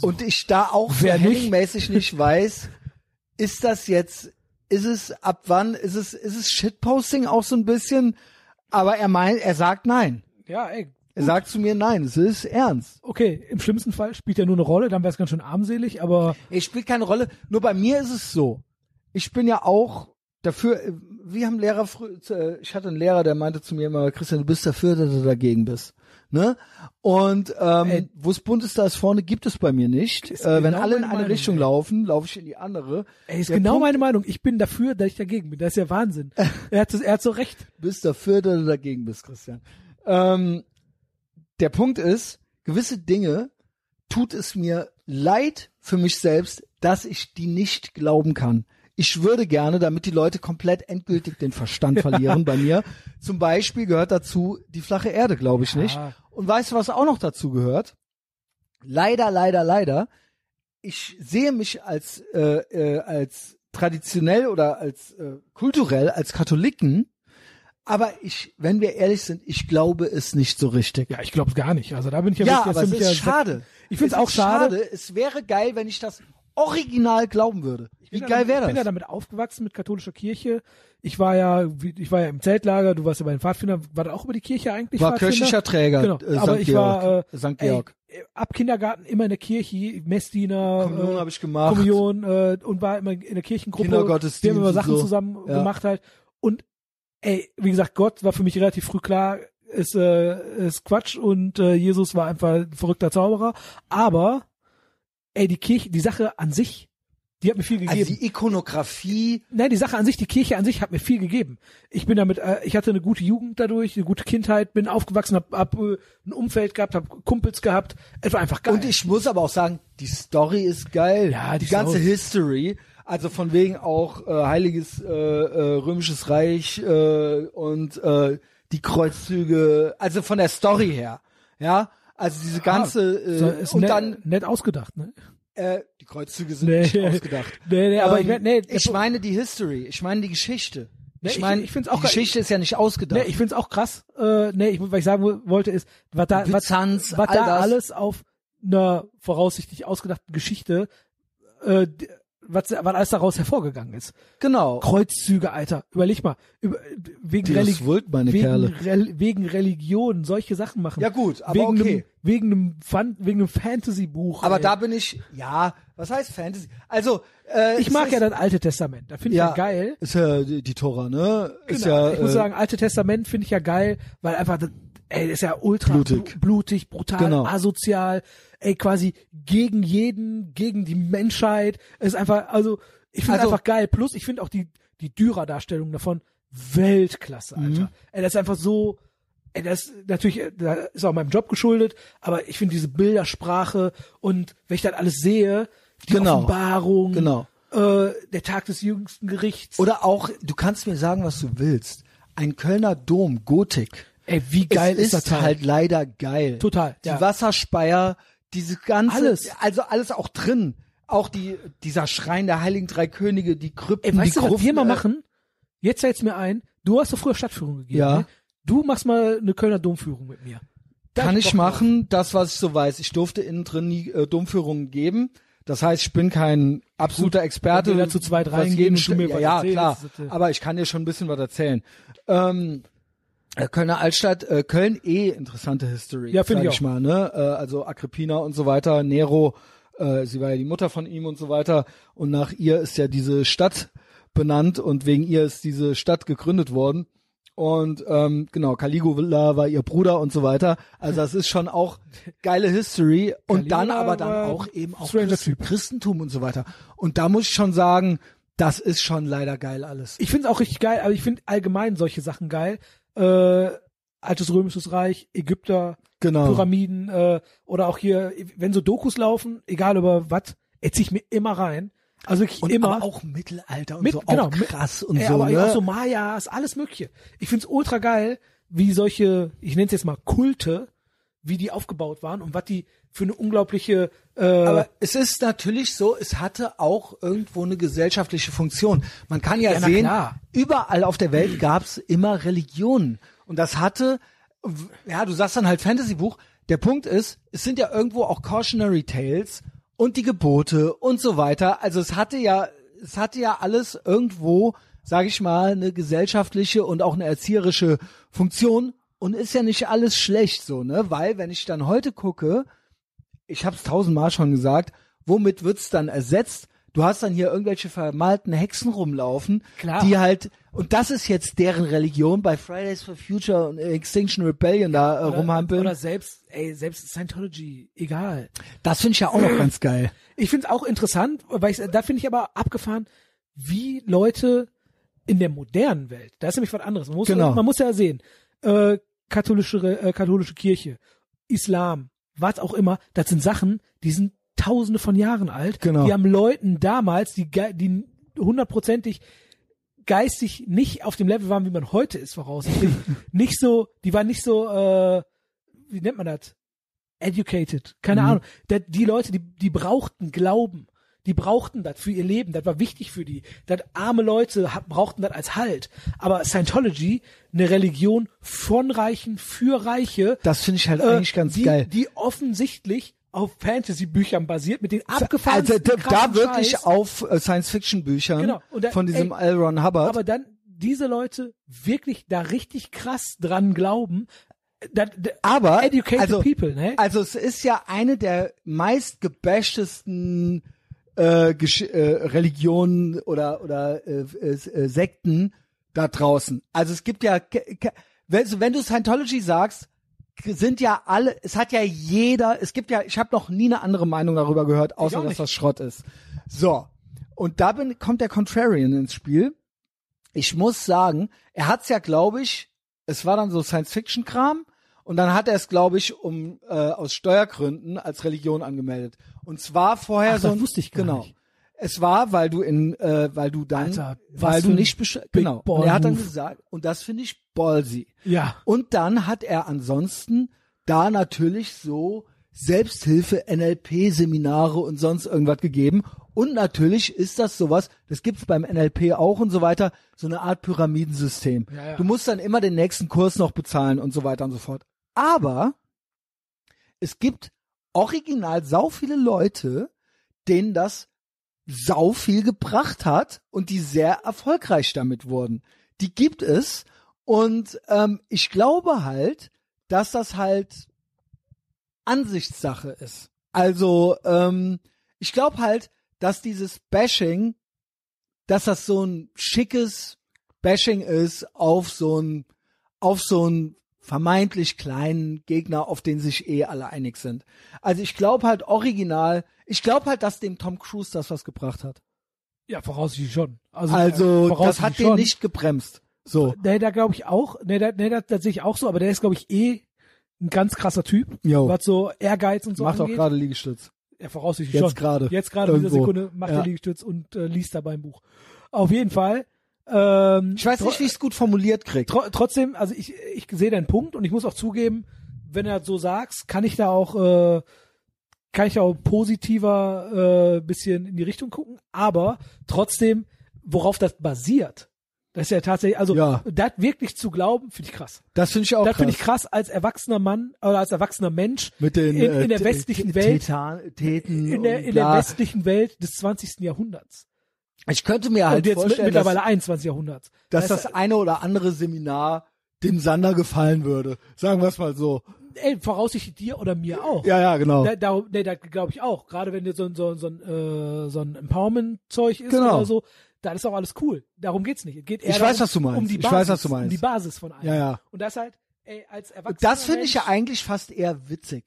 [SPEAKER 1] Und ich da auch sehr
[SPEAKER 2] Wer nicht?
[SPEAKER 1] hellingmäßig nicht weiß, ist das jetzt, ist es ab wann, ist es, ist es Shitposting auch so ein bisschen? Aber er meint, er sagt nein.
[SPEAKER 2] Ja, ey.
[SPEAKER 1] Er sagt zu mir nein, es ist ernst.
[SPEAKER 2] Okay, im schlimmsten Fall spielt er nur eine Rolle, dann wäre es ganz schön armselig, aber
[SPEAKER 1] Es spielt keine Rolle. Nur bei mir ist es so. Ich bin ja auch dafür, äh, wir haben Lehrer früh, äh, ich hatte einen Lehrer, der meinte zu mir immer, Christian, du bist dafür, dass du dagegen bist. Ne? Und ähm,
[SPEAKER 2] Ey.
[SPEAKER 1] wo es bunt ist, da ist vorne, gibt es bei mir nicht.
[SPEAKER 2] Äh, Ist
[SPEAKER 1] Äh, wenn
[SPEAKER 2] genau
[SPEAKER 1] alle in
[SPEAKER 2] meine
[SPEAKER 1] eine
[SPEAKER 2] Meinung,
[SPEAKER 1] Richtung
[SPEAKER 2] ey.
[SPEAKER 1] laufen, laufe ich in die andere.
[SPEAKER 2] Ey, ist
[SPEAKER 1] Der
[SPEAKER 2] genau
[SPEAKER 1] Punkt-
[SPEAKER 2] meine Meinung. Ich bin dafür, dass ich dagegen bin. Das ist ja Wahnsinn. er, hat, er hat so recht.
[SPEAKER 1] bist dafür, dass du dagegen bist, Christian. Ähm, der Punkt ist, gewisse Dinge tut es mir leid für mich selbst, dass ich die nicht glauben kann. Ich würde gerne, damit die Leute komplett endgültig den Verstand verlieren bei mir. Zum Beispiel gehört dazu die flache Erde, glaube ich nicht.
[SPEAKER 2] Ja.
[SPEAKER 1] Und weißt du, was auch noch dazu gehört? Leider, leider, leider. Ich sehe mich als, äh, äh, als traditionell oder als äh, kulturell, als Katholiken, aber ich, wenn wir ehrlich sind, ich glaube es nicht so richtig.
[SPEAKER 2] Ja, ich glaube gar nicht. Also da bin ich ja,
[SPEAKER 1] Ja,
[SPEAKER 2] wirklich- das
[SPEAKER 1] aber es
[SPEAKER 2] bin
[SPEAKER 1] ist
[SPEAKER 2] ich ja
[SPEAKER 1] schade.
[SPEAKER 2] Ich find's
[SPEAKER 1] Es ist
[SPEAKER 2] auch schade.
[SPEAKER 1] Es wäre geil, wenn ich das original glauben würde. Wie
[SPEAKER 2] bin
[SPEAKER 1] geil
[SPEAKER 2] damit- Ich
[SPEAKER 1] wäre
[SPEAKER 2] bin ja
[SPEAKER 1] das?
[SPEAKER 2] damit aufgewachsen mit katholischer Kirche. Ich war ja, wie- ich war ja im Zeltlager, du warst ja bei den Pfadfindern, war da auch über die Kirche eigentlich?
[SPEAKER 1] War
[SPEAKER 2] Pfadfinder?
[SPEAKER 1] kirchlicher Träger,
[SPEAKER 2] Genau.
[SPEAKER 1] äh,
[SPEAKER 2] Aber
[SPEAKER 1] St.
[SPEAKER 2] ich
[SPEAKER 1] Georg.
[SPEAKER 2] war äh,
[SPEAKER 1] St.
[SPEAKER 2] ey,
[SPEAKER 1] Georg.
[SPEAKER 2] ab Kindergarten immer in der Kirche, Messdiener,
[SPEAKER 1] Kommunion
[SPEAKER 2] äh,
[SPEAKER 1] habe ich gemacht.
[SPEAKER 2] Kommunion äh, und war immer in der Kirchengruppe.
[SPEAKER 1] Kindergottesdienst
[SPEAKER 2] Wir haben immer
[SPEAKER 1] und
[SPEAKER 2] Sachen
[SPEAKER 1] so.
[SPEAKER 2] zusammen
[SPEAKER 1] Ja.
[SPEAKER 2] gemacht halt. Und ey, wie gesagt, Gott war für mich relativ früh klar, ist, äh, ist Quatsch und äh, Jesus war einfach ein verrückter Zauberer. Aber ey, die Kirche, die Sache an sich, die hat mir viel gegeben.
[SPEAKER 1] Also die Ikonografie,
[SPEAKER 2] Nein, die Sache an sich, die Kirche an sich hat mir viel gegeben. Ich bin damit, äh, ich hatte eine gute Jugend dadurch, eine gute Kindheit, bin aufgewachsen, hab, hab äh, ein Umfeld gehabt, hab Kumpels gehabt. Es war einfach geil.
[SPEAKER 1] Und ich muss aber auch sagen, die Story ist geil.
[SPEAKER 2] Ja, die
[SPEAKER 1] die ganze
[SPEAKER 2] Story.
[SPEAKER 1] History. Also von wegen auch äh, Heiliges äh, äh, Römisches Reich äh, und äh, die Kreuzzüge. Also von der Story her. Ja, also diese ganze. Äh,
[SPEAKER 2] Ah, so, ist
[SPEAKER 1] und
[SPEAKER 2] nett,
[SPEAKER 1] dann.
[SPEAKER 2] nett ausgedacht, ne?
[SPEAKER 1] Äh, die Kreuzzüge sind
[SPEAKER 2] Nee.
[SPEAKER 1] nicht ausgedacht. Ähm,
[SPEAKER 2] Nee, nee, aber ich mein- nee, der
[SPEAKER 1] ich
[SPEAKER 2] Pu-
[SPEAKER 1] meine die History. Ich meine die Geschichte.
[SPEAKER 2] Nee,
[SPEAKER 1] ich
[SPEAKER 2] ich-
[SPEAKER 1] meine,
[SPEAKER 2] ich find's auch
[SPEAKER 1] die
[SPEAKER 2] geil.
[SPEAKER 1] Geschichte ist ja nicht ausgedacht.
[SPEAKER 2] Nee, ich find's auch krass. Äh, nee, ich, was ich sagen wo- wollte ist, was da, was,
[SPEAKER 1] Byzanz,
[SPEAKER 2] was
[SPEAKER 1] all
[SPEAKER 2] da
[SPEAKER 1] das.
[SPEAKER 2] alles auf einer voraussichtlich ausgedachten Geschichte, äh, d- was, was alles daraus hervorgegangen ist.
[SPEAKER 1] genau.
[SPEAKER 2] Kreuzzüge, Alter. Überleg mal. Über, wegen,
[SPEAKER 1] Pius
[SPEAKER 2] Reli
[SPEAKER 1] Wult, meine
[SPEAKER 2] wegen,
[SPEAKER 1] Kerle.
[SPEAKER 2] Rel wegen Religion, solche Sachen machen.
[SPEAKER 1] Ja, gut, aber
[SPEAKER 2] wegen
[SPEAKER 1] okay.
[SPEAKER 2] Einem, wegen einem, Fan wegen einem Fantasy-Buch.
[SPEAKER 1] Aber
[SPEAKER 2] ey.
[SPEAKER 1] da bin ich, ja, was heißt Fantasy? Also, äh,
[SPEAKER 2] ich
[SPEAKER 1] es
[SPEAKER 2] mag
[SPEAKER 1] ist,
[SPEAKER 2] ja das Alte Testament. Da finde ich ja, geil.
[SPEAKER 1] Ist ja die, die Tora, ne? Ist
[SPEAKER 2] Genau.
[SPEAKER 1] ja,
[SPEAKER 2] ich muss
[SPEAKER 1] äh,
[SPEAKER 2] sagen, Alte Testament finde ich ja geil, weil einfach, das- ey, das ist ja ultra
[SPEAKER 1] Blutig.
[SPEAKER 2] blu- blutig brutal,
[SPEAKER 1] Genau.
[SPEAKER 2] asozial, ey, quasi gegen jeden, gegen die Menschheit. Es ist einfach, also, ich finde
[SPEAKER 1] Also-
[SPEAKER 2] einfach geil. Plus, ich finde auch die, die Dürer-Darstellung davon Weltklasse,
[SPEAKER 1] Mhm.
[SPEAKER 2] Alter. Ey, das ist einfach so, ey, das ist natürlich, äh, da ist auch meinem Job geschuldet, aber ich finde diese Bildersprache und wenn ich dann alles sehe, die
[SPEAKER 1] Genau.
[SPEAKER 2] Offenbarung,
[SPEAKER 1] Genau.
[SPEAKER 2] äh, der Tag des jüngsten Gerichts.
[SPEAKER 1] oder auch, du kannst mir sagen, was du willst. Ein Kölner Dom, Gotik.
[SPEAKER 2] Ey, wie geil
[SPEAKER 1] es
[SPEAKER 2] ist,
[SPEAKER 1] ist,
[SPEAKER 2] das Teil?
[SPEAKER 1] halt leider geil.
[SPEAKER 2] Total,
[SPEAKER 1] Die
[SPEAKER 2] ja.
[SPEAKER 1] Wasserspeier, diese ganze,
[SPEAKER 2] Alles.
[SPEAKER 1] also alles auch drin. Auch die, dieser Schrein der Heiligen Drei Könige, die Krypten,
[SPEAKER 2] Ey, weißt
[SPEAKER 1] die
[SPEAKER 2] du, was
[SPEAKER 1] Gruft,
[SPEAKER 2] wir mal
[SPEAKER 1] äh,
[SPEAKER 2] machen? Jetzt fällt's mir ein, du hast doch früher Stadtführung gegeben.
[SPEAKER 1] Ja.
[SPEAKER 2] Ne? Du machst mal eine Kölner Domführung mit mir. Da
[SPEAKER 1] Kann
[SPEAKER 2] hab
[SPEAKER 1] ich
[SPEAKER 2] Bock drauf.
[SPEAKER 1] machen, das, was ich so weiß. Ich durfte innen drin nie äh, Dummführungen geben. Das heißt, ich bin kein absoluter Experte.
[SPEAKER 2] wenn wir da zu zweit
[SPEAKER 1] was jeden
[SPEAKER 2] reingehen und du mir
[SPEAKER 1] Sta-
[SPEAKER 2] was
[SPEAKER 1] ja, ja,
[SPEAKER 2] erzählst,
[SPEAKER 1] klar.
[SPEAKER 2] das ist, äh,
[SPEAKER 1] Aber ich kann dir schon ein bisschen was erzählen. Ähm, äh, Kölner Altstadt, äh, Köln eh interessante History.
[SPEAKER 2] Ja, finde
[SPEAKER 1] sag
[SPEAKER 2] ich auch.
[SPEAKER 1] mal, ne? Äh, also Agrippina und so weiter, Nero, äh, sie war ja die Mutter von ihm und so weiter. Und nach ihr ist ja diese Stadt benannt und wegen ihr ist diese Stadt gegründet worden. Und ähm, genau, Caligula war ihr Bruder und so weiter. Also das ist schon auch geile History. Und
[SPEAKER 2] Caligula
[SPEAKER 1] dann aber dann
[SPEAKER 2] war
[SPEAKER 1] auch eben auch
[SPEAKER 2] stranger
[SPEAKER 1] Christ
[SPEAKER 2] Typ.
[SPEAKER 1] Christentum und so weiter. Und da muss ich schon sagen, das ist schon leider geil alles.
[SPEAKER 2] Ich find's auch richtig geil, aber ich find allgemein solche Sachen geil. Äh, altes römisches Reich, Ägypter,
[SPEAKER 1] Genau.
[SPEAKER 2] Pyramiden äh, oder auch hier, wenn so Dokus laufen, egal über was, erziehe ich mir immer rein. Also wirklich
[SPEAKER 1] und
[SPEAKER 2] immer.
[SPEAKER 1] aber auch Mittelalter und
[SPEAKER 2] Mit-
[SPEAKER 1] so
[SPEAKER 2] genau,
[SPEAKER 1] auch
[SPEAKER 2] mit-
[SPEAKER 1] krass und
[SPEAKER 2] Ey,
[SPEAKER 1] so.
[SPEAKER 2] aber
[SPEAKER 1] ne?
[SPEAKER 2] auch so Mayas, alles mögliche. Ich find's ultra geil, wie solche, ich nenne es jetzt mal Kulte, wie die aufgebaut waren und was die für eine unglaubliche äh,
[SPEAKER 1] Aber es ist natürlich so, es hatte auch irgendwo eine gesellschaftliche Funktion. Man kann ja,
[SPEAKER 2] Ja, na
[SPEAKER 1] sehen,
[SPEAKER 2] klar.
[SPEAKER 1] überall auf der Welt gab's immer Religionen. Und das hatte, w- ja, du sagst dann halt Fantasy-Buch. Der Punkt ist, es sind ja irgendwo auch Cautionary Tales und die Gebote und so weiter. Also es hatte ja, es hatte ja alles irgendwo, sag ich mal, eine gesellschaftliche und auch eine erzieherische Funktion. Und ist ja nicht alles schlecht so, ne? Weil, wenn ich dann heute gucke, ich habe es tausendmal schon gesagt, womit wird's dann ersetzt? Du hast dann hier irgendwelche vermalten Hexen rumlaufen,
[SPEAKER 2] Klar.
[SPEAKER 1] die halt, und das ist jetzt deren Religion bei Fridays for Future und Extinction Rebellion da äh, rumhampeln.
[SPEAKER 2] Oder selbst, ey, selbst Scientology, egal.
[SPEAKER 1] das finde ich ja auch noch ganz geil.
[SPEAKER 2] Ich finde es auch interessant, weil ich, da finde ich aber abgefahren, wie Leute in der modernen Welt, da ist nämlich was anderes. Man muss,
[SPEAKER 1] Genau.
[SPEAKER 2] man muss ja sehen, äh, katholische, Re- äh, katholische Kirche, Islam, was auch immer, das sind Sachen, die sind tausende von Jahren alt.
[SPEAKER 1] Genau.
[SPEAKER 2] Die haben Leuten damals, die, ge- die hundertprozentig geistig nicht auf dem Level waren, wie man heute ist, voraussichtlich. nicht so, die waren nicht so, äh, wie nennt man das? Educated. Keine
[SPEAKER 1] Mhm.
[SPEAKER 2] Ahnung. Da, die Leute, die, die brauchten Glauben. Die brauchten das für ihr Leben. Das war wichtig für die. Das arme Leute hab, brauchten das als Halt. Aber Scientology, eine Religion von Reichen für Reiche.
[SPEAKER 1] Das finde ich halt
[SPEAKER 2] äh,
[SPEAKER 1] eigentlich ganz
[SPEAKER 2] die,
[SPEAKER 1] geil.
[SPEAKER 2] Die offensichtlich auf Fantasy-Büchern basiert, mit den abgefahrenen
[SPEAKER 1] also da, da
[SPEAKER 2] kranken
[SPEAKER 1] wirklich
[SPEAKER 2] Scheiß.
[SPEAKER 1] auf äh, Science-Fiction-Büchern
[SPEAKER 2] Genau. Und da-
[SPEAKER 1] von diesem
[SPEAKER 2] ey,
[SPEAKER 1] L. Ron Hubbard.
[SPEAKER 2] Aber dann diese Leute wirklich da richtig krass dran glauben. äh, Da, da,
[SPEAKER 1] Aber,
[SPEAKER 2] educated
[SPEAKER 1] also,
[SPEAKER 2] people, ne?
[SPEAKER 1] Also es ist ja eine der meist gebashtesten äh, Gesch äh, Religionen oder oder äh, äh, Sekten da draußen. Also es gibt ja ke- ke- wenn, so, wenn du Scientology sagst, sind ja alle, es hat ja jeder, es gibt ja, ich habe noch nie eine andere Meinung darüber gehört, außer
[SPEAKER 2] auch
[SPEAKER 1] dass
[SPEAKER 2] nicht.
[SPEAKER 1] das Schrott ist. So, und da bin, kommt der Contrarian ins Spiel. Ich muss sagen, er hat's ja, glaube ich, es war dann so Science-Fiction-Kram und dann hat er es, glaube ich, um äh, aus Steuergründen als Religion angemeldet. Und zwar vorher
[SPEAKER 2] Ach,
[SPEAKER 1] so
[SPEAKER 2] das
[SPEAKER 1] ein-
[SPEAKER 2] wusste ich gar
[SPEAKER 1] genau.
[SPEAKER 2] nicht.
[SPEAKER 1] Es war, weil du in, äh, weil du dann,
[SPEAKER 2] Alter, was
[SPEAKER 1] weil du
[SPEAKER 2] für ein
[SPEAKER 1] nicht best- genau. Und
[SPEAKER 2] Ball
[SPEAKER 1] er hat dann
[SPEAKER 2] Move.
[SPEAKER 1] gesagt, und das finde ich ballsy.
[SPEAKER 2] ja.
[SPEAKER 1] Und dann hat er ansonsten da natürlich so Selbsthilfe, NLP-Seminare und sonst irgendwas gegeben. Und natürlich ist das sowas, das gibt's beim NLP auch und so weiter, so eine Art Pyramidensystem.
[SPEAKER 2] Ja, ja.
[SPEAKER 1] Du musst dann immer den nächsten Kurs noch bezahlen und so weiter und so fort. Aber es gibt original sau viele Leute, denen das sau viel gebracht hat und die sehr erfolgreich damit wurden. Die gibt es und ähm, ich glaube halt, dass das halt Ansichtssache ist. Also ähm, ich glaube halt, dass dieses Bashing, dass das so ein schickes Bashing ist auf so ein auf so einen vermeintlich kleinen Gegner, auf den sich eh alle einig sind. Also ich glaube halt original, ich glaube halt, dass dem Tom Cruise das was gebracht hat.
[SPEAKER 2] Ja, voraussichtlich schon. Also, äh,
[SPEAKER 1] Also das
[SPEAKER 2] voraussichtlich
[SPEAKER 1] hat den
[SPEAKER 2] schon.
[SPEAKER 1] nicht gebremst. So,
[SPEAKER 2] Nee, da glaube ich auch. Nee, da, nee, da, da sehe ich auch so, aber der ist, glaube ich, eh ein ganz krasser Typ.
[SPEAKER 1] Jo.
[SPEAKER 2] Was so Ehrgeiz und so
[SPEAKER 1] Oh. macht auch
[SPEAKER 2] angeht.
[SPEAKER 1] gerade Liegestütz.
[SPEAKER 2] Ja, voraussichtlich
[SPEAKER 1] Jetzt
[SPEAKER 2] schon.
[SPEAKER 1] gerade.
[SPEAKER 2] Jetzt gerade in dieser
[SPEAKER 1] Irgendwo.
[SPEAKER 2] Sekunde macht
[SPEAKER 1] Ja.
[SPEAKER 2] er Liegestütz und äh, liest dabei ein Buch. Auf jeden Fall. Ähm,
[SPEAKER 1] Ich weiß
[SPEAKER 2] tro-
[SPEAKER 1] nicht, wie ich es gut formuliert krieg.
[SPEAKER 2] tro trotzdem, also ich, ich sehe deinen Punkt und ich muss auch zugeben, wenn du das so sagst, kann ich da auch, äh, kann ich da auch positiver äh, bisschen in die Richtung gucken, aber trotzdem, worauf das basiert, das ist ja tatsächlich, also
[SPEAKER 1] Ja.
[SPEAKER 2] das wirklich zu glauben, finde ich krass.
[SPEAKER 1] Das finde ich auch
[SPEAKER 2] das
[SPEAKER 1] krass.
[SPEAKER 2] finde ich krass als erwachsener Mann oder als erwachsener Mensch
[SPEAKER 1] Mit den
[SPEAKER 2] in,
[SPEAKER 1] äh,
[SPEAKER 2] in der
[SPEAKER 1] T-
[SPEAKER 2] westlichen
[SPEAKER 1] T-
[SPEAKER 2] Welt,
[SPEAKER 1] Tetan, Täten
[SPEAKER 2] in der,
[SPEAKER 1] und
[SPEAKER 2] in der
[SPEAKER 1] bla.
[SPEAKER 2] westlichen Welt des 20. Jahrhunderts.
[SPEAKER 1] Ich könnte mir halt
[SPEAKER 2] und jetzt mit,
[SPEAKER 1] vorstellen,
[SPEAKER 2] mittlerweile
[SPEAKER 1] dass,
[SPEAKER 2] 21. Jahrhunderts.
[SPEAKER 1] dass
[SPEAKER 2] Weißt
[SPEAKER 1] das eine oder andere Seminar dem Sander gefallen würde. Sagen wir es mal so.
[SPEAKER 2] du, ey, voraussichtlich dir oder mir auch.
[SPEAKER 1] Ja, ja, genau.
[SPEAKER 2] Da, da, nee, das glaube ich auch. Gerade wenn dir so, ein- so, ein- so, ein, äh, so ein Empowerment-Zeug ist
[SPEAKER 1] Genau.
[SPEAKER 2] oder so, dann ist auch alles cool. Darum geht's nicht. Es geht eher
[SPEAKER 1] Ich
[SPEAKER 2] darum,
[SPEAKER 1] weiß, was du meinst.
[SPEAKER 2] Um die
[SPEAKER 1] Ich
[SPEAKER 2] Basis,
[SPEAKER 1] weiß, was du meinst.
[SPEAKER 2] Um die Basis von allem.
[SPEAKER 1] Ja, ja.
[SPEAKER 2] Und das halt, ey, als Erwachsener.
[SPEAKER 1] Das finde ich ja
[SPEAKER 2] Mensch-
[SPEAKER 1] eigentlich fast eher witzig.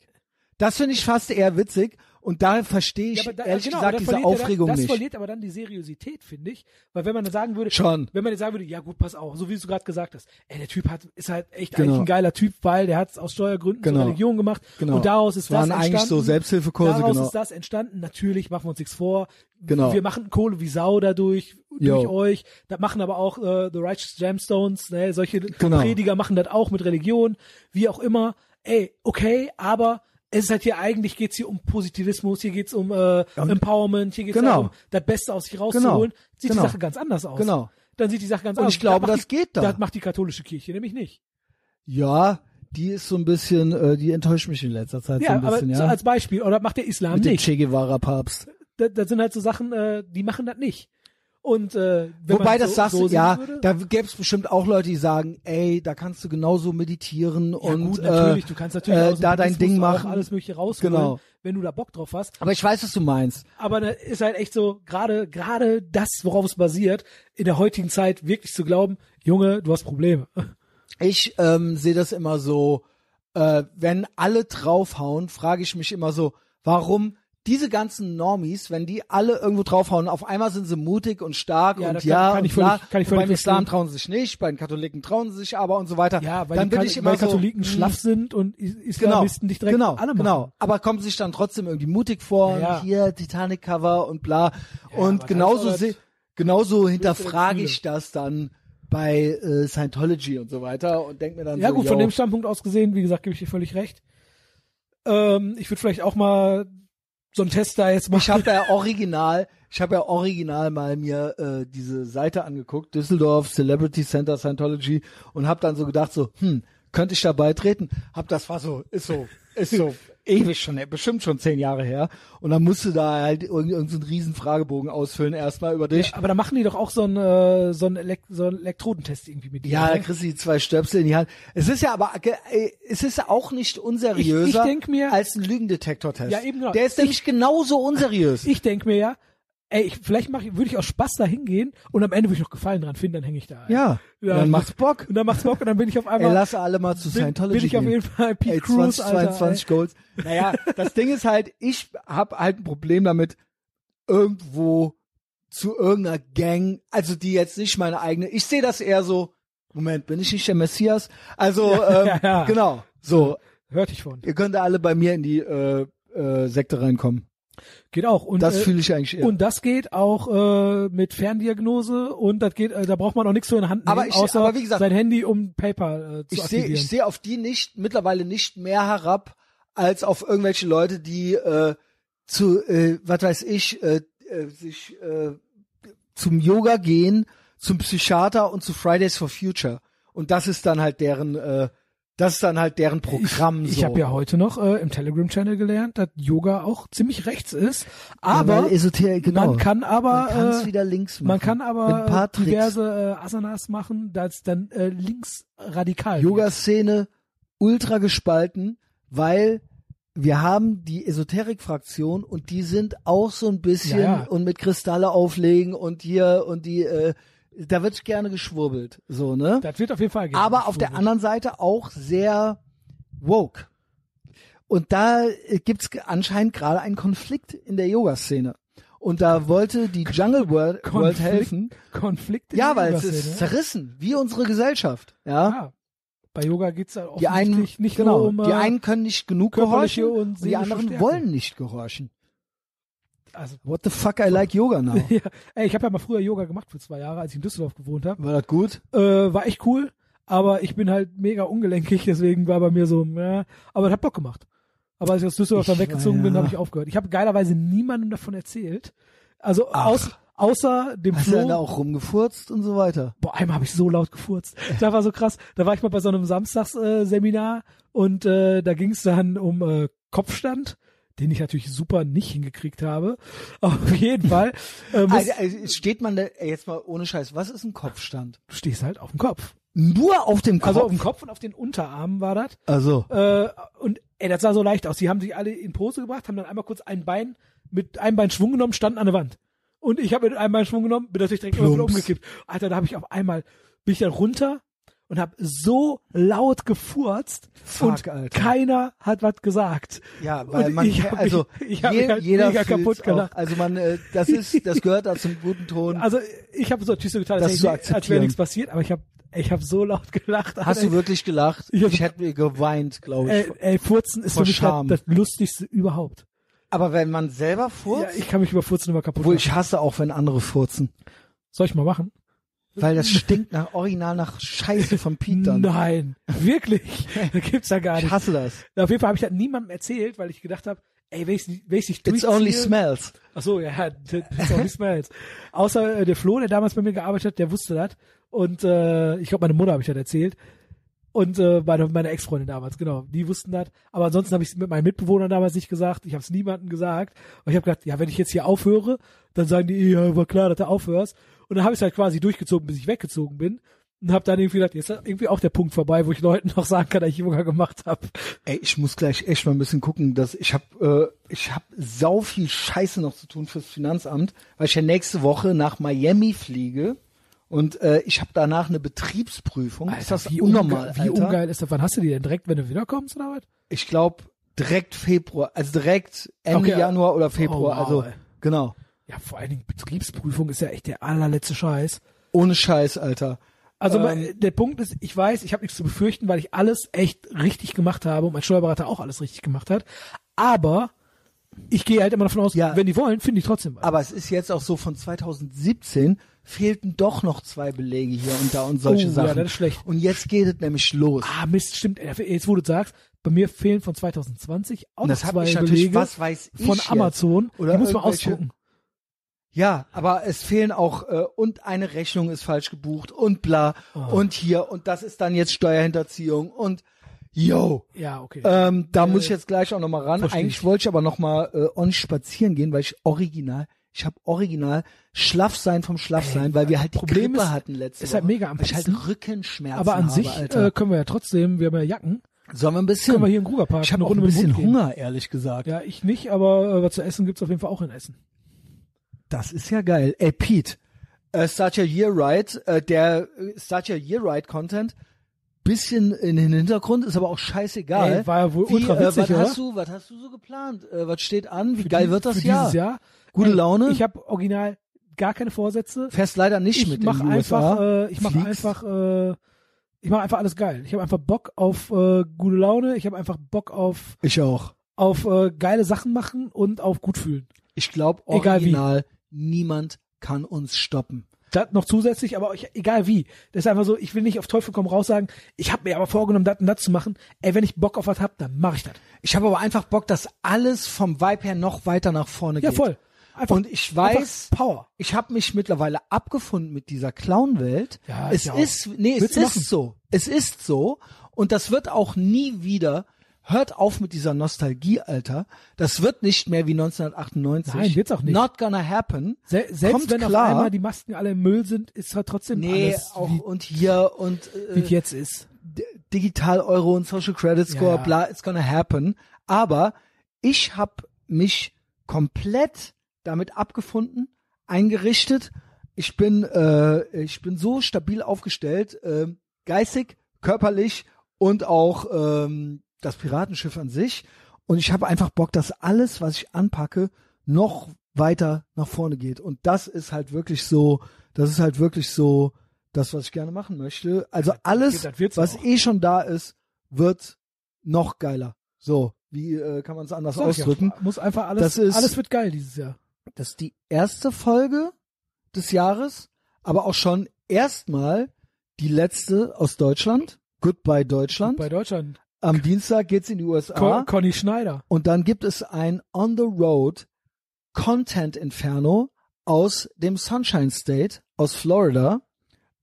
[SPEAKER 1] Das finde ich fast eher witzig und daher verstehe ich
[SPEAKER 2] aber da-
[SPEAKER 1] ehrlich
[SPEAKER 2] genau,
[SPEAKER 1] gesagt
[SPEAKER 2] aber das
[SPEAKER 1] diese
[SPEAKER 2] verliert ja dann-
[SPEAKER 1] Aufregung
[SPEAKER 2] Das
[SPEAKER 1] nicht.
[SPEAKER 2] verliert aber dann die Seriosität, finde ich. Weil wenn man dann sagen würde,
[SPEAKER 1] Schon.
[SPEAKER 2] wenn man jetzt sagen würde, ja gut, pass auf, so wie du gerade gesagt hast, ey, der Typ hat, ist halt echt
[SPEAKER 1] Genau.
[SPEAKER 2] eigentlich ein geiler Typ, weil der hat es aus Steuergründen zur
[SPEAKER 1] Genau.
[SPEAKER 2] Religion gemacht
[SPEAKER 1] Genau.
[SPEAKER 2] und daraus ist
[SPEAKER 1] Das waren
[SPEAKER 2] das
[SPEAKER 1] eigentlich
[SPEAKER 2] entstanden.
[SPEAKER 1] so Selbsthilfekurse,
[SPEAKER 2] Daraus
[SPEAKER 1] genau.
[SPEAKER 2] ist das entstanden. Natürlich machen wir uns nichts vor.
[SPEAKER 1] Genau.
[SPEAKER 2] Wir machen Kohle wie Sau dadurch, durch
[SPEAKER 1] Jo.
[SPEAKER 2] euch. Das machen aber auch äh, The Righteous Gemstones, ne? solche
[SPEAKER 1] Genau.
[SPEAKER 2] Prediger machen das auch mit Religion, wie auch immer. Ey, okay, aber es ist halt hier eigentlich geht's hier um Positivismus, hier geht's um äh, Empowerment, hier geht's
[SPEAKER 1] Genau.
[SPEAKER 2] darum, das Beste aus sich rauszuholen. Sieht
[SPEAKER 1] Genau.
[SPEAKER 2] die Sache ganz anders aus.
[SPEAKER 1] Genau.
[SPEAKER 2] Dann sieht die Sache ganz
[SPEAKER 1] Und
[SPEAKER 2] anders
[SPEAKER 1] ich glaube,
[SPEAKER 2] macht
[SPEAKER 1] das
[SPEAKER 2] die,
[SPEAKER 1] geht da.
[SPEAKER 2] Das macht die katholische Kirche nämlich nicht.
[SPEAKER 1] Ja, die ist so ein bisschen, äh, die enttäuscht mich in letzter Zeit
[SPEAKER 2] ja,
[SPEAKER 1] so ein bisschen,
[SPEAKER 2] aber so
[SPEAKER 1] ja.
[SPEAKER 2] als Beispiel, oder macht der Islam
[SPEAKER 1] Mit dem
[SPEAKER 2] nicht.
[SPEAKER 1] Che Guevara Papst.
[SPEAKER 2] das, das sind halt so Sachen, äh, die machen das nicht. Und äh, wenn
[SPEAKER 1] Wobei
[SPEAKER 2] man
[SPEAKER 1] das
[SPEAKER 2] so,
[SPEAKER 1] sagst
[SPEAKER 2] so
[SPEAKER 1] du, ja,
[SPEAKER 2] sehen würde,
[SPEAKER 1] da gäbe es bestimmt auch Leute, die sagen, ey, da kannst du genauso meditieren
[SPEAKER 2] Ja,
[SPEAKER 1] und
[SPEAKER 2] gut,
[SPEAKER 1] äh,
[SPEAKER 2] natürlich, du kannst natürlich
[SPEAKER 1] äh,
[SPEAKER 2] aus dem
[SPEAKER 1] da dein
[SPEAKER 2] Buddhismus
[SPEAKER 1] Ding
[SPEAKER 2] auch
[SPEAKER 1] machen.
[SPEAKER 2] alles mögliche rausholen,
[SPEAKER 1] Genau.
[SPEAKER 2] wenn du da Bock drauf hast.
[SPEAKER 1] Aber ich weiß, was du meinst.
[SPEAKER 2] Aber da ist halt echt so, gerade, gerade das, worauf es basiert, in der heutigen Zeit wirklich zu glauben, Junge, du hast Probleme.
[SPEAKER 1] Ich ähm, sehe das immer so, äh, wenn alle draufhauen, frage ich mich immer so, warum diese ganzen Normies, wenn die alle irgendwo draufhauen, auf einmal sind sie mutig und stark
[SPEAKER 2] Ja,
[SPEAKER 1] und
[SPEAKER 2] das kann-
[SPEAKER 1] ja
[SPEAKER 2] kann
[SPEAKER 1] und
[SPEAKER 2] ich völlig-
[SPEAKER 1] bla,
[SPEAKER 2] kann ich
[SPEAKER 1] und beim
[SPEAKER 2] völlig
[SPEAKER 1] Islam
[SPEAKER 2] verstehen.
[SPEAKER 1] trauen sie sich nicht, bei den Katholiken trauen sie sich aber und so weiter.
[SPEAKER 2] Ja, weil,
[SPEAKER 1] Dann
[SPEAKER 2] die,
[SPEAKER 1] bin
[SPEAKER 2] Ka-
[SPEAKER 1] ich immer
[SPEAKER 2] weil
[SPEAKER 1] so,
[SPEAKER 2] Katholiken
[SPEAKER 1] hm,
[SPEAKER 2] schlaff sind und Is-
[SPEAKER 1] Genau,
[SPEAKER 2] Islamisten dich direkt
[SPEAKER 1] genau,
[SPEAKER 2] alle machen.
[SPEAKER 1] genau. Aber kommen sich dann trotzdem irgendwie mutig vor und
[SPEAKER 2] Ja, ja.
[SPEAKER 1] hier Titanic-Cover und bla.
[SPEAKER 2] aber
[SPEAKER 1] und
[SPEAKER 2] das
[SPEAKER 1] genauso,
[SPEAKER 2] ist-
[SPEAKER 1] se- genauso hinterfrage
[SPEAKER 2] Gefühle.
[SPEAKER 1] ich das dann bei äh, Scientology und so weiter und denke mir dann
[SPEAKER 2] Ja
[SPEAKER 1] so,
[SPEAKER 2] gut, von
[SPEAKER 1] yo.
[SPEAKER 2] dem Standpunkt aus gesehen, wie gesagt, gebe ich dir völlig recht. Ähm, ich würde vielleicht auch mal so einen Test da jetzt machen.
[SPEAKER 1] Ich habe ja original, ich habe ja original mal mir äh, diese Seite angeguckt, Düsseldorf Celebrity Center Scientology und habe dann so gedacht so, hm, könnte ich da beitreten? Hab das war so, ist so, ist so ewig schon, her, bestimmt schon zehn Jahre her. Und dann musste da halt irgendeinen irgend so einen riesen Fragebogen ausfüllen erstmal über dich.
[SPEAKER 2] aber da machen die doch auch so einen, äh, so einen, Elek so einen Elektrodentest irgendwie mit dir.
[SPEAKER 1] Ja, da
[SPEAKER 2] ne?
[SPEAKER 1] kriegst du die zwei Stöpsel in die Hand. Es ist ja aber, ge- äh, es ist ja auch nicht unseriöser
[SPEAKER 2] Ich- ich denk mir-
[SPEAKER 1] als ein Lügendetektor-Test.
[SPEAKER 2] Ja, eben genau.
[SPEAKER 1] Der ist nämlich genauso unseriös.
[SPEAKER 2] Ich denke mir ja, ey, ich, vielleicht mach, würde ich aus Spaß da hingehen und am Ende würde ich noch Gefallen dran finden, dann hänge ich da ein.
[SPEAKER 1] ja,
[SPEAKER 2] Ja,
[SPEAKER 1] dann macht's Bock.
[SPEAKER 2] Und dann macht's Bock und dann bin ich auf
[SPEAKER 1] Ey,
[SPEAKER 2] einmal,
[SPEAKER 1] lass alle mal zu
[SPEAKER 2] bin,
[SPEAKER 1] Scientology
[SPEAKER 2] bin ich auf
[SPEAKER 1] gehen.
[SPEAKER 2] jeden Fall Pete
[SPEAKER 1] Ey,
[SPEAKER 2] Cruz,
[SPEAKER 1] 20,
[SPEAKER 2] Alter.
[SPEAKER 1] 22 Goals. Naja, das Ding ist halt, ich habe halt ein Problem damit, irgendwo zu irgendeiner Gang, also die jetzt nicht meine eigene, ich sehe das eher so, Moment, bin ich nicht der Messias? Also, ähm,
[SPEAKER 2] ja, ja.
[SPEAKER 1] genau, so,
[SPEAKER 2] ey. Hört ich von.
[SPEAKER 1] ihr könnt alle bei mir in die äh, äh, Sekte reinkommen.
[SPEAKER 2] Geht auch. Und,
[SPEAKER 1] Das
[SPEAKER 2] äh,
[SPEAKER 1] fühle ich eigentlich eher.
[SPEAKER 2] Und das geht auch äh, mit Ferndiagnose und das geht, äh, da braucht man auch nichts so in der Hand nehmen,
[SPEAKER 1] Aber ich-
[SPEAKER 2] außer
[SPEAKER 1] aber wie gesagt-
[SPEAKER 2] sein Handy, um PayPal äh, zu
[SPEAKER 1] ich sehe
[SPEAKER 2] aktivieren.
[SPEAKER 1] ich seh auf die nicht mittlerweile nicht mehr herab als auf irgendwelche Leute, die äh, zu äh, was weiß ich äh, äh, sich äh, zum Yoga gehen, zum Psychiater und zu Fridays for Future und das ist dann halt deren äh, das ist dann halt deren Programm
[SPEAKER 2] ich
[SPEAKER 1] so.
[SPEAKER 2] habe ja heute noch äh, im Telegram-Channel gelernt, dass Yoga auch ziemlich rechts ist,
[SPEAKER 1] ja,
[SPEAKER 2] aber
[SPEAKER 1] weil Esoterik genau.
[SPEAKER 2] man kann
[SPEAKER 1] man kann's
[SPEAKER 2] aber äh,
[SPEAKER 1] wieder links machen.
[SPEAKER 2] man kann
[SPEAKER 1] mit
[SPEAKER 2] aber
[SPEAKER 1] ein paar Tricks.
[SPEAKER 2] diverse äh, Asanas machen, das dann äh, links radikal. wird.
[SPEAKER 1] Yoga-Szene ultra gespalten, weil wir haben die Esoterik-Fraktion und die sind auch so ein bisschen
[SPEAKER 2] Ja, ja.
[SPEAKER 1] und mit Kristalle auflegen und hier und die, äh, da wird gerne geschwurbelt, so, ne?
[SPEAKER 2] Das wird auf jeden Fall gehen.
[SPEAKER 1] Aber auf der anderen Seite auch sehr woke. Und da äh, gibt's ge- anscheinend gerade einen Konflikt in der Yoga-Szene. Und da wollte die Jungle World, World
[SPEAKER 2] Konflikt?
[SPEAKER 1] helfen.
[SPEAKER 2] Konflikt. in
[SPEAKER 1] Ja,
[SPEAKER 2] der
[SPEAKER 1] weil es
[SPEAKER 2] Yoga-Szene.
[SPEAKER 1] ist zerrissen, wie unsere Gesellschaft. Ja.
[SPEAKER 2] ja. Bei Yoga geht's ja
[SPEAKER 1] Die einen,
[SPEAKER 2] offensichtlich nicht
[SPEAKER 1] genau,
[SPEAKER 2] nur um
[SPEAKER 1] die
[SPEAKER 2] äh,
[SPEAKER 1] einen können nicht genug
[SPEAKER 2] körperliche
[SPEAKER 1] gehorchen
[SPEAKER 2] und
[SPEAKER 1] und die
[SPEAKER 2] seelische
[SPEAKER 1] anderen
[SPEAKER 2] Stärke.
[SPEAKER 1] wollen nicht gehorchen.
[SPEAKER 2] also
[SPEAKER 1] What the fuck, I like Yoga now.
[SPEAKER 2] Ja, ey, ich habe ja mal früher Yoga gemacht für zwei Jahre, als ich in Düsseldorf gewohnt habe.
[SPEAKER 1] War das gut?
[SPEAKER 2] Äh, war echt cool, aber ich bin halt mega ungelenkig, deswegen war bei mir so, äh, aber das hat Bock gemacht. Aber als ich aus Düsseldorf
[SPEAKER 1] Ich
[SPEAKER 2] dann weggezogen
[SPEAKER 1] war
[SPEAKER 2] bin,
[SPEAKER 1] ja-
[SPEAKER 2] habe ich aufgehört. Ich habe geilerweise niemandem davon erzählt. Also
[SPEAKER 1] Ach.
[SPEAKER 2] aus, außer dem
[SPEAKER 1] Hast du dann da
[SPEAKER 2] Flo.
[SPEAKER 1] auch rumgefurzt und so weiter?
[SPEAKER 2] Boah, einmal habe ich so laut gefurzt. Das war so krass. Da war ich mal bei so einem Samstagsseminar äh, Seminar und äh, da ging es dann um äh, Kopfstand, den ich natürlich super nicht hingekriegt habe. Auf jeden Fall. Äh, muss,
[SPEAKER 1] Also, also steht man da, ey, jetzt mal ohne Scheiß, was ist ein Kopfstand?
[SPEAKER 2] du stehst halt auf dem Kopf.
[SPEAKER 1] Nur auf dem Kopf?
[SPEAKER 2] Also auf dem Kopf und auf den Unterarmen war das.
[SPEAKER 1] Also,
[SPEAKER 2] Äh, und ey, das sah so leicht aus. Die haben sich alle in Pose gebracht, haben dann einmal kurz ein Bein mit einem Bein Schwung genommen, standen an der Wand. Und ich habe mit einem Bein Schwung genommen, bin natürlich direkt
[SPEAKER 1] Plumps.
[SPEAKER 2] irgendwann umgekippt. Alter, da habe ich auf einmal bin ich dann runter und habe so laut gefurzt
[SPEAKER 1] Fuck,
[SPEAKER 2] und
[SPEAKER 1] Alter.
[SPEAKER 2] keiner hat was gesagt.
[SPEAKER 1] ja, weil
[SPEAKER 2] und
[SPEAKER 1] man,
[SPEAKER 2] ich hab mich-
[SPEAKER 1] also,
[SPEAKER 2] ich hab
[SPEAKER 1] je,
[SPEAKER 2] mich halt
[SPEAKER 1] jeder
[SPEAKER 2] mega
[SPEAKER 1] fühlt's
[SPEAKER 2] kaputt
[SPEAKER 1] auch.
[SPEAKER 2] gelacht.
[SPEAKER 1] Also man, äh, das ist, das gehört da zum guten Ton.
[SPEAKER 2] Also ich habe so natürlich so getan,
[SPEAKER 1] Das
[SPEAKER 2] als,
[SPEAKER 1] zu
[SPEAKER 2] hätte ich- als wäre
[SPEAKER 1] akzeptieren.
[SPEAKER 2] nichts passiert, aber ich habe ich habe so laut gelacht.
[SPEAKER 1] Hast
[SPEAKER 2] Alter.
[SPEAKER 1] du wirklich gelacht?
[SPEAKER 2] Ich hab-
[SPEAKER 1] Ich hätte mir geweint, glaube ich.
[SPEAKER 2] Ey, ey, Furzen ist für
[SPEAKER 1] Vor
[SPEAKER 2] mich
[SPEAKER 1] Scham.
[SPEAKER 2] halt das Lustigste überhaupt.
[SPEAKER 1] Aber wenn man selber
[SPEAKER 2] Ja,
[SPEAKER 1] furzt,
[SPEAKER 2] ich kann mich über Furzen immer kaputt
[SPEAKER 1] obwohl
[SPEAKER 2] machen.
[SPEAKER 1] ich hasse auch, wenn andere furzen.
[SPEAKER 2] Soll ich mal machen?
[SPEAKER 1] Weil das stinkt nach original nach Scheiße von Pete dann.
[SPEAKER 2] Nein, wirklich. Das gibt's ja gar
[SPEAKER 1] Ich
[SPEAKER 2] nicht.
[SPEAKER 1] hasse das.
[SPEAKER 2] Auf jeden Fall habe ich das niemandem erzählt, weil ich gedacht habe, ey, wenn ich wenn ich's nicht
[SPEAKER 1] It's
[SPEAKER 2] durchziehe...
[SPEAKER 1] only smells.
[SPEAKER 2] Ach so, ja, d- it's only smells. Außer äh, der Flo, der damals bei mir gearbeitet hat, der wusste das. Und äh, ich glaube, meine Mutter habe ich das erzählt. Und äh, meine, meine Ex-Freundin damals, genau, die wussten das. Aber ansonsten habe ich es mit meinen Mitbewohnern damals nicht gesagt. Ich habe es niemandem gesagt. Und ich habe gedacht, ja, wenn ich jetzt hier aufhöre, dann sagen die, ja, war klar, dass du aufhörst. Und dann habe ich halt quasi durchgezogen, bis ich weggezogen bin. Und habe dann irgendwie gedacht, jetzt ist irgendwie auch der Punkt vorbei, wo ich Leuten noch sagen kann, dass ich Yoga gemacht habe.
[SPEAKER 1] Ey, ich muss gleich echt mal ein bisschen gucken, dass ich habe äh, ich habe sau viel Scheiße noch zu tun fürs Finanzamt, weil ich ja nächste Woche nach Miami fliege und äh, ich habe danach eine Betriebsprüfung. ist das
[SPEAKER 2] wie
[SPEAKER 1] unnormal,
[SPEAKER 2] unge- Wie
[SPEAKER 1] Alter?
[SPEAKER 2] ungeil ist das? Wann hast du die denn direkt, wenn du wiederkommst oder was?
[SPEAKER 1] Ich glaube direkt Februar, also direkt Ende
[SPEAKER 2] Okay.
[SPEAKER 1] Januar oder Februar,
[SPEAKER 2] Oh, wow,
[SPEAKER 1] also
[SPEAKER 2] ey.
[SPEAKER 1] genau.
[SPEAKER 2] Ja, vor allen Dingen Betriebsprüfung ist ja echt der allerletzte Scheiß.
[SPEAKER 1] Ohne Scheiß, Alter.
[SPEAKER 2] Also
[SPEAKER 1] Ähm,
[SPEAKER 2] mein- der Punkt ist, ich weiß, ich habe nichts zu befürchten, weil ich alles echt richtig gemacht habe und mein Steuerberater auch alles richtig gemacht hat. Aber ich gehe halt immer davon aus,
[SPEAKER 1] Ja.
[SPEAKER 2] wenn die wollen, finde ich trotzdem was.
[SPEAKER 1] Aber es ist jetzt auch so von 2017 fehlten doch noch zwei Belege hier und da und solche
[SPEAKER 2] Oh, ja,
[SPEAKER 1] Sachen.
[SPEAKER 2] das ist schlecht.
[SPEAKER 1] Und jetzt geht es nämlich los.
[SPEAKER 2] Ah, Mist, stimmt. ey, Jetzt, wo du sagst, bei mir fehlen von 2020 auch
[SPEAKER 1] Und das
[SPEAKER 2] noch
[SPEAKER 1] habe
[SPEAKER 2] zwei
[SPEAKER 1] ich natürlich,
[SPEAKER 2] Belege
[SPEAKER 1] was weiß ich
[SPEAKER 2] von
[SPEAKER 1] jetzt?
[SPEAKER 2] Amazon.
[SPEAKER 1] Oder
[SPEAKER 2] die muss man
[SPEAKER 1] irgendwelche-
[SPEAKER 2] ausdrucken.
[SPEAKER 1] Ja, aber es fehlen auch äh, und eine Rechnung ist falsch gebucht und bla
[SPEAKER 2] Ah.
[SPEAKER 1] und hier und das ist dann jetzt Steuerhinterziehung und yo.
[SPEAKER 2] Ja, okay.
[SPEAKER 1] Ähm, da
[SPEAKER 2] Äh,
[SPEAKER 1] muss ich jetzt gleich auch nochmal ran.
[SPEAKER 2] versteh
[SPEAKER 1] Eigentlich
[SPEAKER 2] ich.
[SPEAKER 1] wollte ich aber nochmal äh, on spazieren gehen, weil ich original, ich habe original Schlaffsein vom Schlaffsein,
[SPEAKER 2] Ey,
[SPEAKER 1] weil wir halt die
[SPEAKER 2] Problem
[SPEAKER 1] Grippe
[SPEAKER 2] ist-
[SPEAKER 1] hatten letzte
[SPEAKER 2] ist halt
[SPEAKER 1] Woche,
[SPEAKER 2] mega am
[SPEAKER 1] weil ich halt
[SPEAKER 2] Pissen.
[SPEAKER 1] Rückenschmerzen
[SPEAKER 2] aber an
[SPEAKER 1] habe,
[SPEAKER 2] sich
[SPEAKER 1] Alter.
[SPEAKER 2] äh, können wir ja trotzdem, wir haben ja Jacken,
[SPEAKER 1] Sollen wir ein bisschen?
[SPEAKER 2] können wir hier im Krugerpark
[SPEAKER 1] ich habe
[SPEAKER 2] eine
[SPEAKER 1] auch ein
[SPEAKER 2] Runde mit dem
[SPEAKER 1] bisschen
[SPEAKER 2] Hund gehen.
[SPEAKER 1] Hunger, ehrlich gesagt.
[SPEAKER 2] Ja, ich nicht, aber äh, was zu essen gibt's auf jeden Fall auch in Essen.
[SPEAKER 1] Das ist ja geil. Ey, Pete, äh, Start Your Year Right, äh, der äh, Start Your Year Right Content, bisschen in den Hintergrund, ist aber auch scheißegal.
[SPEAKER 2] Ey, war ja wohl ultra witzig,
[SPEAKER 1] äh, was
[SPEAKER 2] oder?
[SPEAKER 1] hast du, was hast du so geplant? Äh, was steht an? Wie
[SPEAKER 2] Für
[SPEAKER 1] geil
[SPEAKER 2] die-
[SPEAKER 1] wird das
[SPEAKER 2] für
[SPEAKER 1] Jahr?
[SPEAKER 2] Dieses Jahr? Ähm,
[SPEAKER 1] Gute Laune?
[SPEAKER 2] Ich habe original gar keine Vorsätze.
[SPEAKER 1] Fährst leider nicht
[SPEAKER 2] ich
[SPEAKER 1] mit
[SPEAKER 2] mach
[SPEAKER 1] in die
[SPEAKER 2] einfach,
[SPEAKER 1] USA.
[SPEAKER 2] äh, ich mache
[SPEAKER 1] Fliegst.
[SPEAKER 2] einfach, äh, ich mache einfach alles geil. Ich habe einfach Bock auf äh, gute Laune. Ich habe einfach Bock auf
[SPEAKER 1] Ich auch.
[SPEAKER 2] auf äh, geile Sachen machen und auf gut fühlen.
[SPEAKER 1] Ich glaube
[SPEAKER 2] Egal wie.
[SPEAKER 1] original, niemand kann uns stoppen.
[SPEAKER 2] Das noch zusätzlich, aber ich, egal wie. Das ist einfach so, ich will nicht auf Teufel komm raus sagen, ich habe mir aber vorgenommen, das und das zu machen. Ey, wenn ich Bock auf was hab, dann mache ich das.
[SPEAKER 1] Ich habe aber einfach Bock, dass alles vom Vibe her noch weiter nach vorne
[SPEAKER 2] Ja,
[SPEAKER 1] geht.
[SPEAKER 2] voll. Einfach,
[SPEAKER 1] Und ich weiß,
[SPEAKER 2] einfach Power.
[SPEAKER 1] ich habe mich mittlerweile abgefunden mit dieser Clown-Welt.
[SPEAKER 2] Ja,
[SPEAKER 1] es
[SPEAKER 2] ich auch.
[SPEAKER 1] ist, nee, es
[SPEAKER 2] Willst du machen?
[SPEAKER 1] ist so. Es ist so. Und das wird auch nie wieder. Hört auf mit dieser Nostalgie, Alter. Das wird nicht mehr wie 1998.
[SPEAKER 2] Nein, wird's auch nicht.
[SPEAKER 1] Not gonna happen.
[SPEAKER 2] Se selbst
[SPEAKER 1] Kommt
[SPEAKER 2] wenn
[SPEAKER 1] klar.
[SPEAKER 2] auf einmal die Masken alle im Müll sind, ist halt trotzdem
[SPEAKER 1] Nee,
[SPEAKER 2] alles,
[SPEAKER 1] auch
[SPEAKER 2] wie
[SPEAKER 1] und hier und
[SPEAKER 2] wie
[SPEAKER 1] äh,
[SPEAKER 2] es jetzt ist.
[SPEAKER 1] D- Digital Euro und Social Credit Score,
[SPEAKER 2] Ja.
[SPEAKER 1] bla, it's gonna happen. Aber ich habe mich komplett damit abgefunden, eingerichtet. Ich bin, äh, ich bin so stabil aufgestellt, ähm, geistig, körperlich und auch ähm, das Piratenschiff an sich. Und ich habe einfach Bock, dass alles, was ich anpacke, noch weiter nach vorne geht. Und das ist halt wirklich so, das ist halt wirklich so das, was ich gerne machen möchte. Also alles,
[SPEAKER 2] das halt wird's
[SPEAKER 1] was
[SPEAKER 2] auch.
[SPEAKER 1] eh schon da ist, wird noch geiler. So, wie äh, kann man es anders
[SPEAKER 2] Sag ich ja,
[SPEAKER 1] ausdrücken?
[SPEAKER 2] Muss einfach alles,
[SPEAKER 1] Das ist-
[SPEAKER 2] alles wird geil dieses Jahr.
[SPEAKER 1] Das ist die erste Folge des Jahres, aber auch schon erstmal die letzte aus Deutschland. Goodbye Deutschland.
[SPEAKER 2] Bei Deutschland.
[SPEAKER 1] Am Dienstag geht's in die
[SPEAKER 2] Con
[SPEAKER 1] USA
[SPEAKER 2] Conny Schneider.
[SPEAKER 1] und dann gibt es ein On the Road Content Inferno aus dem Sunshine State aus Florida.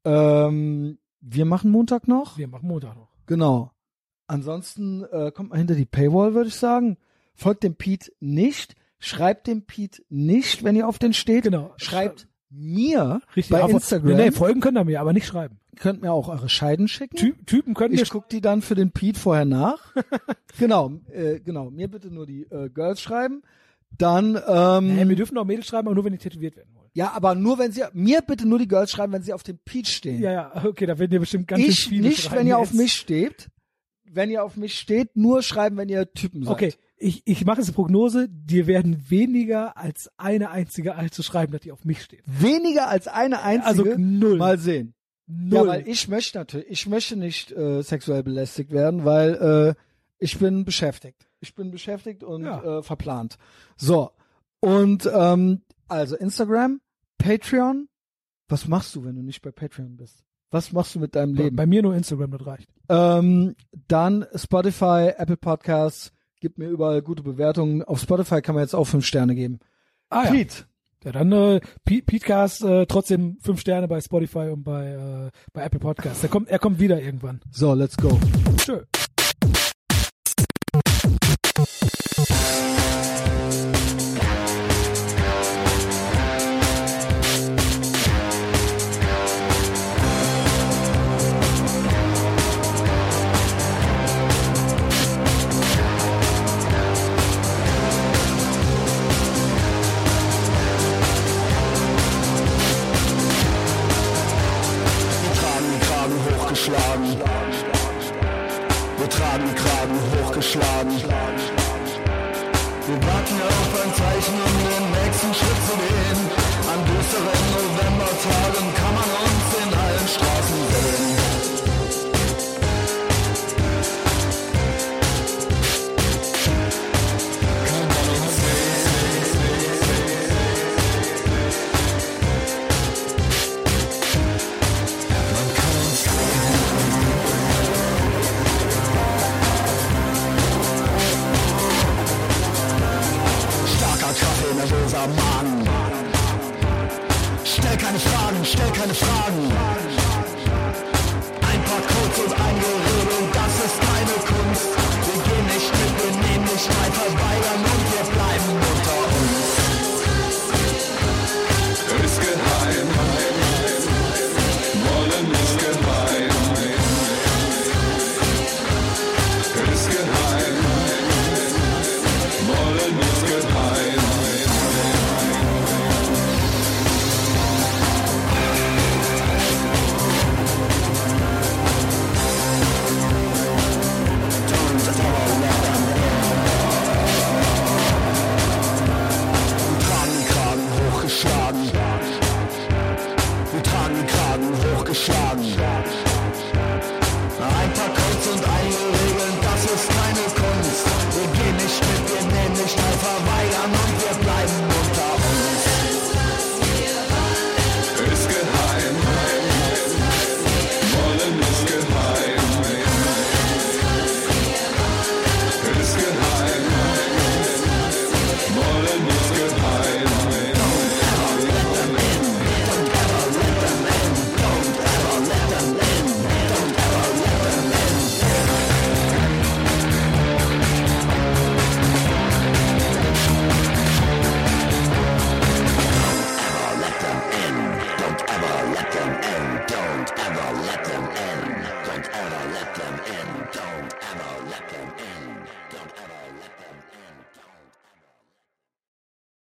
[SPEAKER 1] Ähm, wir machen Montag noch.
[SPEAKER 2] Wir machen Montag noch.
[SPEAKER 1] Genau. Ansonsten äh, kommt man hinter die Paywall, würde ich sagen. Folgt dem Pete nicht. Schreibt dem Pete nicht, wenn ihr auf den steht.
[SPEAKER 2] Genau.
[SPEAKER 1] Schreibt mir
[SPEAKER 2] Richtig.
[SPEAKER 1] bei
[SPEAKER 2] aber-
[SPEAKER 1] Instagram.
[SPEAKER 2] Nee, nee, folgen können wir mir, aber nicht schreiben.
[SPEAKER 1] Könnt mir auch eure Scheiden schicken.
[SPEAKER 2] Ty Typen können mir
[SPEAKER 1] Ich guck die dann für den Pete vorher nach. genau, äh, genau. Mir bitte nur die äh, Girls schreiben. Dann, ähm,
[SPEAKER 2] Nee, wir dürfen auch Mädels schreiben, aber nur wenn die tätowiert werden wollen.
[SPEAKER 1] ja, aber nur wenn sie, mir bitte nur die Girls schreiben, wenn sie auf den Pete stehen.
[SPEAKER 2] Ja, ja, okay, da werden dir bestimmt ganz
[SPEAKER 1] ich
[SPEAKER 2] schön viele
[SPEAKER 1] nicht,
[SPEAKER 2] schreiben
[SPEAKER 1] wenn ihr
[SPEAKER 2] jetzt.
[SPEAKER 1] auf mich steht. Wenn ihr auf mich steht, nur schreiben, wenn ihr Typen seid.
[SPEAKER 2] Okay, ich, ich mache jetzt eine Prognose, dir werden weniger als eine einzige Alte schreiben, dass die auf mich steht.
[SPEAKER 1] Weniger als eine einzige.
[SPEAKER 2] Also null.
[SPEAKER 1] Mal sehen.
[SPEAKER 2] Null.
[SPEAKER 1] Ja, weil ich möchte natürlich, ich möchte nicht äh, sexuell belästigt werden, weil äh, ich bin beschäftigt. Ich bin beschäftigt und
[SPEAKER 2] Ja.
[SPEAKER 1] äh, verplant. So. Und ähm, also Instagram, Patreon. Was machst du, wenn du nicht bei Patreon bist? Was machst du mit deinem
[SPEAKER 2] bei,
[SPEAKER 1] Leben?
[SPEAKER 2] bei mir nur Instagram, das reicht.
[SPEAKER 1] Ähm, dann Spotify, Apple Podcasts, gib mir überall gute Bewertungen. Auf Spotify kann man jetzt auch fünf Sterne geben.
[SPEAKER 2] Ah ja,
[SPEAKER 1] Pete,
[SPEAKER 2] ja dann äh, P- Petecast äh, trotzdem fünf Sterne bei Spotify und bei, äh, bei Apple Podcasts. Der kommt, er kommt wieder irgendwann.
[SPEAKER 1] so, let's go.
[SPEAKER 2] Tschö.
[SPEAKER 3] hochgeschlagen. Wir tragen die Kragen hochgeschlagen. Wir warten auf ein Zeichen, um den nächsten Schritt zu gehen. An düsteren Novembertagen kann man uns in allen Straßen sehen. Kann man uns Starker Kaffee, nervöser Magen. Stell keine Fragen, stell keine Fragen. Ein paar Codes und ein Gerede, das ist keine Kunst. Wir gehen nicht mit, wir nehmen nicht weiter, weigern und wir bleiben unter uns.
[SPEAKER 4] ist geheim. Wollen ist geheim. Ist geheim. Wollen ist geheim.